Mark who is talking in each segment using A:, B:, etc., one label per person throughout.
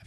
A: hab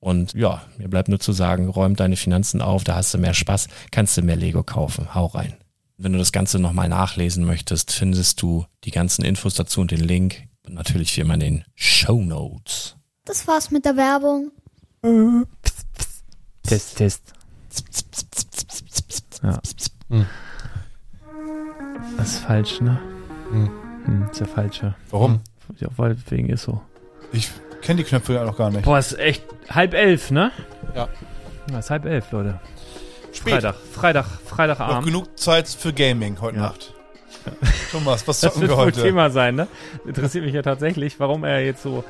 A: Und ja, mir bleibt nur zu sagen, räum deine Finanzen auf, da hast du mehr Spaß, kannst du mehr Lego kaufen. Hau rein. Wenn du das Ganze nochmal nachlesen möchtest, findest du die ganzen Infos dazu und den Link und natürlich wie immer in den Show Notes.
B: Das war's mit der Werbung.
C: Test, Test. Ja.
D: Hm.
C: Das ist falsch, ne?
D: Hm.
C: Hm, ist der falsche.
D: Warum?
C: Ja, weil wegen ist so.
D: Ich kenne die Knöpfe ja noch gar nicht.
C: Boah, ist echt halb elf, ne?
D: Ja.
C: Ja, ist halb elf, Leute.
D: Spät.
C: Freitag, Freitag,
D: Noch
C: Freitagabend.
D: genug Zeit für Gaming heute
C: Ja.
D: Nacht. Thomas, was
C: Das
D: zocken
C: wird
D: wir
C: wohl
D: heute?
C: Thema sein, ne? Interessiert mich ja tatsächlich, warum er jetzt so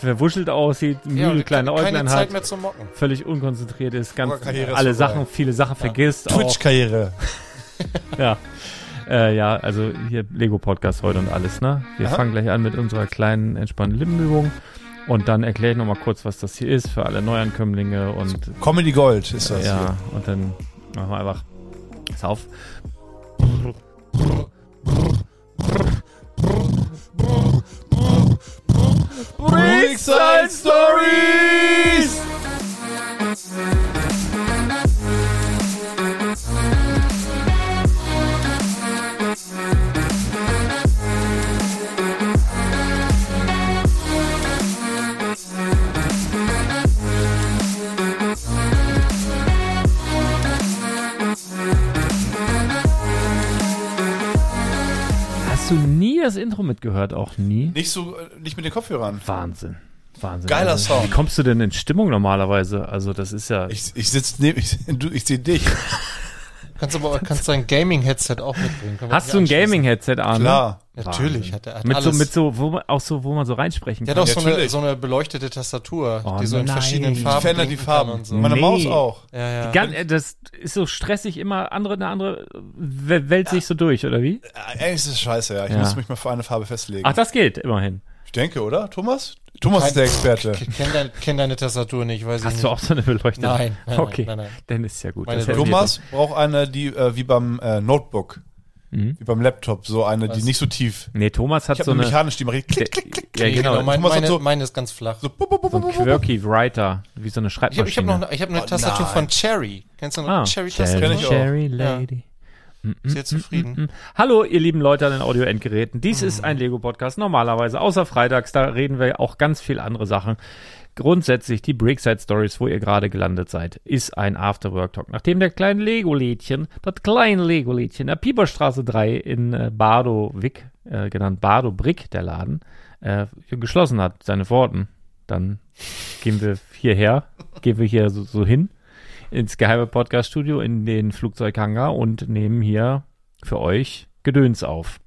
C: verwuschelt aussieht,
E: Ja,
C: müde
E: und
C: kleine
E: keine
C: Äuglein
E: Zeit
C: hat,
E: mehr zum Mocken.
C: völlig unkonzentriert ist, ganz
D: Aber Karriere ist
C: alle
D: vorbei.
C: Sachen, viele Sachen vergisst. auch.
D: Twitch-Karriere.
C: Ja. Äh, ja, also hier Lego-Podcast heute und alles, ne? Wir
D: Aha.
C: fangen gleich an mit unserer kleinen entspannten Lippenübung und dann erkläre ich nochmal kurz, was das hier ist für alle Neuankömmlinge und
D: Comedy Gold ist das.
C: ja, und dann machen wir einfach. Pass auf.
D: Brickside Stories!
C: Hast du nie das Intro mitgehört? Auch nie?
D: Nicht so, äh, nicht mit den Kopfhörern.
C: Wahnsinn. Wahnsinn.
D: Geiler
C: also,
D: Song.
C: Wie kommst du denn in Stimmung normalerweise? Also, das ist ja.
D: Ich, ich sitze neben, ich, du, ich sehe dich.
E: Kannst aber kannst dein Gaming-Headset auch mitbringen. Können wir
C: hast
E: nicht
C: du ein
E: anschließen.
C: Gaming-Headset, Arne?
D: Klar.
E: Natürlich hat er hat
C: Mit so,
E: alles.
C: mit so, wo man, auch so, wo man so reinsprechen
E: der hat
C: kann.
E: auch so eine,
D: Natürlich.
E: so eine beleuchtete Tastatur,
C: Oh
E: die so in
C: nein.
E: verschiedenen
C: Die
E: Farben
D: verändert die
E: blinken
D: Farben.
E: kann und so.
D: Meine
C: Nee.
D: Maus auch.
E: Ja, ja.
C: Ganz, äh, das ist so stressig, immer andere, eine andere äh, w- wälzt sich so durch, oder wie?
D: Eigentlich ist es scheiße, ja. Ich
C: Ja.
D: muss mich mal für eine Farbe festlegen.
C: Ach, das geht, immerhin.
D: ich denke, oder? Thomas? Thomas ist der Experte.
E: Ich kenn, dein, kenn deine Tastatur nicht, weiß ich
C: Hast
E: nicht.
C: du auch so eine Beleuchtung?
E: Nein, nein, nein,
C: okay.
E: nein, nein.
C: Dann ist ja gut.
E: Meine
C: Das hätten wir
D: Thomas braucht eine, die äh, wie beim äh, Notebook, wie beim Laptop, so eine, die nicht so tief.
C: jetzt- Nee, Thomas hat
D: Ich habe
C: so
D: eine
C: eine.
D: mechanisch, die macht klick, klick, klick.
C: ja,
E: Nee,
C: genau.
E: Mein,
D: Thomas hat
E: meine,
D: so-
E: meine ist ganz flach.
D: So, bup, bup, bup,
C: so
D: bup,
C: ein
D: bup, bup.
C: quirky Writer, wie so eine
E: Ich habe
C: Schreibmaschine.
E: ich hab noch, eine- ich hab eine
D: Oh,
E: Tastatur
D: nein.
E: von Cherry. Kennst du noch
C: ah, Mhm,
E: Cherry-Tastatur?
D: Kenn
C: Cherry,
D: ich auch.
C: Cherry
E: Ja.
C: Lady.
E: Sehr zufrieden.
C: Hallo, ihr lieben Leute an den Audio-Endgeräten. Dies ist ein Lego-Podcast. Normalerweise, außer freitags, da reden wir auch ganz viel andere Sachen. Grundsätzlich, die Brickside Stories, wo ihr gerade gelandet seid, ist ein Afterwork-Talk. Nachdem der kleine Lego-Lädchen, das kleine Lego-Lädchen, der Pieperstraße 3 in äh, Bardowick, äh, genannt Bardo Brick, der Laden, äh, geschlossen hat, seine Pforten, dann gehen wir hierher, gehen wir hier so, so hin ins geheime Podcast-Studio in den Flugzeughangar und nehmen hier für euch Gedöns auf.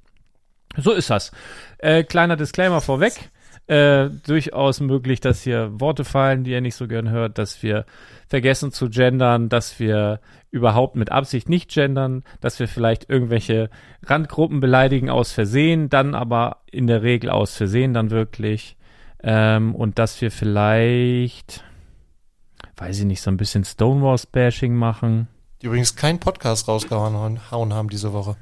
C: So ist das. Äh, kleiner Disclaimer vorweg. Äh, durchaus möglich, dass hier Worte fallen, die ihr nicht so gern hört, dass wir vergessen zu gendern, dass wir überhaupt mit Absicht nicht gendern, dass wir vielleicht irgendwelche Randgruppen beleidigen aus Versehen, dann aber in der Regel aus Versehen dann wirklich. Ähm, und dass wir vielleicht, weiß ich nicht, so ein bisschen Stonewalls-Bashing machen.
E: Die übrigens keinen Podcast rausgehauen hauen haben diese Woche.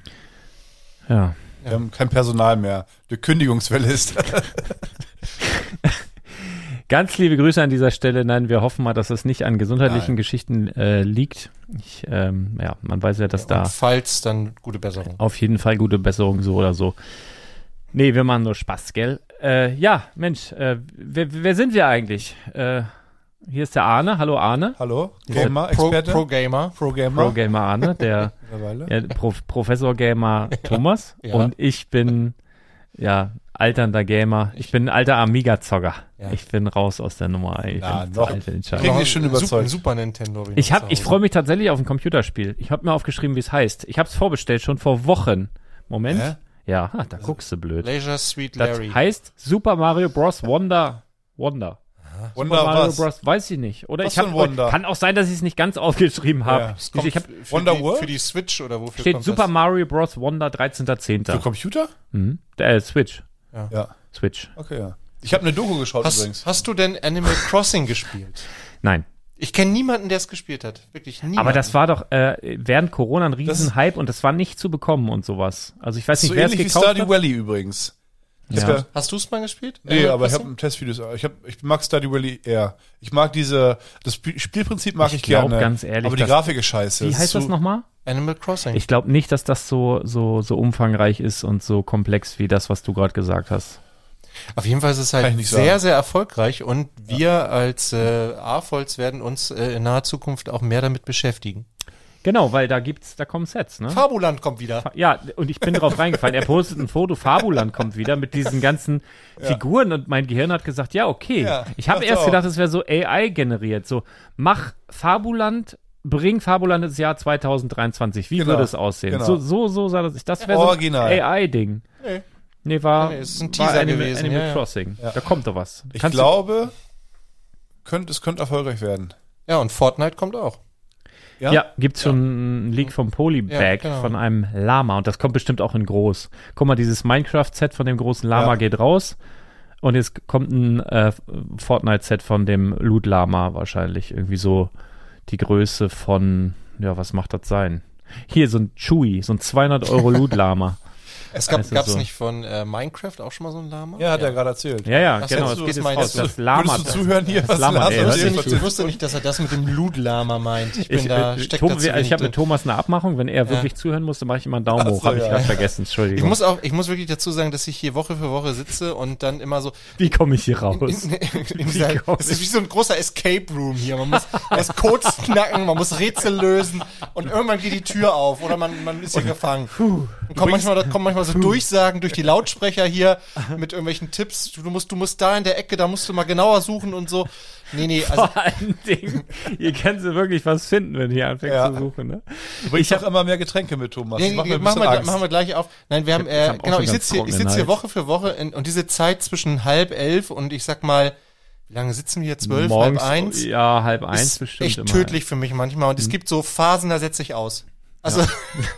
C: Ja.
D: Wir haben kein Personal mehr. Die Kündigungswelle ist.
C: Ganz liebe Grüße an dieser Stelle. Nein, wir hoffen mal, dass das nicht an gesundheitlichen
D: Nein.
C: Geschichten äh, liegt. Ich, ähm, ja, man weiß ja, dass da
E: Und falls, dann gute Besserung.
C: auf jeden Fall gute Besserung so oder so. Nee, wir machen nur Spaß, gell? Äh, ja, Mensch, äh, wer, wer sind wir eigentlich? Äh, hier ist der Arne. Hallo Arne.
D: Hallo?
C: Ja.
D: Gamer,
E: Pro,
D: Experte?
E: Pro Gamer.
D: Pro-Gamer?
C: Pro-Gamer Arne, der
D: mittlerweile.
C: ja, Pro Professor Gamer Thomas.
E: Ja.
C: Und ich bin, ja, alternder Gamer. Ich bin ein alter Amiga-Zocker.
E: Ja.
C: Ich bin raus aus der Nummer. Ich
D: Na,
C: bin zu
D: noch.
C: alt für den Scheiß.
D: Kriegen
E: Noch
D: die schon
E: ein Super,
D: überzeugt.
E: Super Nintendo. hab
C: Ich,
E: noch
C: hab, ich
E: zu
C: freue
E: Hause.
C: mich tatsächlich auf ein Computerspiel. Ich habe mir aufgeschrieben, wie es heißt. Ich habe es vorbestellt, schon vor Wochen. Moment.
D: Hä?
C: Ja, ha, da guckst du blöd.
E: Leisure Sweet
C: Das
E: Larry.
C: heißt Super Mario Bros. Wonder. Wonder. Super
D: Wonder
C: Mario
D: was?
C: Bros. weiß ich nicht. Oder
D: Was
C: ich hab,
D: für ein Wonder?
C: Kann auch sein, dass ich es nicht ganz aufgeschrieben
D: Ja,
C: habe.
D: es
C: ich hab,
E: für,
D: Wonder
E: die,
D: World?
E: für die Switch oder wofür
C: steht
E: kommt
C: Super
E: das?
C: Mario Bros. Wonder
D: Für
C: 13.10.
D: Computer?
C: Mhm. Äh, Switch.
D: Ja.
C: Switch.
D: Okay, ja. Ich habe eine Doku geschaut übrigens.
E: Hast, hast du denn Animal Crossing gespielt?
C: Nein.
E: Ich kenne niemanden, der es gespielt hat. Wirklich niemanden.
C: Aber das war doch äh, während Corona ein
D: Das-
C: Riesenhype und das war nicht zu bekommen und sowas. Also ich weiß nicht,
D: So
C: wer es
D: ähnlich wie
C: gekauft
D: Stardew
C: hat.
D: Valley übrigens. Ich
C: Ja.
D: hab ja-
E: Hast du es mal gespielt?
D: Nee,
E: Animal
D: aber ich habe
C: ne?
E: Crossing?
D: ein Testvideo. Ich, hab, ich mag Stardew Valley eher. Ich mag diese, das Sp- Spielprinzip mag
C: Ich
D: ich,
C: glaub,
D: gerne.
C: ganz ehrlich,
D: aber die
C: das-
D: Grafik ist scheiße.
C: Wie
D: Es ist
C: heißt das
D: zu-
C: nochmal?
E: Animal Crossing.
C: Ich glaube nicht, dass das so, so, so umfangreich ist und so komplex wie das, was du gerade gesagt hast.
E: Auf jeden Fall ist es
D: Kann
E: halt
D: ich nicht
E: sehr,
D: sagen.
E: sehr erfolgreich und wir als äh, AFOLs werden uns äh, in naher Zukunft auch mehr damit beschäftigen.
C: Genau, weil da gibt's, da kommen Sets, ne?
E: Hm? Fabuland kommt wieder.
C: Ja, und ich bin drauf reingefallen. Er postet ein Foto, Fabuland kommt wieder mit diesen ganzen Figuren und mein Gehirn hat gesagt, ja, okay.
D: Ja,
C: ich habe
D: dachte
C: erst
D: auch.
C: gedacht, es wäre so AI generiert. So, mach Fabuland, bring Fabuland ins Jahr 2023. Wie
D: Genau,
C: würde es aussehen?
D: genau.
C: So, so, so sah das. Das wäre so ein
D: Original.
C: AI-Ding.
E: Nee.
C: Nee, war,
E: Nee, es ist ein
C: war
E: Teaser
C: Animal,
E: gewesen,
C: Animal
E: ja, ja.
C: Crossing. Da kommt doch was.
D: Ich
C: Kannst du-
D: glaube, könnt, es könnte erfolgreich werden.
E: Ja, und Fortnite kommt auch.
C: Ja, gibt's schon einen Leak vom Polybag
E: Ja, genau.
C: von einem Lama und das kommt bestimmt auch in groß. Guck mal, dieses Minecraft-Set von dem großen Lama
D: Ja.
C: geht raus und jetzt kommt ein äh, Fortnite-Set von dem Loot Lama wahrscheinlich irgendwie so die Größe von ja, was macht das sein? Hier so ein Chewy, so ein 200 Euro Loot Lama.
E: Es gab
C: Also
E: gab's
C: so.
E: nicht von äh, Minecraft auch schon mal so ein Lama?
D: Ja, hat er gerade erzählt.
C: Ja, ja,
E: Ach,
C: genau,
E: jetzt
C: es
E: du-
C: geht jetzt
E: jetzt
C: raus.
E: meinst du-
C: Das Lama.
D: Würdest du zuhören hier,
C: Das
D: was
C: Lama,
D: Lama,
C: ey,
E: Ich
C: hört
E: wusste,
C: sich
E: nicht, ich wusste nicht, dass er das mit dem Lud-Lama meint. Ich bin
C: Ich,
E: da,
C: ich,
E: steckt
C: Tom,
E: da zu
C: ich
E: wenig
C: habe
E: drin.
C: mit Thomas eine Abmachung, wenn er
E: Ja.
C: wirklich zuhören musste, mache ich immer einen Daumen
D: Ach so,
C: hoch. Habe ich
D: ja.
C: gerade vergessen, Entschuldigung.
E: ich muss auch, ich muss wirklich dazu sagen, dass ich hier Woche für Woche sitze und dann immer so,
C: Wie komme ich hier
E: In,
C: raus?
E: in, in dieser,
C: Wie kommst
E: es ist wie so ein großer Escape Room hier. Man muss, man muss Codes knacken, man muss Rätsel lösen und irgendwann geht die Tür auf oder man, man ist hier gefangen. Und kommen manchmal, da kommen manchmal so Durchsagen durch die Lautsprecher hier mit irgendwelchen Tipps. Du, du musst, du musst da in der Ecke, da musst du mal genauer suchen und so. Nee, nee, also
C: Vor allen Dingen, hier kannst du wirklich was finden, wenn du hier anfängst
D: Ja.
C: zu suchen. Ne?
D: Du bringst doch immer mehr Getränke mit, Thomas. Das
E: Nee, nee,
D: macht mir ein
E: machen,
D: bisschen
E: wir,
D: Angst.
E: machen wir gleich auf. Nein, wir haben,
C: ich hab
E: äh,
C: auch
E: genau,
C: schon ganz
E: ich sitze hier, ich
C: trockenen
E: sitz
C: Hals.
E: hier Woche für Woche in, und diese Zeit zwischen halb elf und ich sag mal, wie lange sitzen wir hier? Zwölf,
C: Morgens,
E: halb eins?
C: Ja, halb eins
E: ist
C: bestimmt
E: echt
C: immer. Mhm.
E: tödlich für mich manchmal. Und es gibt so Phasen, da setze ich aus. Also,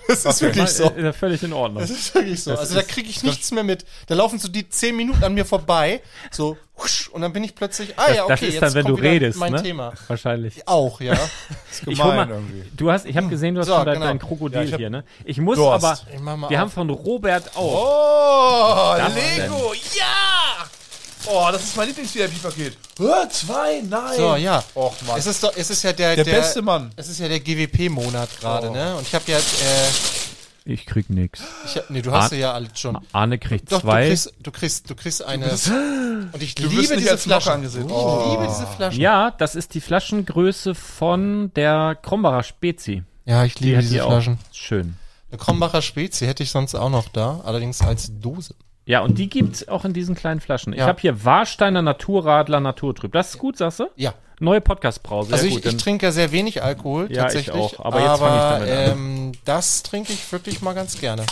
E: das ist
C: Ja,
E: wirklich so.
C: Ist ja völlig in Ordnung.
E: Das ist wirklich so. Also da kriege ich nichts mehr mit. Da laufen so die zehn Minuten an mir vorbei, so husch, und dann bin ich plötzlich, ah ja, okay,
C: das ist dann, wenn du
E: kommt wieder
C: redest,
E: mein
C: ne?
E: Thema.
C: Wahrscheinlich.
E: Auch, ja.
D: Das ist
C: Ich hol
D: gemein
C: mal,
D: irgendwie.
C: du hast, ich habe gesehen, du hast
E: So,
C: schon dein,
E: genau.
C: dein Krokodil
D: Ja, ich hab
C: hier, ne? Ich muss
D: Durst.
C: aber,
E: Ich mach mal
C: wir
E: auf.
C: haben von Robert auch.
D: Oh,
C: Das
D: Lego, ja! Oh, das ist mein Lieblings-VIP-Paket. Hör, zwei, nein!
E: So, ja.
D: Och, Mann.
E: Es ist doch, es ist ja der,
D: Der beste Mann.
E: Es ist ja der GWP-Monat gerade,
C: Oh.
E: ne? Und ich habe ja, äh,
C: Ich krieg nix.
E: ich hab, nee, du hast
C: Ah.
E: sie ja alles schon.
C: Arne kriegt
E: Doch,
C: zwei.
E: du kriegst, du kriegst, du kriegst eine. und ich
D: wirst
E: liebe
D: nicht
E: diese
D: als Mocker
E: Flaschen.
D: angesehen.
E: Ich
D: Oh.
E: liebe diese Flaschen.
C: ja, das ist die Flaschengröße von der Krombacher Spezi.
E: Ja, ich
C: Die
E: liebe
C: hat die
E: diese
C: auch.
E: Flaschen.
C: Schön.
E: Eine Krombacher Spezi hätte ich sonst auch noch da, allerdings als Dose.
C: Ja, und die gibt's auch in diesen kleinen Flaschen. Ich
E: Ja.
C: habe hier Warsteiner Naturradler Naturtrüb. Das ist gut, sagst du?
E: Ja.
C: Neue Podcast-Brause.
E: Also
C: ja,
E: ich,
C: gut,
E: ich
C: dann-
E: trinke ja sehr wenig Alkohol
C: Ja, ich
E: tatsächlich.
C: auch, aber jetzt fang ich damit an.
E: ähm, Das trinke ich wirklich mal ganz gerne.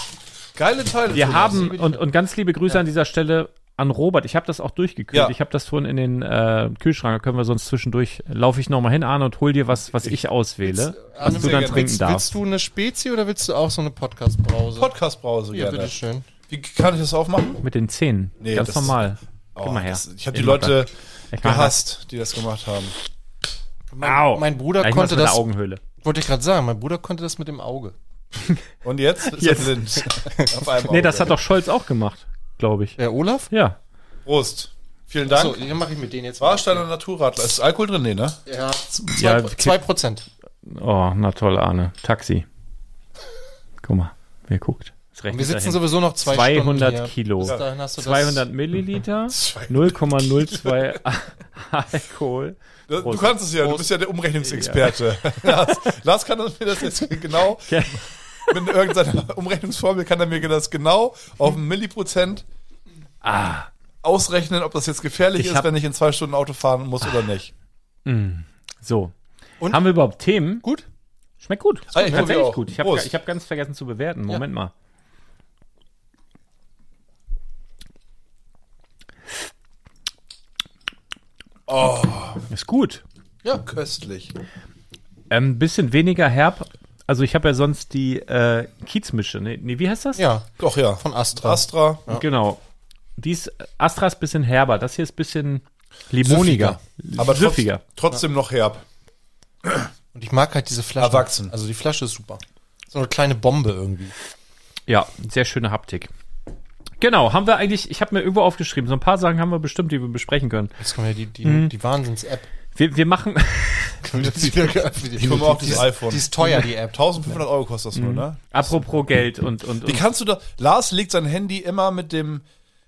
D: Geile Teile.
C: Wir
D: Thomas.
C: haben, und, und ganz liebe Grüße an dieser Stelle an Robert. Ich habe das auch durchgekühlt.
D: Ja.
C: Ich habe das vorhin in den äh, Kühlschrank. Da können wir sonst zwischendurch, laufe ich nochmal hin, Arne, und hol dir was, was ich auswähle, was
E: Arne,
C: du dann
D: sehr gerne.
C: trinken
E: Willst,
C: darfst.
E: willst du eine Spezi oder willst du auch so eine Podcast-Brause?
D: Podcast-Brause
E: ja,
D: gerne.
E: bitteschön.
D: Wie kann ich das aufmachen?
C: Mit den Zähnen.
D: Nee,
C: Ganz
D: das-
C: normal.
D: Oh,
C: Guck mal her.
D: das- Ich habe die
C: Ich
D: Leute
C: Ich mach
D: gehasst, die das gemacht haben.
E: Mein,
C: Au.
E: mein Bruder
C: Gleich machst
E: konnte
C: du mit der
E: das,
C: Augenhöhle.
E: wollte ich gerade sagen, mein Bruder konnte das mit dem Auge.
D: Und jetzt ist
C: Jetzt.
D: er blind. Auf einem
C: Nee, das hat doch Scholz auch gemacht, glaube ich.
E: Der Olaf?
C: Ja.
D: Prost. Vielen
E: So,
D: Dank.
E: den mache ich mit denen jetzt.
D: Warsteiner Naturradler. Ist Alkohol drin? Nee, ne?
E: Ja, zwei,
C: Ja,
E: Pro-
C: okay.
E: zwei Prozent.
C: Oh, na toll, Arne. Taxi. Guck mal, wer guckt. Das
E: Und
C: rechnet
E: wir sitzen
C: dahin.
E: sowieso noch zwei Stunden
C: 200
E: hier.
C: Kilo.
E: Bis dahin hast du
C: 200 Milliliter, 0,02 Alkohol.
D: Du du
C: Prost.
D: kannst es ja, du bist ja der Umrechnungsexperte. Lars, Lars kann das mir das jetzt genau,
C: Ja.
D: mit irgendeiner Umrechnungsformel kann er mir das genau auf einen Milliprozent ausrechnen, ob das jetzt
C: Ah.
D: gefährlich
C: Ich
D: ist,
C: hab- Ah.
D: wenn ich in zwei Stunden Auto fahren muss oder nicht.
C: So.
E: Und?
C: Haben wir überhaupt Themen?
E: Gut.
C: Schmeckt gut.
D: Ah, ich probier
C: tatsächlich
D: auch.
C: gut. Ich habe
D: Prost.
C: ich hab ganz vergessen zu bewerten. Moment mal. Oh. Ist gut.
D: Ja, köstlich.
C: Ein ähm, bisschen weniger herb. Also ich habe ja sonst die äh, Kiezmische. Nee, nee, wie heißt das?
E: Ja,
D: Doch, ja.
E: von Astra.
D: Astra.
C: Genau. Die ist, Astra ist ein bisschen herber. Das hier ist ein bisschen limoniger.
D: Aber trotz,
C: süffiger.
D: trotzdem noch herb.
E: Und ich mag halt diese Flasche.
D: Erwachsen.
E: Also die Flasche ist super. So eine kleine Bombe irgendwie.
C: Ja, sehr schöne Haptik. Genau, haben wir eigentlich, ich habe mir irgendwo aufgeschrieben, so ein paar Sachen haben wir bestimmt, die wir besprechen können.
E: Jetzt kommt ja die, die,
C: Mhm.
E: die Wahnsinns-App.
C: Wir, wir machen,
E: Die,
D: hol mir auch dieses
E: ist-
D: iPhone.
E: Die ist teuer, die App.
D: 1500 Euro kostet das
C: Mhm.
D: nur, ne?
C: apropos Geld und, und,
D: Wie
C: und
D: kannst du da. Lars legt sein Handy immer mit dem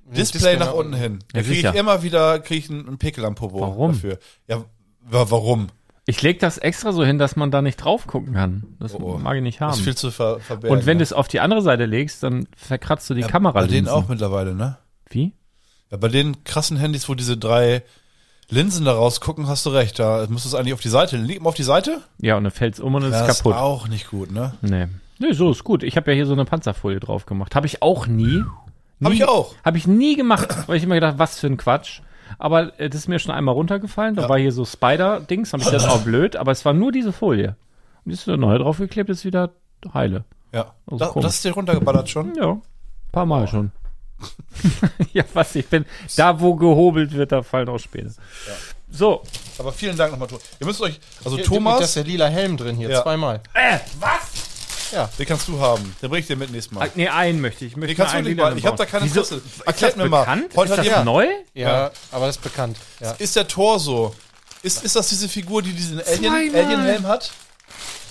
D: Display,
E: Display
D: nach
E: nach
D: unten hin. Da
C: Ja,
D: kriege
C: sicher.
D: ich immer wieder krieg ich einen einen Pickel am Popo
C: Warum?
D: dafür. Ja, wa- warum?
C: ich lege das extra so hin, dass man da nicht drauf gucken kann. Das
D: Oh, oh.
C: mag ich nicht
D: Das ist viel
C: haben.
D: zu ver verbergen.
C: Und wenn du
D: ne?
C: es auf die andere Seite legst, dann verkratzt du die Kamera.
D: Bei denen auch mittlerweile, ne?
C: Wie?
D: Ja, bei den krassen Handys, wo diese drei Linsen da rausgucken, hast du recht. Da müsste es eigentlich auf die Seite. Liegt mal auf die Seite?
C: Ja, und dann fällt's um und ist kaputt.
D: auch nicht gut, ne?
C: Nee. Nee, so ist gut. Ich habe ja hier so eine Panzerfolie drauf gemacht. Habe ich auch nie. nie
D: Hab ich auch.
C: Habe ich nie gemacht, weil ich immer gedacht, was für ein Quatsch. Aber äh, das ist mir schon einmal runtergefallen. Da war hier so Spider-Dings, habe ich gedacht, auch blöd. Aber es war nur diese Folie. Und die ist so neu draufgeklebt, ist wieder heile.
D: Ja.
C: Also
D: das,
C: komisch.
D: das ist dir runtergeballert schon?
C: Ja, ein paar Mal schon. ja, was ich bin. Da, wo gehobelt wird, da fallen auch Späne. So,
D: Aber vielen Dank nochmal, Thomas. Ihr müsst euch, also
E: Hier, Da ist
D: Thomas,
E: der lila Helm drin hier,
D: Ja.
E: zweimal.
D: den kannst du haben. Den bring ich dir mit nächstes Mal.
C: Ach, ah, nee, einen möchte ich. Ich, möchte
D: Den kannst
C: nur
D: du
C: einen
D: nicht
C: lila
D: mal. Ich habe da
C: bauen.
D: keine
C: Wieso?
D: Interesse. Erklärt mir mal.
C: Bekannt?
D: Heute
C: ist
D: hat
C: das
D: jemand,
C: neu?
E: Ja, aber das ist bekannt. Ja.
D: ist der Torso. Ist, ist das diese Figur, die diesen Alien-
C: Zweimal.
D: Alien-Helm hat?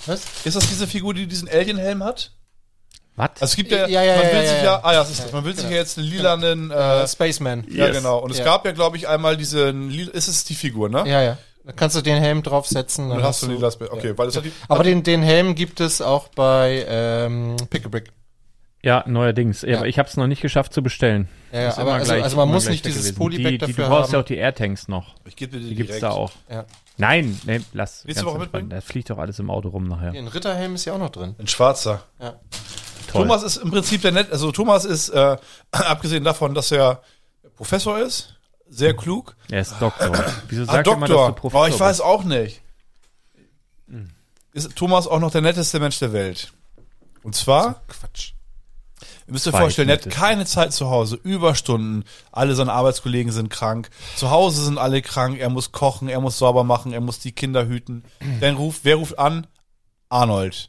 E: Was?
D: Ist das diese Figur, die diesen Alien-Helm hat?
C: Was?
D: Also es gibt ja,
E: Ja, ja,
D: man
E: ja,
D: will
E: ja,
D: sich
E: ja.
D: ja, ah ja, es ist, man will sich ja jetzt einen lilanen, äh,
E: Spaceman.
D: ja
C: Yes.
D: genau. Und es
E: Ja.
D: gab ja, glaube ich, einmal diesen, lila- ist es die Figur, ne?
E: Ja, ja. Da kannst du den Helm draufsetzen.
D: Dann hast du einen lila Space, okay, weil das hat die,
E: Aber den, den Helm gibt es auch bei ähm, Pick a Brick.
C: Ja, neuerdings. Ja, Aber ich habe es noch nicht geschafft zu bestellen.
E: Ja, ja,
C: Ist
E: aber
C: immer
E: also,
C: gleich-
E: also man
C: immer
E: muss
C: gleich
E: nicht
C: weg
E: dieses
C: gewesen.
E: Polybag
C: die, die,
E: dafür
C: Du brauchst
E: haben.
C: ja auch die AirTanks noch.
D: Ich gebe dir
C: Die gibt's
D: direkt.
C: da auch.
E: Ja.
C: Nein, nee, lass.
D: Willst du
C: ganz
D: auch
C: entspannt.
D: mitbringen?
C: Da fliegt doch alles im Auto rum nachher.
E: Hier, ein Ritterhelm ist ja auch noch drin.
D: Ein schwarzer.
E: Ja.
C: Toll.
D: Thomas ist im Prinzip der nett. Also Thomas ist, äh, abgesehen davon, dass er Professor ist, sehr klug.
C: Er ist Doktor. Wieso
D: Ah,
C: sagt er mal, dass du
D: Doktor.
C: Professor
D: Oh, ich weiß auch nicht. Ist Thomas auch noch der netteste Mensch der Welt? Und zwar,
E: Quatsch.
D: ihr müsst euch
C: Zwei
D: vorstellen, er hat
C: Netteste.
D: keine Zeit zu Hause, Überstunden, alle seine Arbeitskollegen sind krank, zu Hause sind alle krank, er muss kochen, er muss sauber machen, er muss die Kinder hüten. Dann ruft, wer ruft an? Arnold.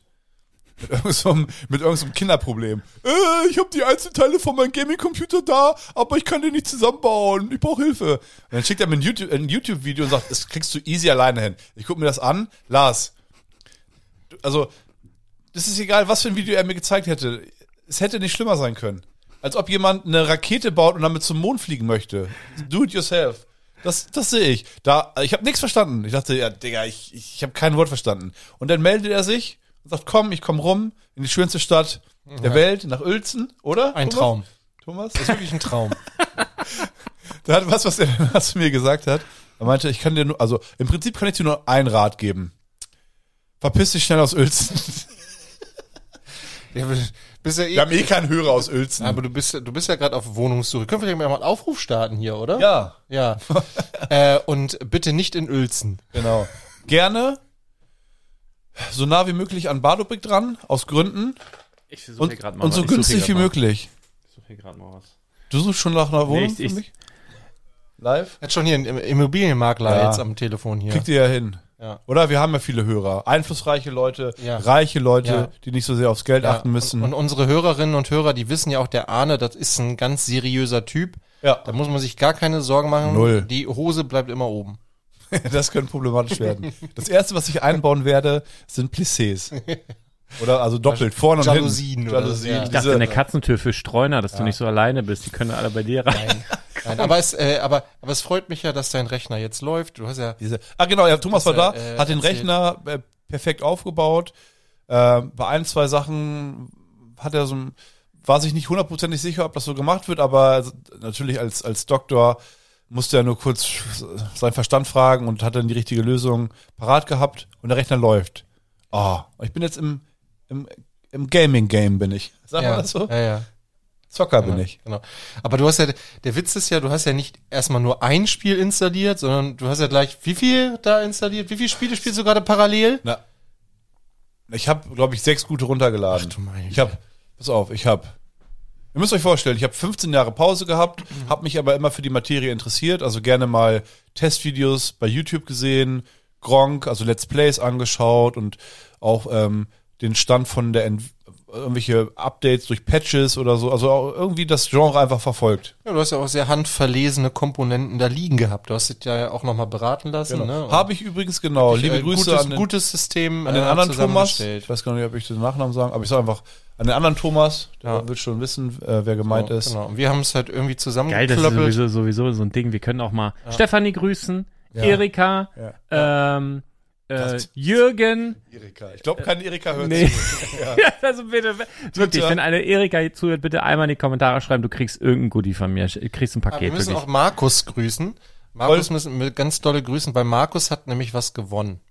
D: Mit irgendeinem, mit irgendeinem Kinderproblem. Äh, ich habe die Einzelteile von meinem Gaming-Computer da, aber ich kann den nicht zusammenbauen. Ich brauche Hilfe. Und dann schickt er mir ein YouTube- ein YouTube-Video und sagt, das kriegst du easy alleine hin. Ich gucke mir das an. Lars, du- also, das ist egal, was für ein Video er mir gezeigt hätte. Es hätte nicht schlimmer sein können. Als ob jemand eine Rakete baut und damit zum Mond fliegen möchte. Do it yourself. Das, das sehe ich. Da, ich habe nichts verstanden. Ich dachte, ja, Digga, ich, ich, ich habe kein Wort verstanden. Und dann meldet er sich und sagt, komm, ich komm rum in die schönste Stadt der Welt, nach Uelzen, oder?
E: Ein
D: Thomas?
E: Traum.
D: Thomas?
E: Das ist wirklich ein Traum.
D: Da hat was, was er danach zu mir gesagt hat. Er meinte, ich kann dir nur, also im Prinzip kann ich dir nur einen Rat geben. Verpiss dich schnell aus Uelzen.
E: ja, aber du bist ja eh,
D: Wir haben eh keinen Hörer aus Uelzen.
E: aber du bist, du bist ja gerade auf Wohnungssuche. Können wir vielleicht mal einen Aufruf starten hier, oder?
D: ja,
E: Ja. äh, und bitte nicht in Uelzen.
D: genau. Gerne so nah wie möglich an Badobrik dran, aus Gründen.
C: Ich versuche
D: Und, und so günstig wie möglich. Du suchst schon nach einer Wohnung
C: ich-
D: für
C: ich-
D: mich? Live?
E: Hat schon hier einen Immobilienmakler
D: Ja.
E: jetzt am Telefon hier.
D: Kriegt ihr ja hin.
E: Ja.
D: Oder wir haben ja viele Hörer. Einflussreiche Leute,
E: Ja.
D: reiche Leute,
E: Ja.
D: die nicht so sehr aufs Geld
E: Ja,
D: achten müssen.
E: Und, und unsere Hörerinnen und Hörer, die wissen ja auch, der Arne, das ist ein ganz seriöser Typ.
D: ja,
E: Da muss man sich gar keine Sorgen machen.
D: Null.
E: Die Hose bleibt immer oben.
D: Das könnte problematisch werden. Das erste, was ich einbauen werde, sind Plissés. Oder also doppelt, vorne und
E: Jalousien
D: hinten.
E: oder
D: Jalousien.
E: so, ja.
D: Ich
C: Ich dachte,
D: dachte,
C: eine Katzentür für Streuner, dass du nicht so alleine bist. Die können alle bei dir rein.
E: Nein, aber, es, äh, aber, aber es freut mich ja, dass dein Rechner jetzt läuft. Du hast ja.
D: diese, ah genau, ja, Thomas war
E: Das,
D: da,
E: äh,
D: hat den
E: erzählt.
D: Rechner äh, perfekt aufgebaut. Äh, bei ein, zwei Sachen hat er so ein, war sich nicht hundertprozentig sicher, ob das so gemacht wird, aber natürlich als, als Doktor musste er nur kurz seinen Verstand fragen und hat dann die richtige Lösung parat gehabt und der Rechner läuft. Ah, ich bin jetzt im, im, im Gaming-Game bin ich. Sag
E: ja,
D: mal das so?
E: Ja, ja.
D: Zocker bin ich.
E: Genau. Aber du hast ja, der Witz ist ja, du hast ja nicht erstmal nur ein Spiel installiert, sondern du hast ja gleich, wie viel da installiert? Wie viele Spiele spielst du gerade parallel?
D: Na, ich habe, glaube ich, sechs gute runtergeladen.
E: Ach du meine
D: ich habe, pass auf, ich habe. Ihr müsst euch vorstellen, ich habe 15 Jahre Pause gehabt, habe mich aber immer für die Materie interessiert, also gerne mal Testvideos bei YouTube gesehen, Gronk, also Let's Plays angeschaut und auch ähm, den Stand von der Ent irgendwelche Updates durch Patches oder so, also auch irgendwie das Genre einfach verfolgt.
E: Ja, du hast ja auch sehr handverlesene Komponenten da liegen gehabt. Du hast dich ja auch nochmal beraten lassen. Ne? Und
D: Habe ich übrigens genau. Liebe
E: äh,
D: Grüße
E: gutes,
D: an den,
E: gutes System äh,
D: an den anderen Thomas.
E: zusammengestellt.
D: Ich weiß gar nicht, ob ich den Nachnamen sagen, aber ich sage einfach an den anderen Thomas. Der
E: Ja.
D: wird schon wissen, äh, wer gemeint
E: Genau,
D: ist.
E: Genau. Und wir haben es halt irgendwie
C: Geil, das ist
E: zusammengeklöppelt.
C: sowieso, sowieso so ein Ding. Wir können auch mal Stefanie grüßen, Erika, ähm, äh,
D: Das-
C: Jürgen.
D: Erika. Ich glaube, keine Erika hört
C: Nee.
D: zu.
C: also bitte, wirklich, wenn eine Erika zuhört, bitte einmal in die Kommentare schreiben, du kriegst irgendein Goodie von mir. Du kriegst ein
E: Ah, wir
C: Paket,
E: müssen
C: wirklich.
E: auch Markus grüßen. Markus müssen wir ganz dolle grüßen, weil Markus hat nämlich was gewonnen.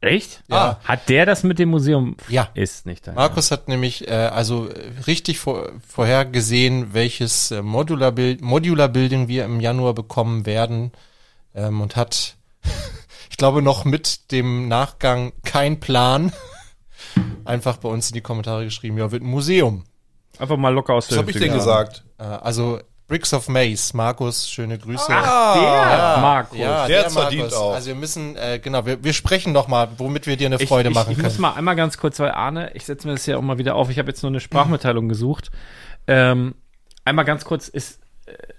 C: Echt? Ah.
E: Ja.
C: Hat der das mit dem Museum?
E: Ja.
C: Ist nicht dein.
E: Markus hat nämlich äh, also äh, richtig vor, vorhergesehen, welches äh, Modular, Build, Modular Building wir im Januar bekommen werden ähm, und hat, ich glaube, noch mit dem Nachgang kein Plan einfach bei uns in die Kommentare geschrieben, ja, wird ein Museum.
C: Einfach mal locker aus
D: Was
C: der
D: habe ich
C: Hüfte
D: denn
C: gehauen.
D: gesagt?
E: Äh, also Bricks of Maze, Markus, schöne Grüße.
C: Der
E: Ja,
C: Markus.
E: Ja,
D: Der
E: der,
D: verdient
E: Markus.
D: auch.
E: Also wir müssen, äh, genau, wir, wir sprechen doch mal, womit wir dir eine
C: Ich,
E: Freude
C: ich,
E: machen
C: ich muss
E: können.
C: mal einmal ganz kurz, weil Arne, ich setze mir das ja auch mal wieder auf. Ich habe jetzt nur eine Sprachmitteilung gesucht. Ähm, einmal ganz kurz ist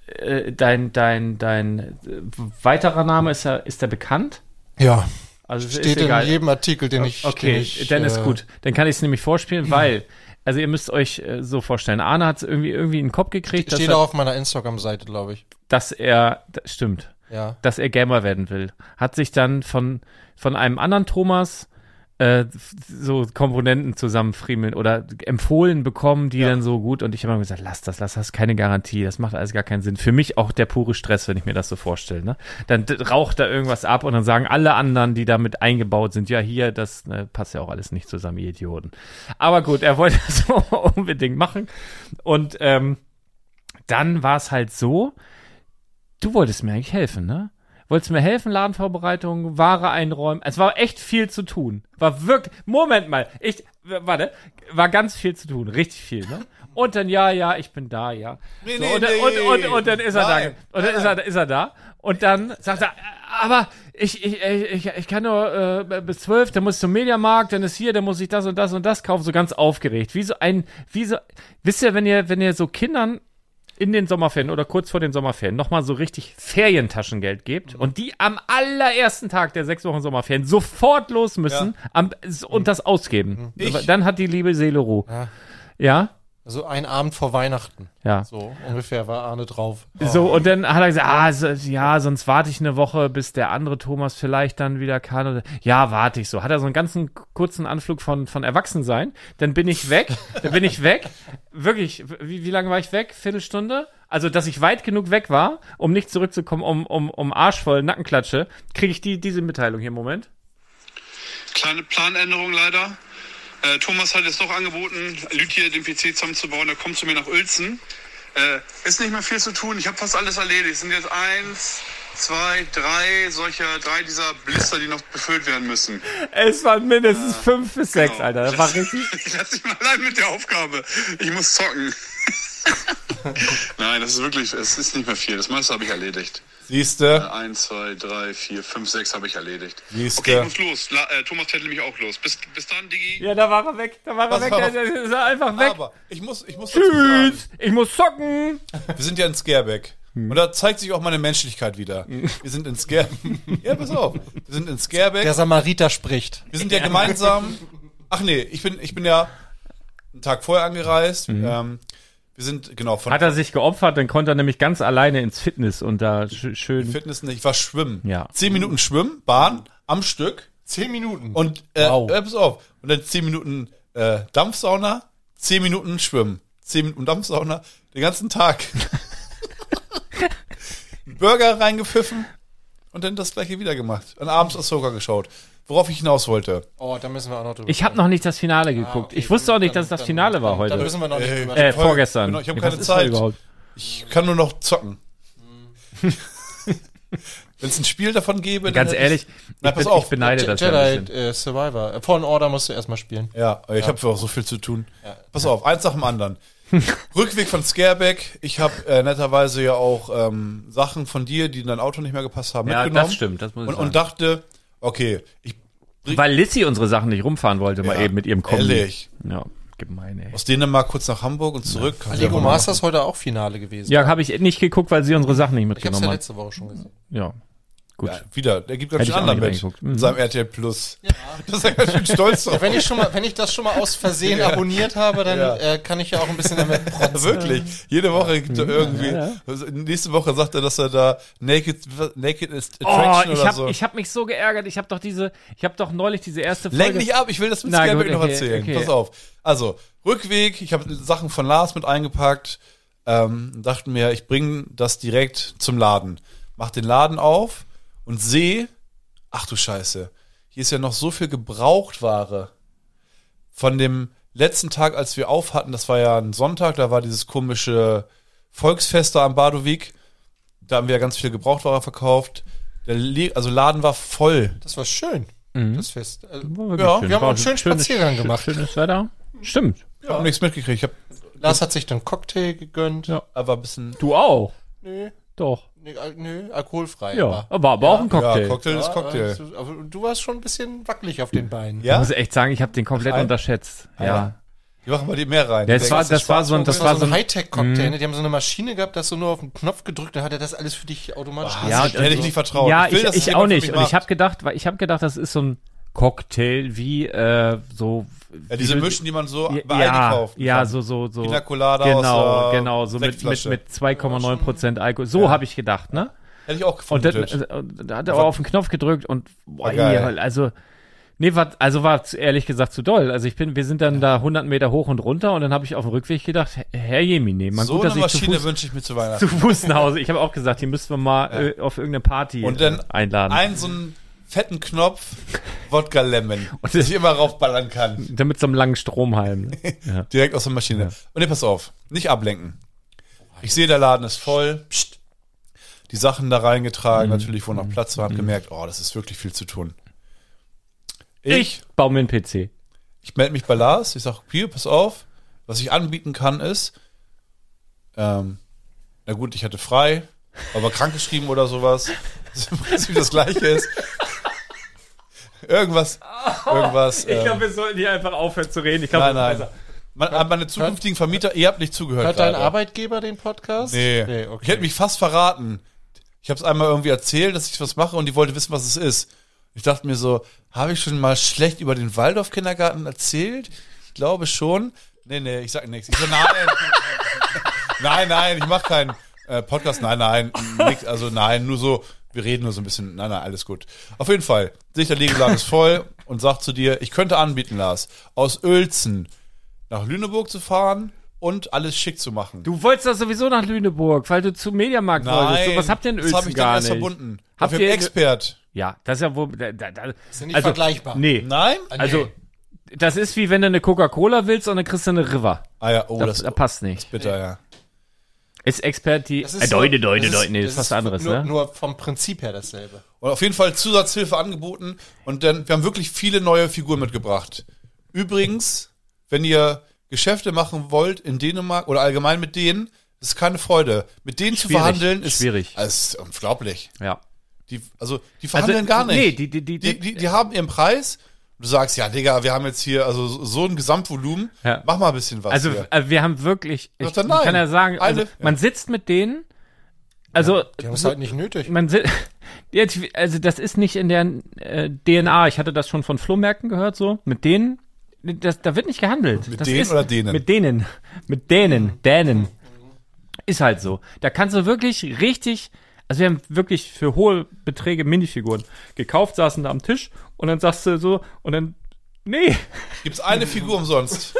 C: äh, dein dein dein äh, weiterer Name ist er ist der bekannt?
E: Ja,
C: Also es
E: steht in jedem Artikel, den ich den
C: Okay,
E: ich,
C: dann ist
E: äh,
C: gut. Dann kann ich es nämlich vorspielen, weil also ihr müsst euch äh, so vorstellen. Arne hat es irgendwie irgendwie in den Kopf gekriegt, dass
E: Steht
C: er,
E: auch auf meiner Instagram-Seite, glaube ich.
C: dass er das stimmt.
E: Ja.
C: dass er Gamer werden will. Hat sich dann von, von einem anderen Thomas äh, so Komponenten zusammenfriemeln oder empfohlen bekommen, die dann so gut. Und ich habe immer gesagt, lass das, lass das, keine Garantie. Das macht alles gar keinen Sinn. Für mich auch der pure Stress, wenn ich mir das so vorstelle. Ne? Dann d- raucht da irgendwas ab und dann sagen alle anderen, die damit eingebaut sind, ja hier, das ne, passt ja auch alles nicht zusammen, ihr Idioten. Aber gut, er wollte das unbedingt machen. Und ähm, dann war es halt so, du wolltest mir eigentlich helfen, ne? Wolltest mir helfen, Ladenvorbereitungen, Ware einräumen. Es war echt viel zu tun. War wirklich, Moment mal, ich, w- warte, war ganz viel zu tun, richtig viel, ne? Und dann, ja, ja, ich bin da, ja.
D: Nee,
C: so,
D: nee,
C: und, dann-
D: nee.
C: und, und, und dann ist er
D: Nein.
C: da. Und dann ist er, ist er da. Und dann sagt er, aber ich, ich, ich, ich kann nur äh, bis zwölf, dann muss ich zum Mediamarkt, dann ist hier, dann muss ich das und das und das kaufen, so ganz aufgeregt. Wie so ein, wie so, wisst ihr, wenn ihr, wenn ihr so Kindern in den Sommerferien oder kurz vor den Sommerferien nochmal so richtig Ferientaschengeld gebt und die am allerersten Tag der sechs Wochen Sommerferien sofort los müssen am, und das ausgeben.
D: Ich-
C: Dann hat die liebe Seele Ruhe.
E: Ja.
C: Ja?
E: Also ein Abend vor Weihnachten.
C: Ja.
E: So ungefähr war Arne drauf.
C: So, und dann hat er gesagt, ah, so, ja, sonst warte ich eine Woche, bis der andere Thomas vielleicht dann wieder kann. Oder, ja, warte ich so. Hat er so einen ganzen kurzen Anflug von, von Erwachsensein. Dann bin ich weg, dann bin ich weg. Wirklich, wie, wie lange war ich weg? Viertelstunde? Also, dass ich weit genug weg war, um nicht zurückzukommen, um, um, um arschvoll Nackenklatsche, kriege ich die, diese Mitteilung hier, Moment.
F: Kleine Planänderung leider. Äh, Thomas hat jetzt doch angeboten, Lütje den PC zusammenzubauen. Er kommt zu mir nach Uelzen. Äh, ist nicht mehr viel zu tun. Ich habe fast alles erledigt. Es sind jetzt eins, zwei, drei solcher, drei dieser Blister, die noch befüllt werden müssen.
C: Es waren mindestens fünf bis sechs,
F: Genau.
C: Alter. Das war richtig.
F: Ich lasse dich mal allein mit der Aufgabe. Ich muss zocken. Nein, das ist wirklich, es ist nicht mehr viel. Das meiste habe ich erledigt.
D: Siehste,
F: Eins, zwei, drei, vier, fünf, sechs habe ich erledigt.
D: Siehste.
F: Okay, ich muss los. La, äh, Thomas tätelt mich auch los. Bis, bis dann, Digi.
C: Ja, da war er weg. Da war er
D: Pass
C: weg.
D: auf.
C: Da, da, da ist er einfach weg.
D: aber ich muss, ich muss dazu sagen,
C: Tschüss. Hm. Ich muss zocken.
D: wir sind ja in Scareback. Und da zeigt sich auch meine Menschlichkeit wieder.
C: Hm.
D: Wir sind in Scareback. ja, pass auf. Wir sind in
E: Der
D: Scareback.
E: Samariter spricht.
D: Wir sind ja gemeinsam. Ach nee, ich bin, ich bin ja einen Tag vorher angereist. Ähm, wir sind, genau, von
C: Mhm. Hat er sich geopfert, dann konnte er nämlich ganz alleine ins Fitness und da sch schön.
D: Fitness nicht. Ich war schwimmen.
C: Ja.
D: Zehn Minuten schwimmen, Bahn, am Stück.
E: Zehn Minuten.
D: Und äh,
E: Wow.
D: äh, pass auf. Und dann zehn Minuten äh, Dampfsauna, zehn Minuten Schwimmen, zehn Minuten Dampfsauna, den ganzen Tag. Einen Burger reingepfiffen und dann das gleiche wieder gemacht. Und abends Ahsoka geschaut. Worauf ich hinaus wollte.
E: oh, da müssen wir auch noch drüber. Ah,
C: Ich habe noch nicht das
D: Ah,
C: Finale geguckt.
E: okay,
C: ich wusste auch nicht, dass es
E: dann-
C: das Finale war
E: dann, Da
C: heute.
E: müssen wir noch nicht
D: Äh,
E: drüber.
C: äh,
D: voll-
C: vorgestern.
D: genau, ich hab
C: Ja,
D: keine
C: was ist heute
D: Zeit.
C: überhaupt?
D: Ich kann nur noch zocken. Wenn es ein Spiel davon gäbe,
C: Hm. Ganz
D: hätte
C: ehrlich,
D: Na,
C: ich,
D: pass
C: bin,
D: auf.
C: ich beneide das ja ein
E: Jedi
C: bisschen.
E: äh, Survivor. Äh, Fallen Order musst du erstmal spielen.
D: Ja, ich habe auch so viel zu tun. Pass auf, eins nach dem anderen. Rückweg von Scareback. Ich habe äh, netterweise ja auch ähm, Sachen von dir, die in dein Auto nicht mehr gepasst haben,
C: Ja,
D: mitgenommen.
C: das stimmt, das muss ich
D: Und,
C: sagen.
D: und dachte, okay, ich
C: Weil Lissy unsere Sachen nicht rumfahren wollte, mal
D: Ja,
C: eben mit ihrem Kombi.
D: ehrlich.
C: Ja, gemein, ey.
D: aus Dänemark kurz nach Hamburg und zurück. also, Ja,
E: Lego Masters heute auch Finale gewesen.
C: Ja, habe ich nicht geguckt, weil sie unsere Sachen nicht
E: Ich hab's
C: mitgenommen
E: ja
C: hat.
E: letzte Woche schon gesehen.
C: Ja, gut.
D: Ja, wieder, der gibt ganz
C: Hätte
D: schön
C: ich auch
D: anderen
C: nicht
D: mit.
C: reingeguckt.
D: Mit
C: Mhm.
D: seinem RTL Plus. Ja. Das ist er ganz schön stolz drauf.
E: Wenn ich, schon mal, wenn ich das schon mal aus Versehen abonniert habe, dann
D: Ja.
E: äh, kann ich ja auch ein bisschen damit protzen.
D: Wirklich. Jede Woche gibt er irgendwie.
C: ja.
D: Also nächste Woche sagt er, dass er da Naked, Naked ist
C: Oh,
D: Attraction
C: ich
D: oder
C: habe
D: so.
C: ich hab mich so geärgert. Ich habe doch diese, ich habe doch neulich diese erste Folge.
D: Lenk nicht ab, ich will das mit
C: Na,
D: Scareback
C: gut,
D: noch
C: okay,
D: erzählen.
C: okay.
D: Pass auf. Also, Rückweg, ich habe Sachen von Lars mit eingepackt, ähm, dachte mir, ich bringe das direkt zum Laden. Mach den Laden auf und sehe, ach du Scheiße, hier ist ja noch so viel Gebrauchtware von dem letzten Tag, als wir auf hatten, das war ja ein Sonntag, da war dieses komische Volksfest da am Badowik. Da haben wir ganz viel Gebrauchtware verkauft. Der Le also Laden war voll.
E: Das war schön, das Fest. Äh,
C: Mhm. War Oh, wirklich
D: Ja,
C: schön.
E: wir
C: War
E: haben auch einen schönen
C: schönes-
E: Spaziergang gemacht.
C: Schönes Wetter. Stimmt.
D: Ich habe nichts mitgekriegt. Ich hab,
E: Lars hat sich dann Cocktail gegönnt.
C: Ja.
D: aber ein bisschen
C: Du auch.
E: Nö,
C: Doch.
E: nee, al- nö, alkoholfrei.
C: Ja,
E: war.
C: aber, aber auch ein Cocktail.
D: Ja, Cocktail ist Cocktail.
E: Also, aber du warst schon ein bisschen wackelig auf den Beinen.
C: Ich
D: Ja,
C: muss echt sagen, ich habe den komplett
D: Ein- Ah,
C: unterschätzt. Ja.
D: wir machen mal die mehr rein.
C: Das, war, das war so ein,
E: Das,
C: das war so ein,
E: ein
C: Mhm.
E: Hightech-Cocktail. Ne? Die haben so eine Maschine gehabt, dass du nur auf den Knopf gedrückt, dann hat er das alles für dich automatisch
D: Ah,
C: Ja,
D: ja, hätte ich
C: also-
D: nicht vertraut.
C: ja,
D: will,
C: ich,
D: dass es
C: ich
D: jemand
C: auch
D: für
C: nicht.
D: mich
C: Und ich
D: macht.
C: habe gedacht, weil ich habe gedacht, das ist so ein Cocktail wie äh, so.
D: ja, diese
C: wie-
D: Mischen, die man so bei Aldi
C: ja,
D: kauft.
C: ja, so so so.
D: Pina Colada
C: genau,
D: aus der
C: genau, so mit mit
D: Sektflasche.
C: mit 2,9 Prozent Alkohol. So habe ich gedacht, ne?
D: Hätte ich auch
C: Und also, dann,
D: gefunden.
C: äh, und dann hat er auch auf den Knopf gedrückt und boah,
D: War geil.
C: ey, also Nee, war, also war es ehrlich gesagt zu doll. Also ich bin, wir sind dann da 100 Meter hoch und runter und dann habe ich auf dem Rückweg gedacht, Herr Jemine, man
D: so
C: gut, dass
D: eine
C: ich zu
D: Maschine
C: Fuß,
D: wünsche ich mir zu Weihnachten.
C: zu Fuß nach Hause. Ich habe auch gesagt, hier müssten wir mal äh, auf irgendeine Party
D: Und dann
C: äh, einladen.
D: Einen so einen fetten Knopf, Wodka Lemon,
C: Und
D: den ich immer raufballern kann.
C: dann mit so einem langen Stromhalm.
D: Direkt aus der Maschine. Und nee, pass auf, nicht ablenken. Ich sehe, der Laden ist voll. Psst. Die Sachen da reingetragen,
C: Mhm.
D: natürlich, wo noch Platz war, hab gemerkt, oh, das ist wirklich viel zu tun. Ich,
C: Ich baue mir einen PC.
D: ich melde mich bei Lars, ich sage, hier, pass auf, was ich anbieten kann ist, ähm, na gut, ich hatte frei, aber krankgeschrieben oder sowas. Das ist im Prinzip das Gleiche ist. Irgendwas, irgendwas. ähm,
C: wir sollten hier einfach aufhören zu reden. Ich
D: nein, nein. Man, an meine zukünftigen Vermieter, ihr habt nicht zugehört.
E: Hört dein
D: leider.
E: Arbeitgeber den Podcast?
D: Nee.
E: okay.
D: Ich hätte mich fast verraten. Ich habe es einmal irgendwie erzählt, dass ich was mache und die wollte wissen, was es ist. Ich dachte mir so, habe ich schon mal schlecht über den Waldorf-Kindergarten erzählt? Ich glaube schon. Nee, nee, ich sag nichts. Ich so, nein. nein, nein, ich mache keinen äh, Podcast. Nein, nein, nix. Also nein, nur so, wir reden nur so ein bisschen. Nein, nein, alles gut. Auf jeden Fall, sehe ich, der Legeladen ist voll und sagt zu dir, ich könnte anbieten, Lars, aus Uelzen nach Lüneburg zu fahren und alles schick zu machen.
C: Du wolltest doch sowieso nach Lüneburg, weil du zum Mediamarkt wolltest. So, was habt ihr in
D: das habe
C: Uelzen
D: ich dann
C: gar
D: erst
C: nicht?
D: verbunden.
C: Habt
D: Habt ihr
C: ihr-
D: Expert?
C: Ja, das ist ja wohl. Da, da, da,
E: Sind nicht vergleichbar.
C: Nee.
D: Nein?
C: Also, das ist wie wenn du eine Coca-Cola willst und dann kriegst du eine River.
D: Ah ja, oh,
C: Da,
D: das
C: da
D: ist
C: passt nicht.
D: bitter, ja.
C: Ist Expert die.
E: Das
C: Äh,
E: ist so-
C: Deute, Deute,
E: das
C: Deute. Nee, das ist was anderes,
E: nur,
C: ne?
E: Nur vom Prinzip her dasselbe.
D: Und auf jeden Fall Zusatzhilfe angeboten. Und dann, wir haben wirklich viele neue Figuren mitgebracht. Übrigens, wenn ihr Geschäfte machen wollt in Dänemark oder allgemein mit denen, ist keine Freude. Mit denen zu
C: Schwierig,
D: verhandeln ist,
C: schwierig.
D: Also, ist unglaublich.
C: Ja.
D: Die, also, die verhandeln gar nicht.
C: Nee, die, die, die,
D: die, die, die haben ihren Preis. Du sagst, ja, Digga, wir haben jetzt hier also so- so ein Gesamtvolumen.
C: Ja.
D: Mach mal ein bisschen was.
C: Also,
D: hier.
C: äh, wir haben wirklich. Ich,
D: Doch, dann nein.
C: kann ja sagen, also,
D: Eine-
C: man sitzt mit denen. Also,
E: Die haben es halt nicht nötig.
C: man si- jetzt, also das ist nicht in der äh, DNA. Ich hatte das schon von Flohmärkten gehört, so mit denen. Das, da wird nicht gehandelt.
D: Mit
C: das
D: denen
C: ist,
D: oder denen?
C: Mit denen. Mit denen. Dänen. Ist halt so. Da kannst du wirklich richtig. Also wir haben wirklich für hohe Beträge Minifiguren gekauft, saßen da am Tisch und dann sagst du so und dann nee,
D: Gibt's eine Figur umsonst.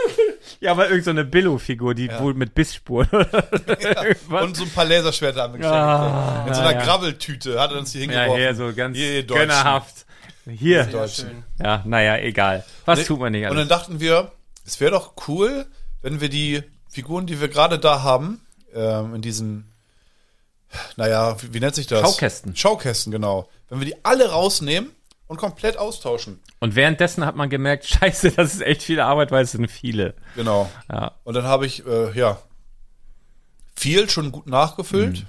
C: ja, aber irgend so eine Billo-Figur, die wohl mit Bissspuren oder
D: Ja. Und so ein paar Laserschwerter haben wir geschenkt.
C: Ah,
D: in so einer
C: ja.
D: Grabbeltüte hat er uns die
C: ja,
D: hingeworfen.
C: hier so ganz
D: Ihr, ihr Deutschen.
C: gönnerhaft. Hier.
D: Deutschen.
C: Ja, naja, egal. Was tut man nicht
D: Und dann
C: alles?
D: dachten wir, es wäre doch cool, wenn wir die Figuren, die wir gerade da haben, ähm, in diesen, naja, wie, wie nennt sich das?
C: Schaukästen.
D: Schaukästen, genau. Wenn wir die alle rausnehmen und komplett austauschen.
C: Und währenddessen hat man gemerkt, scheiße, das ist echt viel Arbeit, weil es sind viele.
D: Genau.
C: Ja.
D: Und dann habe ich, äh, ja, viel schon gut nachgefüllt.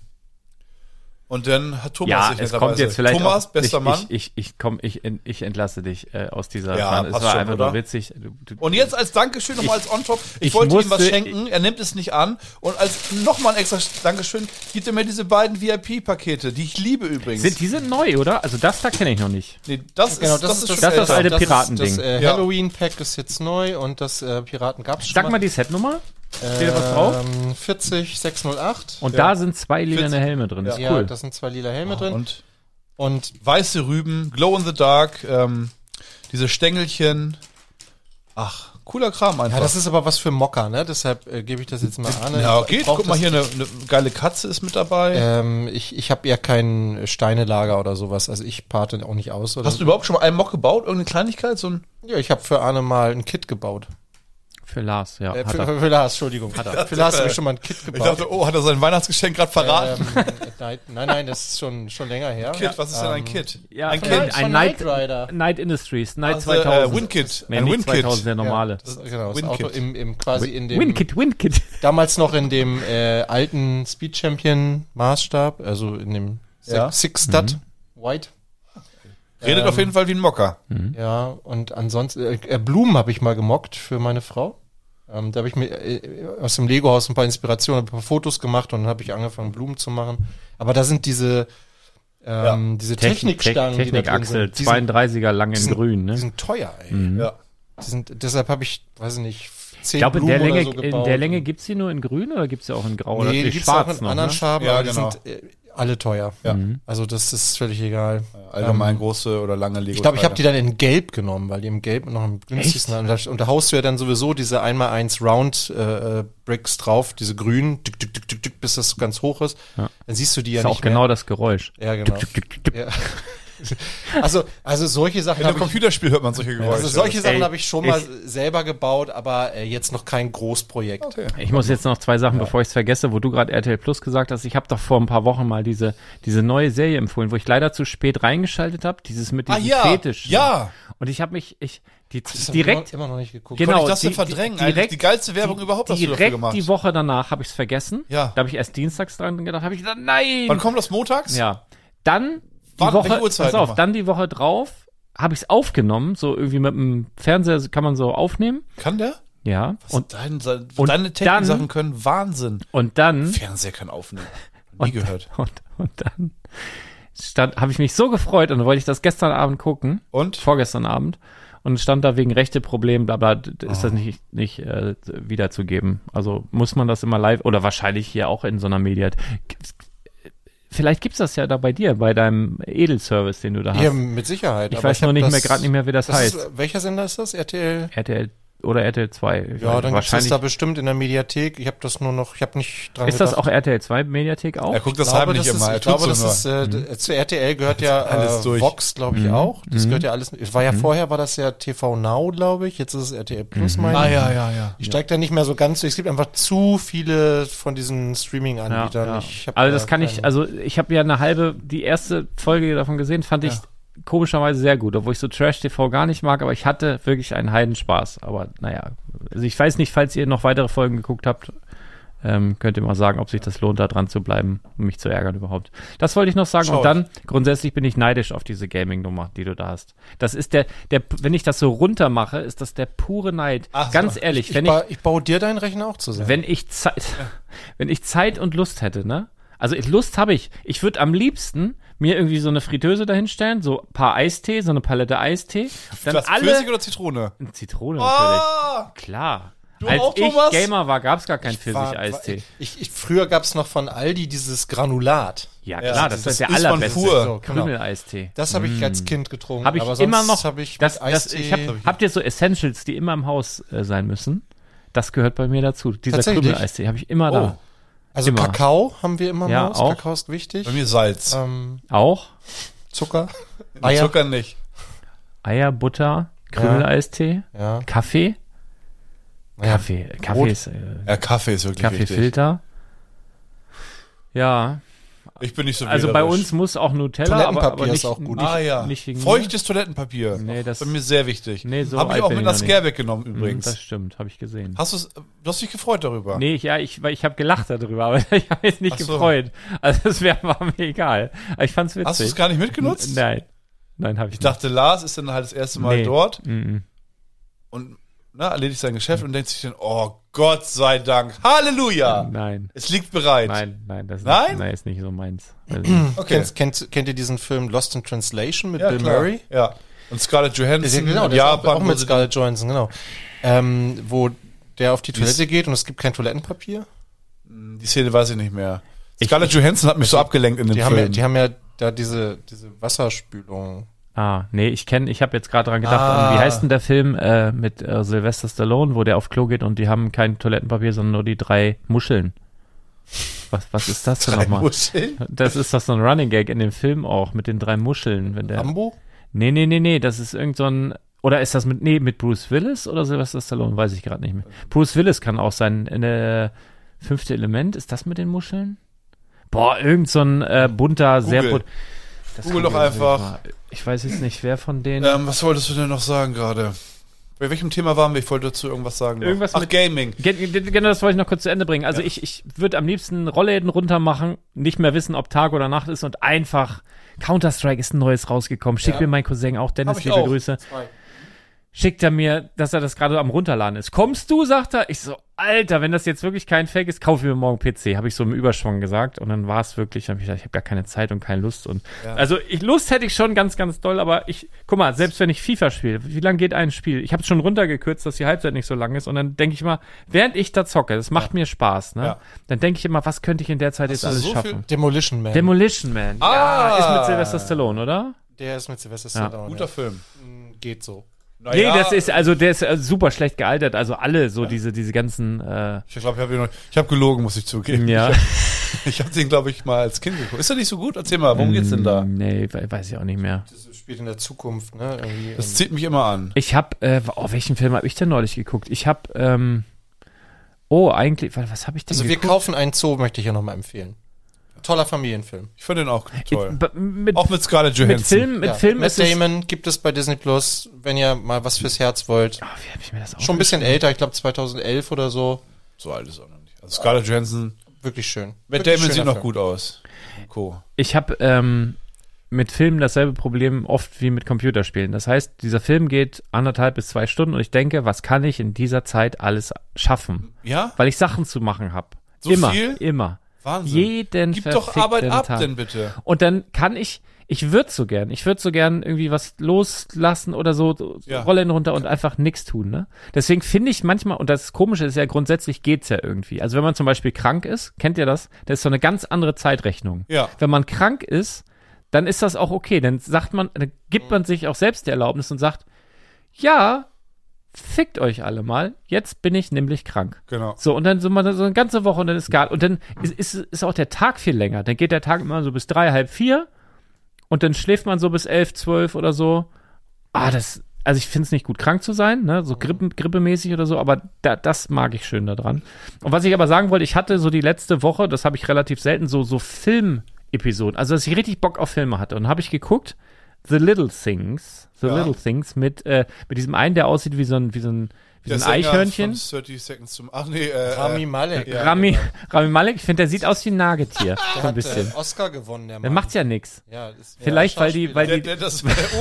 D: Und dann hat Thomas
C: Mhm. Ja,
D: sich
C: es kommt
D: netterweise-
C: jetzt vielleicht
D: Thomas,
C: auch,
D: bester
C: ich,
D: Mann.
C: Ich, ich, ich, komm, ich, ent- ich entlasse dich äh, aus dieser
D: Ja,
C: Plan. Es war
D: passt schon,
C: einfach
D: oder?
C: nur witzig. Du, du,
D: Und jetzt als Dankeschön nochmal als on top. Ich,
C: ich
D: wollte ihm was
C: musste-
D: schenken, er nimmt es nicht an. Und als nochmal ein extra Dankeschön gibt er mir diese beiden VIP-Pakete, die ich liebe übrigens.
C: sind diese neu, oder? Also das da kenne ich noch nicht.
D: nee, das,
E: Genau,
D: ist, Genau, das, ist schon
C: das
D: älter.
C: alte Piratending.
E: Das äh,
D: Ja.
E: Halloween-Pack ist jetzt neu und das äh, Piraten gab es schon.
C: Sag mal die Setnummer. Steht da was drauf?
E: Ähm, 40, 608.
C: Und
D: ja.
C: da sind zwei lilane
D: 40.
C: Helme drin. Ist
E: ja,
C: cool.
E: da sind zwei lila Helme drin.
D: Ah, Und
E: Und
D: weiße Rüben, Glow in the Dark, ähm, diese Stängelchen. Ach, cooler Kram einfach.
E: ja, das ist aber was für Mocker, ne? Deshalb äh, gebe ich das jetzt mal an.
D: ja,
E: Ich
D: okay,
E: brauch
D: guck mal
E: das-
D: hier, ne? eine, eine geile Katze ist mit dabei.
E: Ähm, ich ich habe ja kein Steinelager oder sowas. Also ich parte auch nicht aus. Oder
D: Hast du überhaupt schon mal einen Mock gebaut? Irgendeine Kleinigkeit? So ein
E: ja, ich habe für Arne mal ein Kit gebaut.
C: Für Lars, ja.
E: Äh,
C: hat
E: für,
C: er.
E: für Lars, Entschuldigung. Für Lars habe ich schon mal ein Kit
D: ich
E: gebaut.
D: dachte, oh, hat er sein Weihnachtsgeschenk gerade verraten?
E: Ähm, nein, nein, nein, das ist schon, schon länger her.
D: Kit, was ist denn ein Kit?
C: Ja,
D: ein
C: von-
D: Kit.
C: Ein
E: Von
C: Knight-
E: Knight Rider.
C: Night Industries, Night
D: Also, äh,
C: 2000.
D: Windkit.
C: Nee,
D: Ein
C: nicht
D: Windkit.
C: 2000, der normale.
E: Das, genau, das
D: Win
E: Auto
D: Kit.
E: im, im quasi in dem
C: Windkit, Windkit.
E: damals noch in dem äh, alten Speed Champion Maßstab, also in dem Si-
D: Ja.
E: Six
D: Mhm.
E: Stud White.
D: Redet auf jeden Fall wie ein Mocker.
C: Mhm.
E: Ja, und ansonsten äh, äh, Blumen habe ich mal gemockt für meine Frau. Ähm, da habe ich mir äh, aus dem Lego Haus ein paar Inspirationen, ein paar Fotos gemacht und dann habe ich angefangen Blumen zu machen. Aber da sind diese ähm, diese
C: Technik,
E: Technikstangen, die da drin
C: Technikachsel,
E: sind, die sind,
C: 32er lang in
E: sind-
C: grün, ne? Mhm.
E: die sind teuer, ey.
D: Ja.
E: Die sind, deshalb habe ich, weiß ich nicht, zehn
C: Ich glaube, in der
E: Blumen
C: Länge, ne?
E: oder so
C: in
E: gebaut.
C: der Länge gibt's sie nur in grün oder gibt's sie auch in grau? oder
E: Nee, die
C: nee,
E: gibt's
C: schwarz
E: auch in
C: noch,
E: anderen
C: ne?
E: Farben,
D: Ja,
E: aber die
D: genau.
E: sind äh, alle teuer.
D: Ja.
C: Mhm.
E: Also das ist völlig egal. Ähm,
D: Allgemein
C: Ähm,
D: große oder lange Lego.
E: Ich glaube, ich habe die dann in Gelb genommen, weil die im Gelb noch am günstigsten waren. Und da- Und da haust du ja dann sowieso diese 1x1 Round äh, äh, Bricks drauf, diese grünen, tück, tück, tück, tück, tück, bis das ganz hoch ist. Dann siehst du die ja
C: ist
E: nicht
C: auch
E: mehr.
C: genau das Geräusch.
E: Ja, genau. Ja. Also, also solche Sachen
D: In einem
E: habe ich,
D: Computerspiel hört man solche Geräusche.
E: also solche Sachen
C: Ey,
E: habe ich schon mal selber gebaut, aber äh, jetzt noch kein Großprojekt.
C: Ich muss jetzt noch zwei Sachen, bevor ich es vergesse, wo du gerade RTL Plus gesagt hast. Ich habe doch vor ein paar Wochen mal diese, diese neue Serie empfohlen, wo ich leider zu spät reingeschaltet habe. Dieses
E: Ah,
C: mit diesem Fetisch.
D: ja.
C: Und ich habe mich, ich, die,
E: Das hab ich
C: direkt,
E: immer, immer noch nicht geguckt.
C: genau,
D: ich das denn verdrängen? Eigentlich die geilste Werbung
C: die-
D: überhaupt hast du
C: direkt
D: dafür gemacht.
C: die Woche danach habe ich es vergessen.
D: Ja.
C: Da habe ich erst dienstags dran gedacht, habe ich gedacht, nein.
D: Wann kommt das montags?
C: Ja. Dann die
D: Wann?
C: Woche,
D: Welche Uhrzeit
C: pass auf,
D: nochmal?
C: dann die Woche drauf habe ich es aufgenommen, so irgendwie mit dem Fernseher kann man so aufnehmen.
D: Kann der?
C: Ja. Und,
D: Dein, sein,
C: und
D: deine
C: dann-
D: Technik-Sachen können Wahnsinn.
C: und dann
D: Fernseher kann aufnehmen. Nie gehört.
C: und, und dann stand habe ich mich so gefreut und dann wollte ich das gestern Abend gucken,
D: Und?
C: vorgestern Abend und es stand da wegen rechte Problem, bla bla, d- ist
E: Ah.
C: das nicht nicht äh, wiederzugeben. Also muss man das immer live oder wahrscheinlich hier auch in so einer Mediat. Gibt's- Vielleicht gibt's das ja da bei dir bei deinem Edelservice, den du da hast.
E: Ja, mit Sicherheit.
C: Ich
E: aber
C: weiß
E: hab
C: noch nicht
E: das-
C: mehr, gerade nicht mehr, wie das,
E: das
C: heißt.
E: ist, welcher Sender ist das? RTL?
C: RTL oder RTL 2. Ich
E: Ja,
C: weiß,
E: dann gibt's das
C: wahrscheinlich.
E: da bestimmt in der Mediathek. Ich habe das nur noch, ich habe nicht dran
C: ist das auch RTL 2 Mediathek auch?
D: Er guckt
E: Ich
D: das
E: glaube,
D: halb
E: das
D: nicht
E: ist,
D: immer. Er
E: ich glaube,
D: tut's
E: das
D: nur. Mhm.
E: ist, äh, d- zu RTL gehört ja
D: Alles
E: äh,
D: durch.
E: Vox, glaube ich,
C: Mhm.
E: auch. Das gehört ja alles. Es war ja vorher, war das ja TV Now, glaube ich. Jetzt ist es RTL Plus,
C: Mhm.
E: meine
D: Ah,
E: ich.
D: ja, ja, ja.
E: Ich steige da nicht mehr so ganz durch. Es gibt einfach zu viele von diesen
C: ja,
E: Streaming-Anbietern.
C: ja.
E: Ich hab
C: Also das
E: da
C: kann ich,
E: keinen-
C: also ich habe ja eine halbe, die erste Folge davon gesehen, fand ich komischerweise sehr gut, obwohl ich so Trash-TV gar nicht mag, aber ich hatte wirklich einen Heidenspaß. Aber naja, also ich weiß nicht, falls ihr noch weitere Folgen geguckt habt, ähm, könnt ihr mal sagen, ob sich das lohnt, da dran zu bleiben und mich zu ärgern überhaupt. Das wollte ich noch sagen.
D: Schau
C: und dann, grundsätzlich bin ich neidisch auf diese Gaming-Nummer, die du da hast. Das ist der, der, wenn ich das so runter mache, ist das der pure Neid.
D: Ach so.
C: Ganz ehrlich,
E: ich,
C: wenn ich,
E: ba ich baue dir deinen Rechner auch zusammen.
C: wenn ich Zeit, wenn ich Zeit und Lust hätte, ne? Also ich- Lust habe ich. Ich würde am liebsten mir irgendwie so eine Fritteuse dahinstellen, so ein paar Eistee, so eine Palette Eistee, dann
D: Das
C: alle
D: Flüssig oder Zitrone?
C: Zitrone natürlich.
E: Oh!
D: Ah!
C: Klar.
D: Du
C: Als
D: auch,
C: ich
D: Thomas?
C: Gamer war, gab es gar kein
E: War- war-
C: Pfirsich-Eistee.
E: Ich, ich, früher gab's noch von Aldi dieses Granulat.
C: Ja,
D: Ja,
C: klar, das,
D: das
C: ist der
D: ist von
C: allerbeste
D: Pur.
E: So, genau.
C: Krümel-Eistee.
E: Das habe ich als Kind getrunken.
C: Habe Mm. ich
E: aber
C: immer
E: sonst
C: noch.
E: Hab ich
C: das,
E: mit
C: das, ich hab,
E: Eistee-
C: habt ihr so Essentials, die immer im Haus äh, sein müssen? Das gehört bei mir dazu. Dieser
E: Tatsächlich?
C: Krümel-Eistee habe ich immer da.
E: Also
C: Immer.
E: Kakao haben wir immer im
C: Ja,
E: Haus.
C: auch.
E: Kakao ist wichtig.
D: Bei mir Salz.
E: Ähm,
C: Auch
E: Zucker.
D: Eier. Zucker nicht.
C: Eier, Butter, Krümel-Eistee,
E: Ja.
C: Kaffee.
E: Ja.
C: Kaffee, Kaffee
E: Brot.
C: ist äh,
D: Ja, Kaffee ist wirklich wichtig.
C: Kaffeefilter. Ja,
D: Ich bin nicht so
C: also bei
D: wählerisch.
C: uns muss auch Nutella, aber,
E: Toilettenpapier
C: aber nicht,
E: ist auch gut.
C: Nicht,
D: ah ja,
C: nicht wegen
D: feuchtes Toilettenpapier.
C: Nee, das-
D: bei mir sehr wichtig.
C: Nee, so
D: Habe
C: alt
D: ich auch
C: bin
D: mit
C: ich
D: einer
C: noch nicht.
D: Scare weggenommen
C: mir. Hm,
D: übrigens. Ah.
C: Das stimmt, habe ich gesehen.
D: hast du's, du hast dich gefreut darüber.
C: Nee, ich, ja, ich, weil ich habe gelacht darüber, aber ich habe mich nicht
D: Ach so.
C: gefreut. Also es wär, war mir egal. Aber ich fand's witzig.
D: hast du es gar nicht mitgenutzt?
C: Nein, nein, habe ich,
D: Ich dachte, Lars ist dann halt das erste Mal
C: Nee.
D: dort
C: nicht. Mhm.
D: und na, erledigt sein Geschäft und denkt sich dann, oh Gott sei Dank, Halleluja,
C: Nein,
D: es liegt bereit.
C: nein, nein, das
D: Nein?
C: Ist, nein, ist nicht so meins. Also, Weiß ich nicht.
D: Okay.
E: Kennst, kennt, kennt ihr diesen Film Lost in Translation mit
D: ja,
E: Bill
D: klar.
E: Murray? genau,
D: Ja. Und Scarlett Johansson, in
E: der ist
D: Japan,
E: auch
D: wo
E: mit
D: sie-
E: Scarlett Johansson, genau. Ähm, wo der auf die
D: Dieses-
E: Toilette geht und es gibt kein Toilettenpapier.
D: die Szene weiß ich nicht mehr. Scarlett Johansson hat mich so abgelenkt in dem
E: Die haben, ja,
D: Film.
E: die haben ja da diese, diese Wasserspülung.
C: Ah, nee, ich kenne, ich habe jetzt gerade dran gedacht,
E: Ah.
C: an, wie heißt denn der Film äh, mit äh, Sylvester Stallone, wo der auf Klo geht und die haben kein Toilettenpapier, sondern nur die drei Muscheln. Was, was ist das denn
D: Drei
C: nochmal?
D: Muscheln?
C: Das ist doch so ein Running Gag in dem Film auch, mit den drei Muscheln. Wenn der,
E: Rambo?
C: nee, nee, nee, nee, das ist irgend so ein, oder ist das mit, nee, mit Bruce Willis oder Sylvester Stallone, weiß ich gerade nicht mehr. Bruce Willis kann auch sein, in äh, Fünfte Element, ist das mit den Muscheln? Boah, irgend so ein äh, bunter, sehr
D: Google.
C: bunt. Das
D: Google doch
C: kann ich
D: einfach.
C: mal. Ich weiß jetzt nicht, wer von denen.
D: Ähm, was wolltest du denn noch sagen gerade? Bei welchem Thema waren wir? Ich wollte dazu irgendwas sagen. noch.
C: Irgendwas
D: Ach,
C: mit-
D: Gaming.
C: Gen- gen- Genau, das wollte ich noch kurz zu Ende bringen. Also ich, ich würde am liebsten Rollläden runter machen, nicht mehr wissen, ob Tag oder Nacht ist und einfach Counter-Strike ist ein neues rausgekommen. Schickt mir mein Cousin auch, Dennis,
D: ich
C: liebe
D: auch.
C: Grüße. schickt er mir, dass er das gerade am Runterladen ist. Kommst du, sagt er. Ich so, Alter, wenn das jetzt wirklich kein Fake ist, kaufe ich mir morgen PC. Habe ich so im Überschwung gesagt. Und dann war es wirklich, dann habe ich gesagt, ich habe gar keine Zeit und keine Lust. Und Also ich, Lust hätte ich schon ganz, ganz doll, aber ich, guck mal, selbst wenn ich FIFA spiele, wie lang geht ein Spiel? Ich habe es schon runtergekürzt, dass die Halbzeit nicht so lang ist. Und dann denke ich mal, während ich da zocke, das macht mir Spaß, ne?
D: Ja.
C: Dann denke ich immer, was könnte ich in der Zeit jetzt alles
D: so viel-
C: schaffen?
E: Demolition Man.
C: Demolition Man.
D: Ah.
C: Ja, ist mit Sylvester Stallone, oder?
E: der ist mit Sylvester
C: Ja.
E: Stallone.
D: Guter Film.
E: ja. Geht so.
C: nee,
D: Naja,
C: das ist also der ist äh, super schlecht gealtert. Also alle so diese diese ganzen äh,
D: Ich glaube, ich habe ihn noch- ich hab gelogen, muss ich zugeben.
C: ja.
D: Ich habe den, glaube ich, mal als Kind geguckt. Ist er nicht so gut? Erzähl mal, worum geht's denn da?
C: Nee, we- weiß ich auch nicht mehr.
E: Das spielt in der Zukunft, ne? Irgendwie
D: Das zieht mich immer an.
C: Ich habe äh, oh, welchen Film habe ich denn neulich geguckt? Ich habe ähm, oh eigentlich warte, was habe ich denn
E: Also wir
C: geguckt?
E: kaufen einen Zoo, möchte ich ja nochmal empfehlen. Toller Familienfilm.
D: Ich fand den auch toll.
C: Ich- b- mit,
D: Auch mit Scarlett
C: Äh, mit
D: Johansson.
C: Film mit
E: ja.
C: Film
E: Matt
C: ist es,
E: Damon gibt es bei Disney Plus, wenn ihr mal was fürs Herz wollt.
C: Ah, wie hab ich mir das
E: Schon ein bisschen älter, ich glaube 2011 oder so.
D: So alt ist er noch nicht. Also Scarlett Johansson.
E: Wirklich schön.
D: Matt
E: Wirklich
D: Damon sieht
E: schöner
D: noch
E: Film.
D: gut aus. Co.
C: ich habe ähm, mit Filmen dasselbe Problem oft wie mit Computerspielen. Das heißt, dieser Film geht anderthalb bis zwei Stunden und ich denke, was kann ich in dieser Zeit alles schaffen?
D: Ja?
C: Weil ich Sachen zu machen habe.
D: So
C: immer,
D: viel?
C: immer.
D: Wahnsinn.
C: Jeden
D: Gib doch Arbeit
C: verfickten
D: ab,
C: Tag.
D: denn bitte.
C: Und dann kann ich, ich würde so gern, ich würde so gern irgendwie was loslassen oder so, so
D: Ja.
C: Rollen runter und einfach nichts tun, ne? Deswegen finde ich manchmal, und das Komische ist ja grundsätzlich geht's ja irgendwie. Also wenn man zum Beispiel krank ist, kennt ihr das? Da ist so eine ganz andere Zeitrechnung.
D: Ja.
C: Wenn man krank ist, dann ist das auch okay. Dann sagt man, dann gibt man sich auch selbst die Erlaubnis und sagt, ja, fickt euch alle mal, jetzt bin ich nämlich krank.
D: Genau.
C: So, und dann so mal so eine ganze Woche und dann ist gar, und dann ist, ist, ist auch der Tag viel länger. Dann geht der Tag immer so bis drei, halb vier und dann schläft man so bis elf, zwölf oder so. Ah, das, also ich finde es nicht gut, krank zu sein, ne? so grippe, grippemäßig oder so, aber da, das mag ich schön daran. Und was ich aber sagen wollte, ich hatte so die letzte Woche, das habe ich relativ selten, so, so Film-Episoden, also dass ich richtig Bock auf Filme hatte. Und dann habe ich geguckt, The Little Things, The Little Things mit, äh, mit diesem einen, der aussieht wie so ein, wie so ein, wie so ein
D: Der Sänger
C: Eichhörnchen.
D: von 30 Seconds zum. Ach nee, äh,
E: Rami
D: äh,
E: Malek.
D: Ja.
C: Rami, Rami Malek, ich finde, der sieht aus wie ein Nagetier. So ein
E: genau. Hat
C: bisschen.
E: äh, Oscar gewonnen, der Mann.
C: Dann macht's ja nix.
E: ja, das ist-
C: Vielleicht,
E: ja,
C: weil die, weil
D: der,
C: die,
D: der hat das der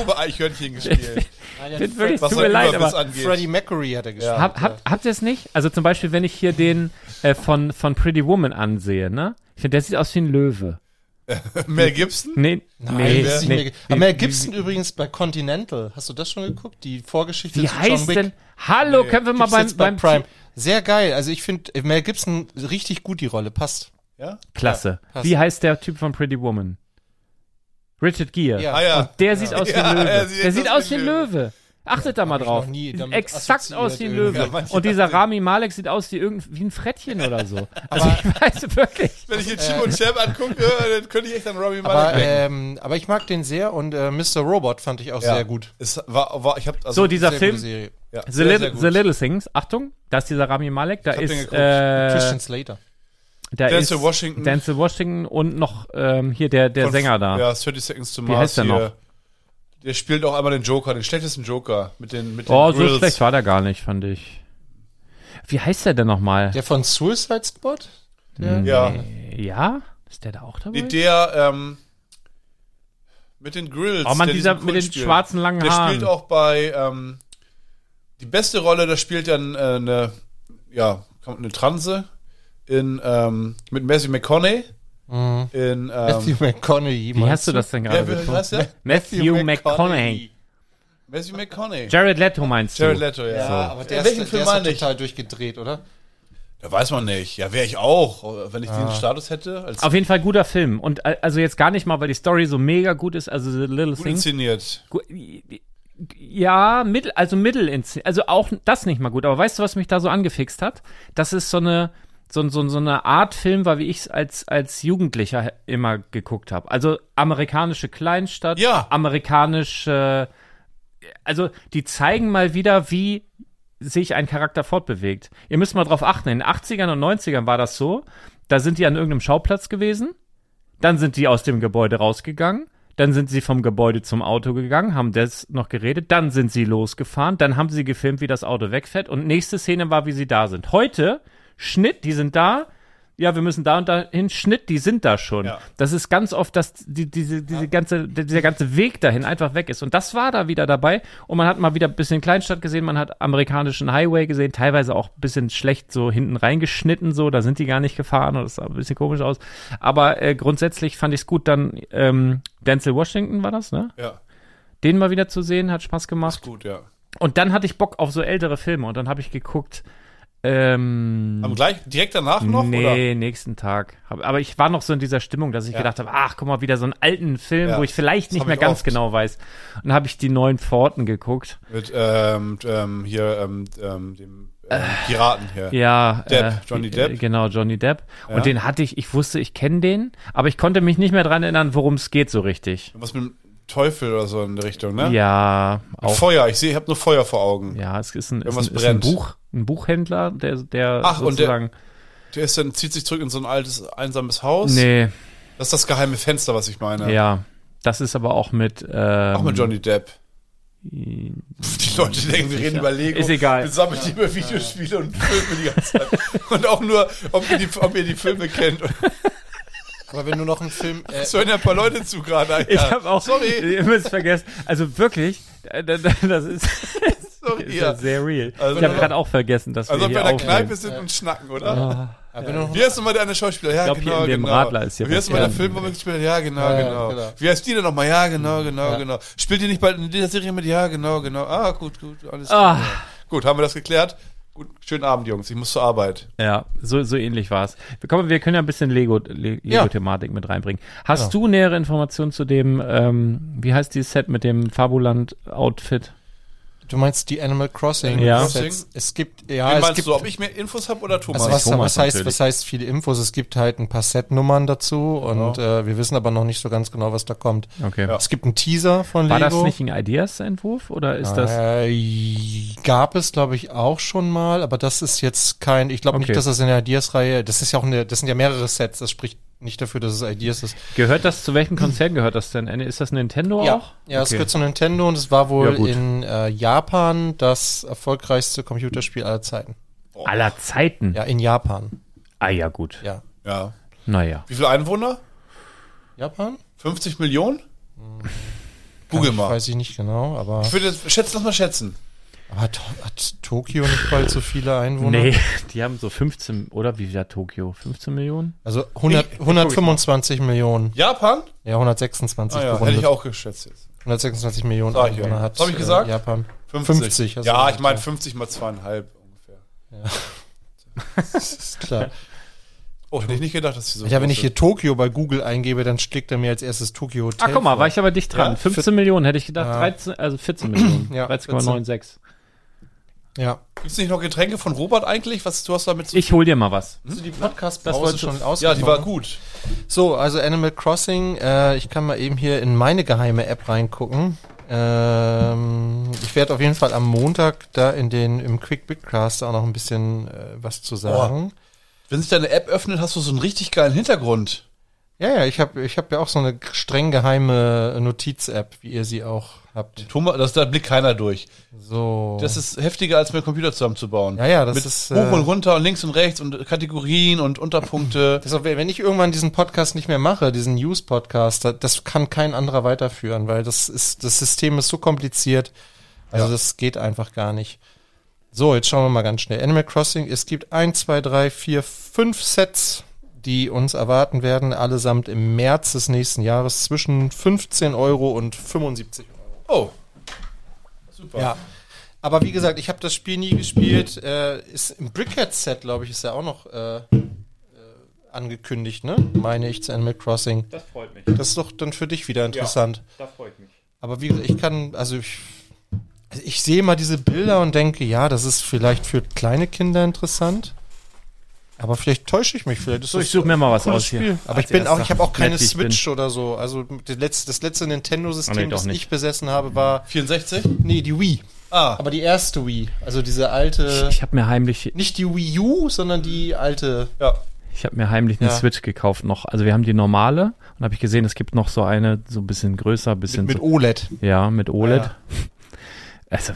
D: Obereichhörnchen gespielt.
E: Nein, der
C: find wirklich,
D: Was
C: tut mir
D: sein
C: leid,
D: Überbiss
C: aber
D: angeht.
E: Freddie Mercury hat er gespielt.
C: hab, hab, habt ihr es nicht? Also zum Beispiel, wenn ich hier den äh, von, von Pretty Woman ansehe, ne? Ich finde, der sieht aus wie ein Löwe.
D: Mel Gibson?
C: Nee, nee,
E: Nein, das ist nicht
C: nee.
E: mehr- Aber Mel Gibson übrigens bei Continental. Hast du das schon geguckt? Die Vorgeschichte
C: Wie
E: zu
C: heißt
E: John Wick.
C: denn? Hallo, können wir mal
E: Gibt's
C: beim,
E: jetzt bei
C: beim
E: Prime. Sehr geil. Also ich finde Mel Gibson richtig gut die Rolle. Passt.
D: Ja?
C: Klasse.
E: passt.
C: Wie heißt der Typ von Pretty Woman? Richard Gere.
E: Ja.
D: Ah ja.
C: Der sieht aus wie
D: Ja,
C: ein Löwe.
D: er sieht
C: der sieht
D: aus wie
C: aus wie ein
D: ein Löwe.
C: Löwe. Achtet da mal
E: ich
C: drauf.
E: noch nie
C: Sieht
E: damit
C: Exakt
E: assoziiert
C: aus wie ein
E: irgendwie.
C: Löwe.
E: Ja,
D: manche
C: und dieser Rami Malek sieht aus wie, irgend, wie ein Frettchen oder so. Also ich weiß wirklich.
D: Wenn ich jetzt Chip und Chap angucke, äh, dann könnte ich echt an Rami Malek
E: Äh. Aber,
D: denken.
E: ähm, aber ich mag den sehr und äh, Mr. Robot fand ich auch sehr gut.
D: Es war, war, ich hab, also,
C: So, dieser
E: sehr
C: Film,
E: gute Serie.
D: ja,
C: The,
D: sehr, sehr
C: Little,
D: gut.
C: The Little Things, Achtung, da ist dieser Rami Malek, da
D: hab den
C: ist,
D: geguckt.
C: äh,
E: Christian Slater.
C: da
D: Denzel
C: ist
D: Washington.
C: Denzel Washington und noch ähm, hier der, der
D: Von-
C: Sänger da.
D: Ja, 30 Seconds to Mars.
C: heißt der
D: hier.
C: noch?
D: Der spielt auch einmal den Joker, den schlechtesten Joker mit den, mit den
C: oh, so
D: Grills.
C: schlecht war der gar nicht, fand ich. Wie heißt der denn nochmal?
E: Der von Suicide Squad?
D: Ja.
C: Ja? Ist der da auch dabei?
D: Nee, der, ähm, mit den Grills.
C: Oh Mann,
D: der
C: dieser
D: diesen
C: mit
D: Kult
C: den schwarzen langen
D: der
C: Haaren.
D: spielt auch bei, ähm, die beste Rolle, da spielt dann äh, eine, ja, kommt eine Transe in, ähm, mit Matthew McConaughey in, ähm,
E: Mhm. Matthew
C: Wie
E: McConaughey. meinst
C: hast du das denn gerade
D: wer, wer,
C: betont?
D: was, ja?
C: Matthew McConaughey.
D: Matthew McConaughey.
C: Jared Leto meinst du?
D: Jared Leto, ja.
E: Ja, aber der,
D: In welchem
E: ist,
D: Film
E: der ist doch
D: meine ich?
E: total durchgedreht, oder?
D: Ja, weiß man nicht. Ja, wäre ich auch, wenn ich diesen Status hätte. Als
C: Auf jeden Fall guter Film. Und äh, also jetzt gar nicht mal, weil die Story so mega gut ist, also The Little
D: gut
C: Things.
D: inszeniert.
C: Gu- Ja, mittel, also mittel, also auch das nicht mal gut. Aber weißt du, was mich da so angefixt hat? Das ist so eine, so, so, so eine Art Film war, wie ich es als, als Jugendlicher immer geguckt habe. Also amerikanische Kleinstadt,
D: Ja.
C: amerikanische, also die zeigen mal wieder, wie sich ein Charakter fortbewegt. Ihr müsst mal drauf achten, in den 80ern und 90ern war das so, da sind die an irgendeinem Schauplatz gewesen, dann sind die aus dem Gebäude rausgegangen, dann sind sie vom Gebäude zum Auto gegangen, haben das noch geredet, dann sind sie losgefahren, dann haben sie gefilmt, wie das Auto wegfährt und nächste Szene war, wie sie da sind. Heute, Schnitt, die sind da, ja, wir müssen da und da hin, Schnitt, die sind da schon.
D: Ja.
C: Das ist ganz oft, dass die, diese, diese ganze, dieser ganze Weg dahin einfach weg ist. Und das war da wieder dabei. Und man hat mal wieder ein bisschen Kleinstadt gesehen, man hat amerikanischen Highway gesehen, teilweise auch ein bisschen schlecht so hinten reingeschnitten, so, da sind die gar nicht gefahren und das sah ein bisschen komisch aus. Aber äh, grundsätzlich fand ich es gut, dann ähm, Denzel Washington war das, ne?
D: Ja,
C: Den mal wieder zu sehen, hat Spaß gemacht.
D: ist gut, ja.
C: Und dann hatte ich Bock auf so ältere Filme und dann habe ich geguckt, ähm,
D: Am gleich, direkt danach noch?
C: nee, nächsten Tag. Hab- Aber ich war noch so in dieser Stimmung, dass ich gedacht habe, ach, guck mal, wieder so einen alten Film,
D: Ja,
C: wo ich vielleicht
D: das
C: nicht
D: hab
C: mehr
D: ich
C: ganz
D: oft.
C: genau weiß. Und dann habe ich die neuen Pforten geguckt.
D: Oder? Mit ähm, ähm, hier ähm, ähm, dem ähm, Piraten hier.
C: Ja,
D: Depp,
C: äh,
D: Johnny
C: äh,
D: Depp.
C: Genau, Johnny Depp. Und den hatte ich, ich wusste, ich kenne den, aber ich konnte mich nicht mehr dran erinnern, worum es geht so richtig.
D: Was mit dem Teufel oder so in die Richtung, ne?
C: Ja, auch.
D: Feuer, ich sehe, ich habe nur Feuer vor Augen.
C: Ja, es ist ein, ist ein,
D: Irgendwas
C: ist ein
D: brennt.
C: Buch, ein Buchhändler, der, der
D: Ach, und der-
C: sozusagen.
D: Der ist dann, zieht sich zurück in so ein altes, einsames Haus.
C: nee,
D: Das ist das geheime Fenster, was ich meine.
C: ja. Das ist aber auch mit. Ähm,
D: Auch mit Johnny Depp.
C: Johnny.
D: Die Leute denken, wir reden über Lego.
C: Ist egal.
D: Wir sammeln die über Videospiele und Filme die ganze Zeit. Und auch nur, ob ihr die, ob ihr die Filme kennt.
E: Aber wenn du noch einen Film. Äh,
D: Es hören ja ein paar Leute zu gerade.
C: Ich habe auch,
D: Sorry.
C: ihr müsst vergessen, also wirklich, äh, das das ist,
D: Sorry,
C: ist
D: ja.
C: ja sehr real.
D: Also-
C: ich habe gerade auch vergessen, dass
D: Also
C: wir
D: ob
C: hier
D: wir in der
C: aufnehmen.
D: Kneipe sind und schnacken, oder?
E: aber wenn du noch,
D: Wie heißt nochmal der eine Schauspieler? Ja,
C: glaub, hier
D: genau,
C: in dem
D: genau.
C: Radler ist hier
D: Wie heißt nochmal der
C: was,
D: Film, wo wir gespielt haben? Ja, genau,
E: Ja, ja,
D: genau.
E: genau.
D: Wie heißt die denn nochmal? Ja, genau, genau, genau. Spielt die nicht bald in dieser Serie mit? Ja, genau, genau. Ah, gut, gut, alles
C: Ah.
D: klar. Gut, haben wir das geklärt? Gut, schönen Abend, Jungs. Ich muss zur Arbeit.
C: Ja, so, so ähnlich war's. Wir, kommen, wir können ja ein bisschen Lego- Le- Lego-Thematik mit reinbringen. Hast du nähere Informationen zu dem, ähm, wie heißt dieses Set mit dem Fabuland-Outfit?
E: du meinst die Animal Crossing.
C: Ja.
E: Es, es gibt, ja,
D: Wen
E: es
D: meinst
E: gibt.
D: du, ob ich mehr Infos habe oder Thomas?
E: also was,
C: Thomas
E: was heißt,
C: natürlich.
E: was heißt viele Infos? Es gibt halt ein paar Setnummern dazu und äh, wir wissen aber noch nicht so ganz genau, was da kommt.
C: Okay.
E: Es gibt einen Teaser von
C: War
E: Lego.
C: das nicht ein Ideas-Entwurf oder ist das?
E: Äh, gab es, glaube ich, auch schon mal, aber das ist jetzt kein, ich glaube
C: Okay.
E: nicht, dass das in der Ideas-Reihe, das ist ja auch eine, das sind ja mehrere Sets, das spricht nicht dafür, dass es Ideas ist.
C: Gehört das zu welchem Konzern gehört das denn? Ist das Nintendo
E: ja,
C: auch?
E: ja es gehört zu Nintendo und es war
C: Ja,
E: wohl
C: gut.
E: in äh, Japan das erfolgreichste Computerspiel aller Zeiten.
C: Aller Zeiten.
E: Ja, in Japan.
C: Ah ja, gut.
E: Ja.
D: Ja.
C: Naja.
D: Wie viele Einwohner?
E: Japan?
D: 50 Millionen? Google mal.
E: Weiß Hm. ich nicht genau, aber
D: Ich würde jetzt schätzen, lass mal schätzen.
E: aber hat, hat Tokio nicht bald so viele Einwohner?
C: Nee, die haben so 15, oder wie viel hat Tokio? 15 Millionen?
E: Also 100, 125 Millionen.
D: Japan?
E: Ja, 126
D: Ah, ja, hätte
E: gerundet.
D: ich auch geschätzt jetzt.
E: 126 Millionen
D: Sag ich
E: Einwohner
D: euch.
E: hat.
D: Hab ich
E: äh,
D: gesagt?
E: Japan. 50, hast du
D: ja,
E: gesagt,
D: ich meine
E: ja.
D: 50 mal zweieinhalb ungefähr.
E: Ist klar.
D: Oh, hätte ich nicht gedacht, dass sie so.
E: Ja, wenn
D: groß
E: ich hier
D: sind.
E: Tokio bei Google eingebe, dann schlägt er mir als erstes Tokio Hotel.
C: Ah, guck mal,
E: vor.
C: war ich aber dicht dran.
D: Ja,
C: 15 Millionen hätte ich gedacht, 13, also 14 Millionen.
E: Ja,
C: 13,96.
E: Ja.
D: Gibt's nicht noch Getränke von Robert eigentlich? Was du hast damit zu. Hm?
C: Ich hol dir mal was.
E: Hast du die podcast
C: Das wolltest du-
E: schon
D: ja, die war
E: ausgenommen?
D: gut.
E: So, also Animal Crossing. Äh, ich kann mal eben hier in meine geheime App reingucken. Ähm, ich werde auf jeden Fall am Montag da in den im Quick Bitcast auch noch ein bisschen äh, was zu sagen.
D: Wenn sich deine App öffnet, hast du so einen richtig geilen Hintergrund.
E: Ja, ja, ich habe ich hab ja auch so eine streng geheime Notiz-App, wie ihr sie auch habt.
D: Thomas, das, da blickt keiner durch.
E: So.
D: Das ist heftiger, als mit dem Computer zusammenzubauen.
E: Oh. Ja, ja, das
D: mit
E: ist,
D: Hoch
E: äh,
D: und runter und links und rechts und Kategorien und Unterpunkte.
E: Deshalb, wenn ich irgendwann diesen Podcast nicht mehr mache, diesen News-Podcast, da- das kann kein anderer weiterführen, weil das ist, das System ist so kompliziert. Also das geht einfach gar nicht. So, jetzt schauen wir mal ganz schnell. Animal Crossing, es gibt ein, zwei, drei, vier, fünf Sets, die uns erwarten werden, allesamt im März des nächsten Jahres zwischen 15 Euro und 75
D: Oh.
E: Euro.
D: Super.
E: Ja. Aber wie gesagt, ich habe das Spiel nie gespielt. Äh, ist im Brickhead-Set, glaube ich, ist ja auch noch äh, äh, angekündigt, ne? Meine ich zu Animal Crossing.
C: Das freut mich.
E: Das ist doch dann für dich wieder interessant.
C: Das freut mich.
E: Aber wie gesagt, ich kann, also ich, also ich sehe mal diese Bilder und denke, ja, das ist vielleicht für kleine Kinder interessant. Aber vielleicht täusche ich mich, vielleicht ist
C: So,
E: das
C: ich suche mir mal was
E: cooles
C: aus
E: Spiel.
C: hier.
E: Aber
C: Als
E: ich bin auch,
C: Erster.
E: ich habe auch keine
C: Nett, wie ich
E: Switch oder so. Also das letzte, das letzte
C: Ah,
E: Nintendo-System,
C: nee, doch
E: das
C: nicht.
E: ich besessen habe, war
D: 64?
E: nee die Wii.
D: Ah.
E: Aber die erste Wii, also diese alte,
C: Ich, ich habe mir heimlich,
E: nicht die Wii U, sondern die alte.
D: Ja.
C: ich habe mir heimlich eine
E: Ja.
C: Switch gekauft noch. Also wir haben die normale und habe ich gesehen, es gibt noch so eine, so ein bisschen größer, bisschen so,
E: OLED.
C: ja, mit OLED.
E: Ah,
C: Also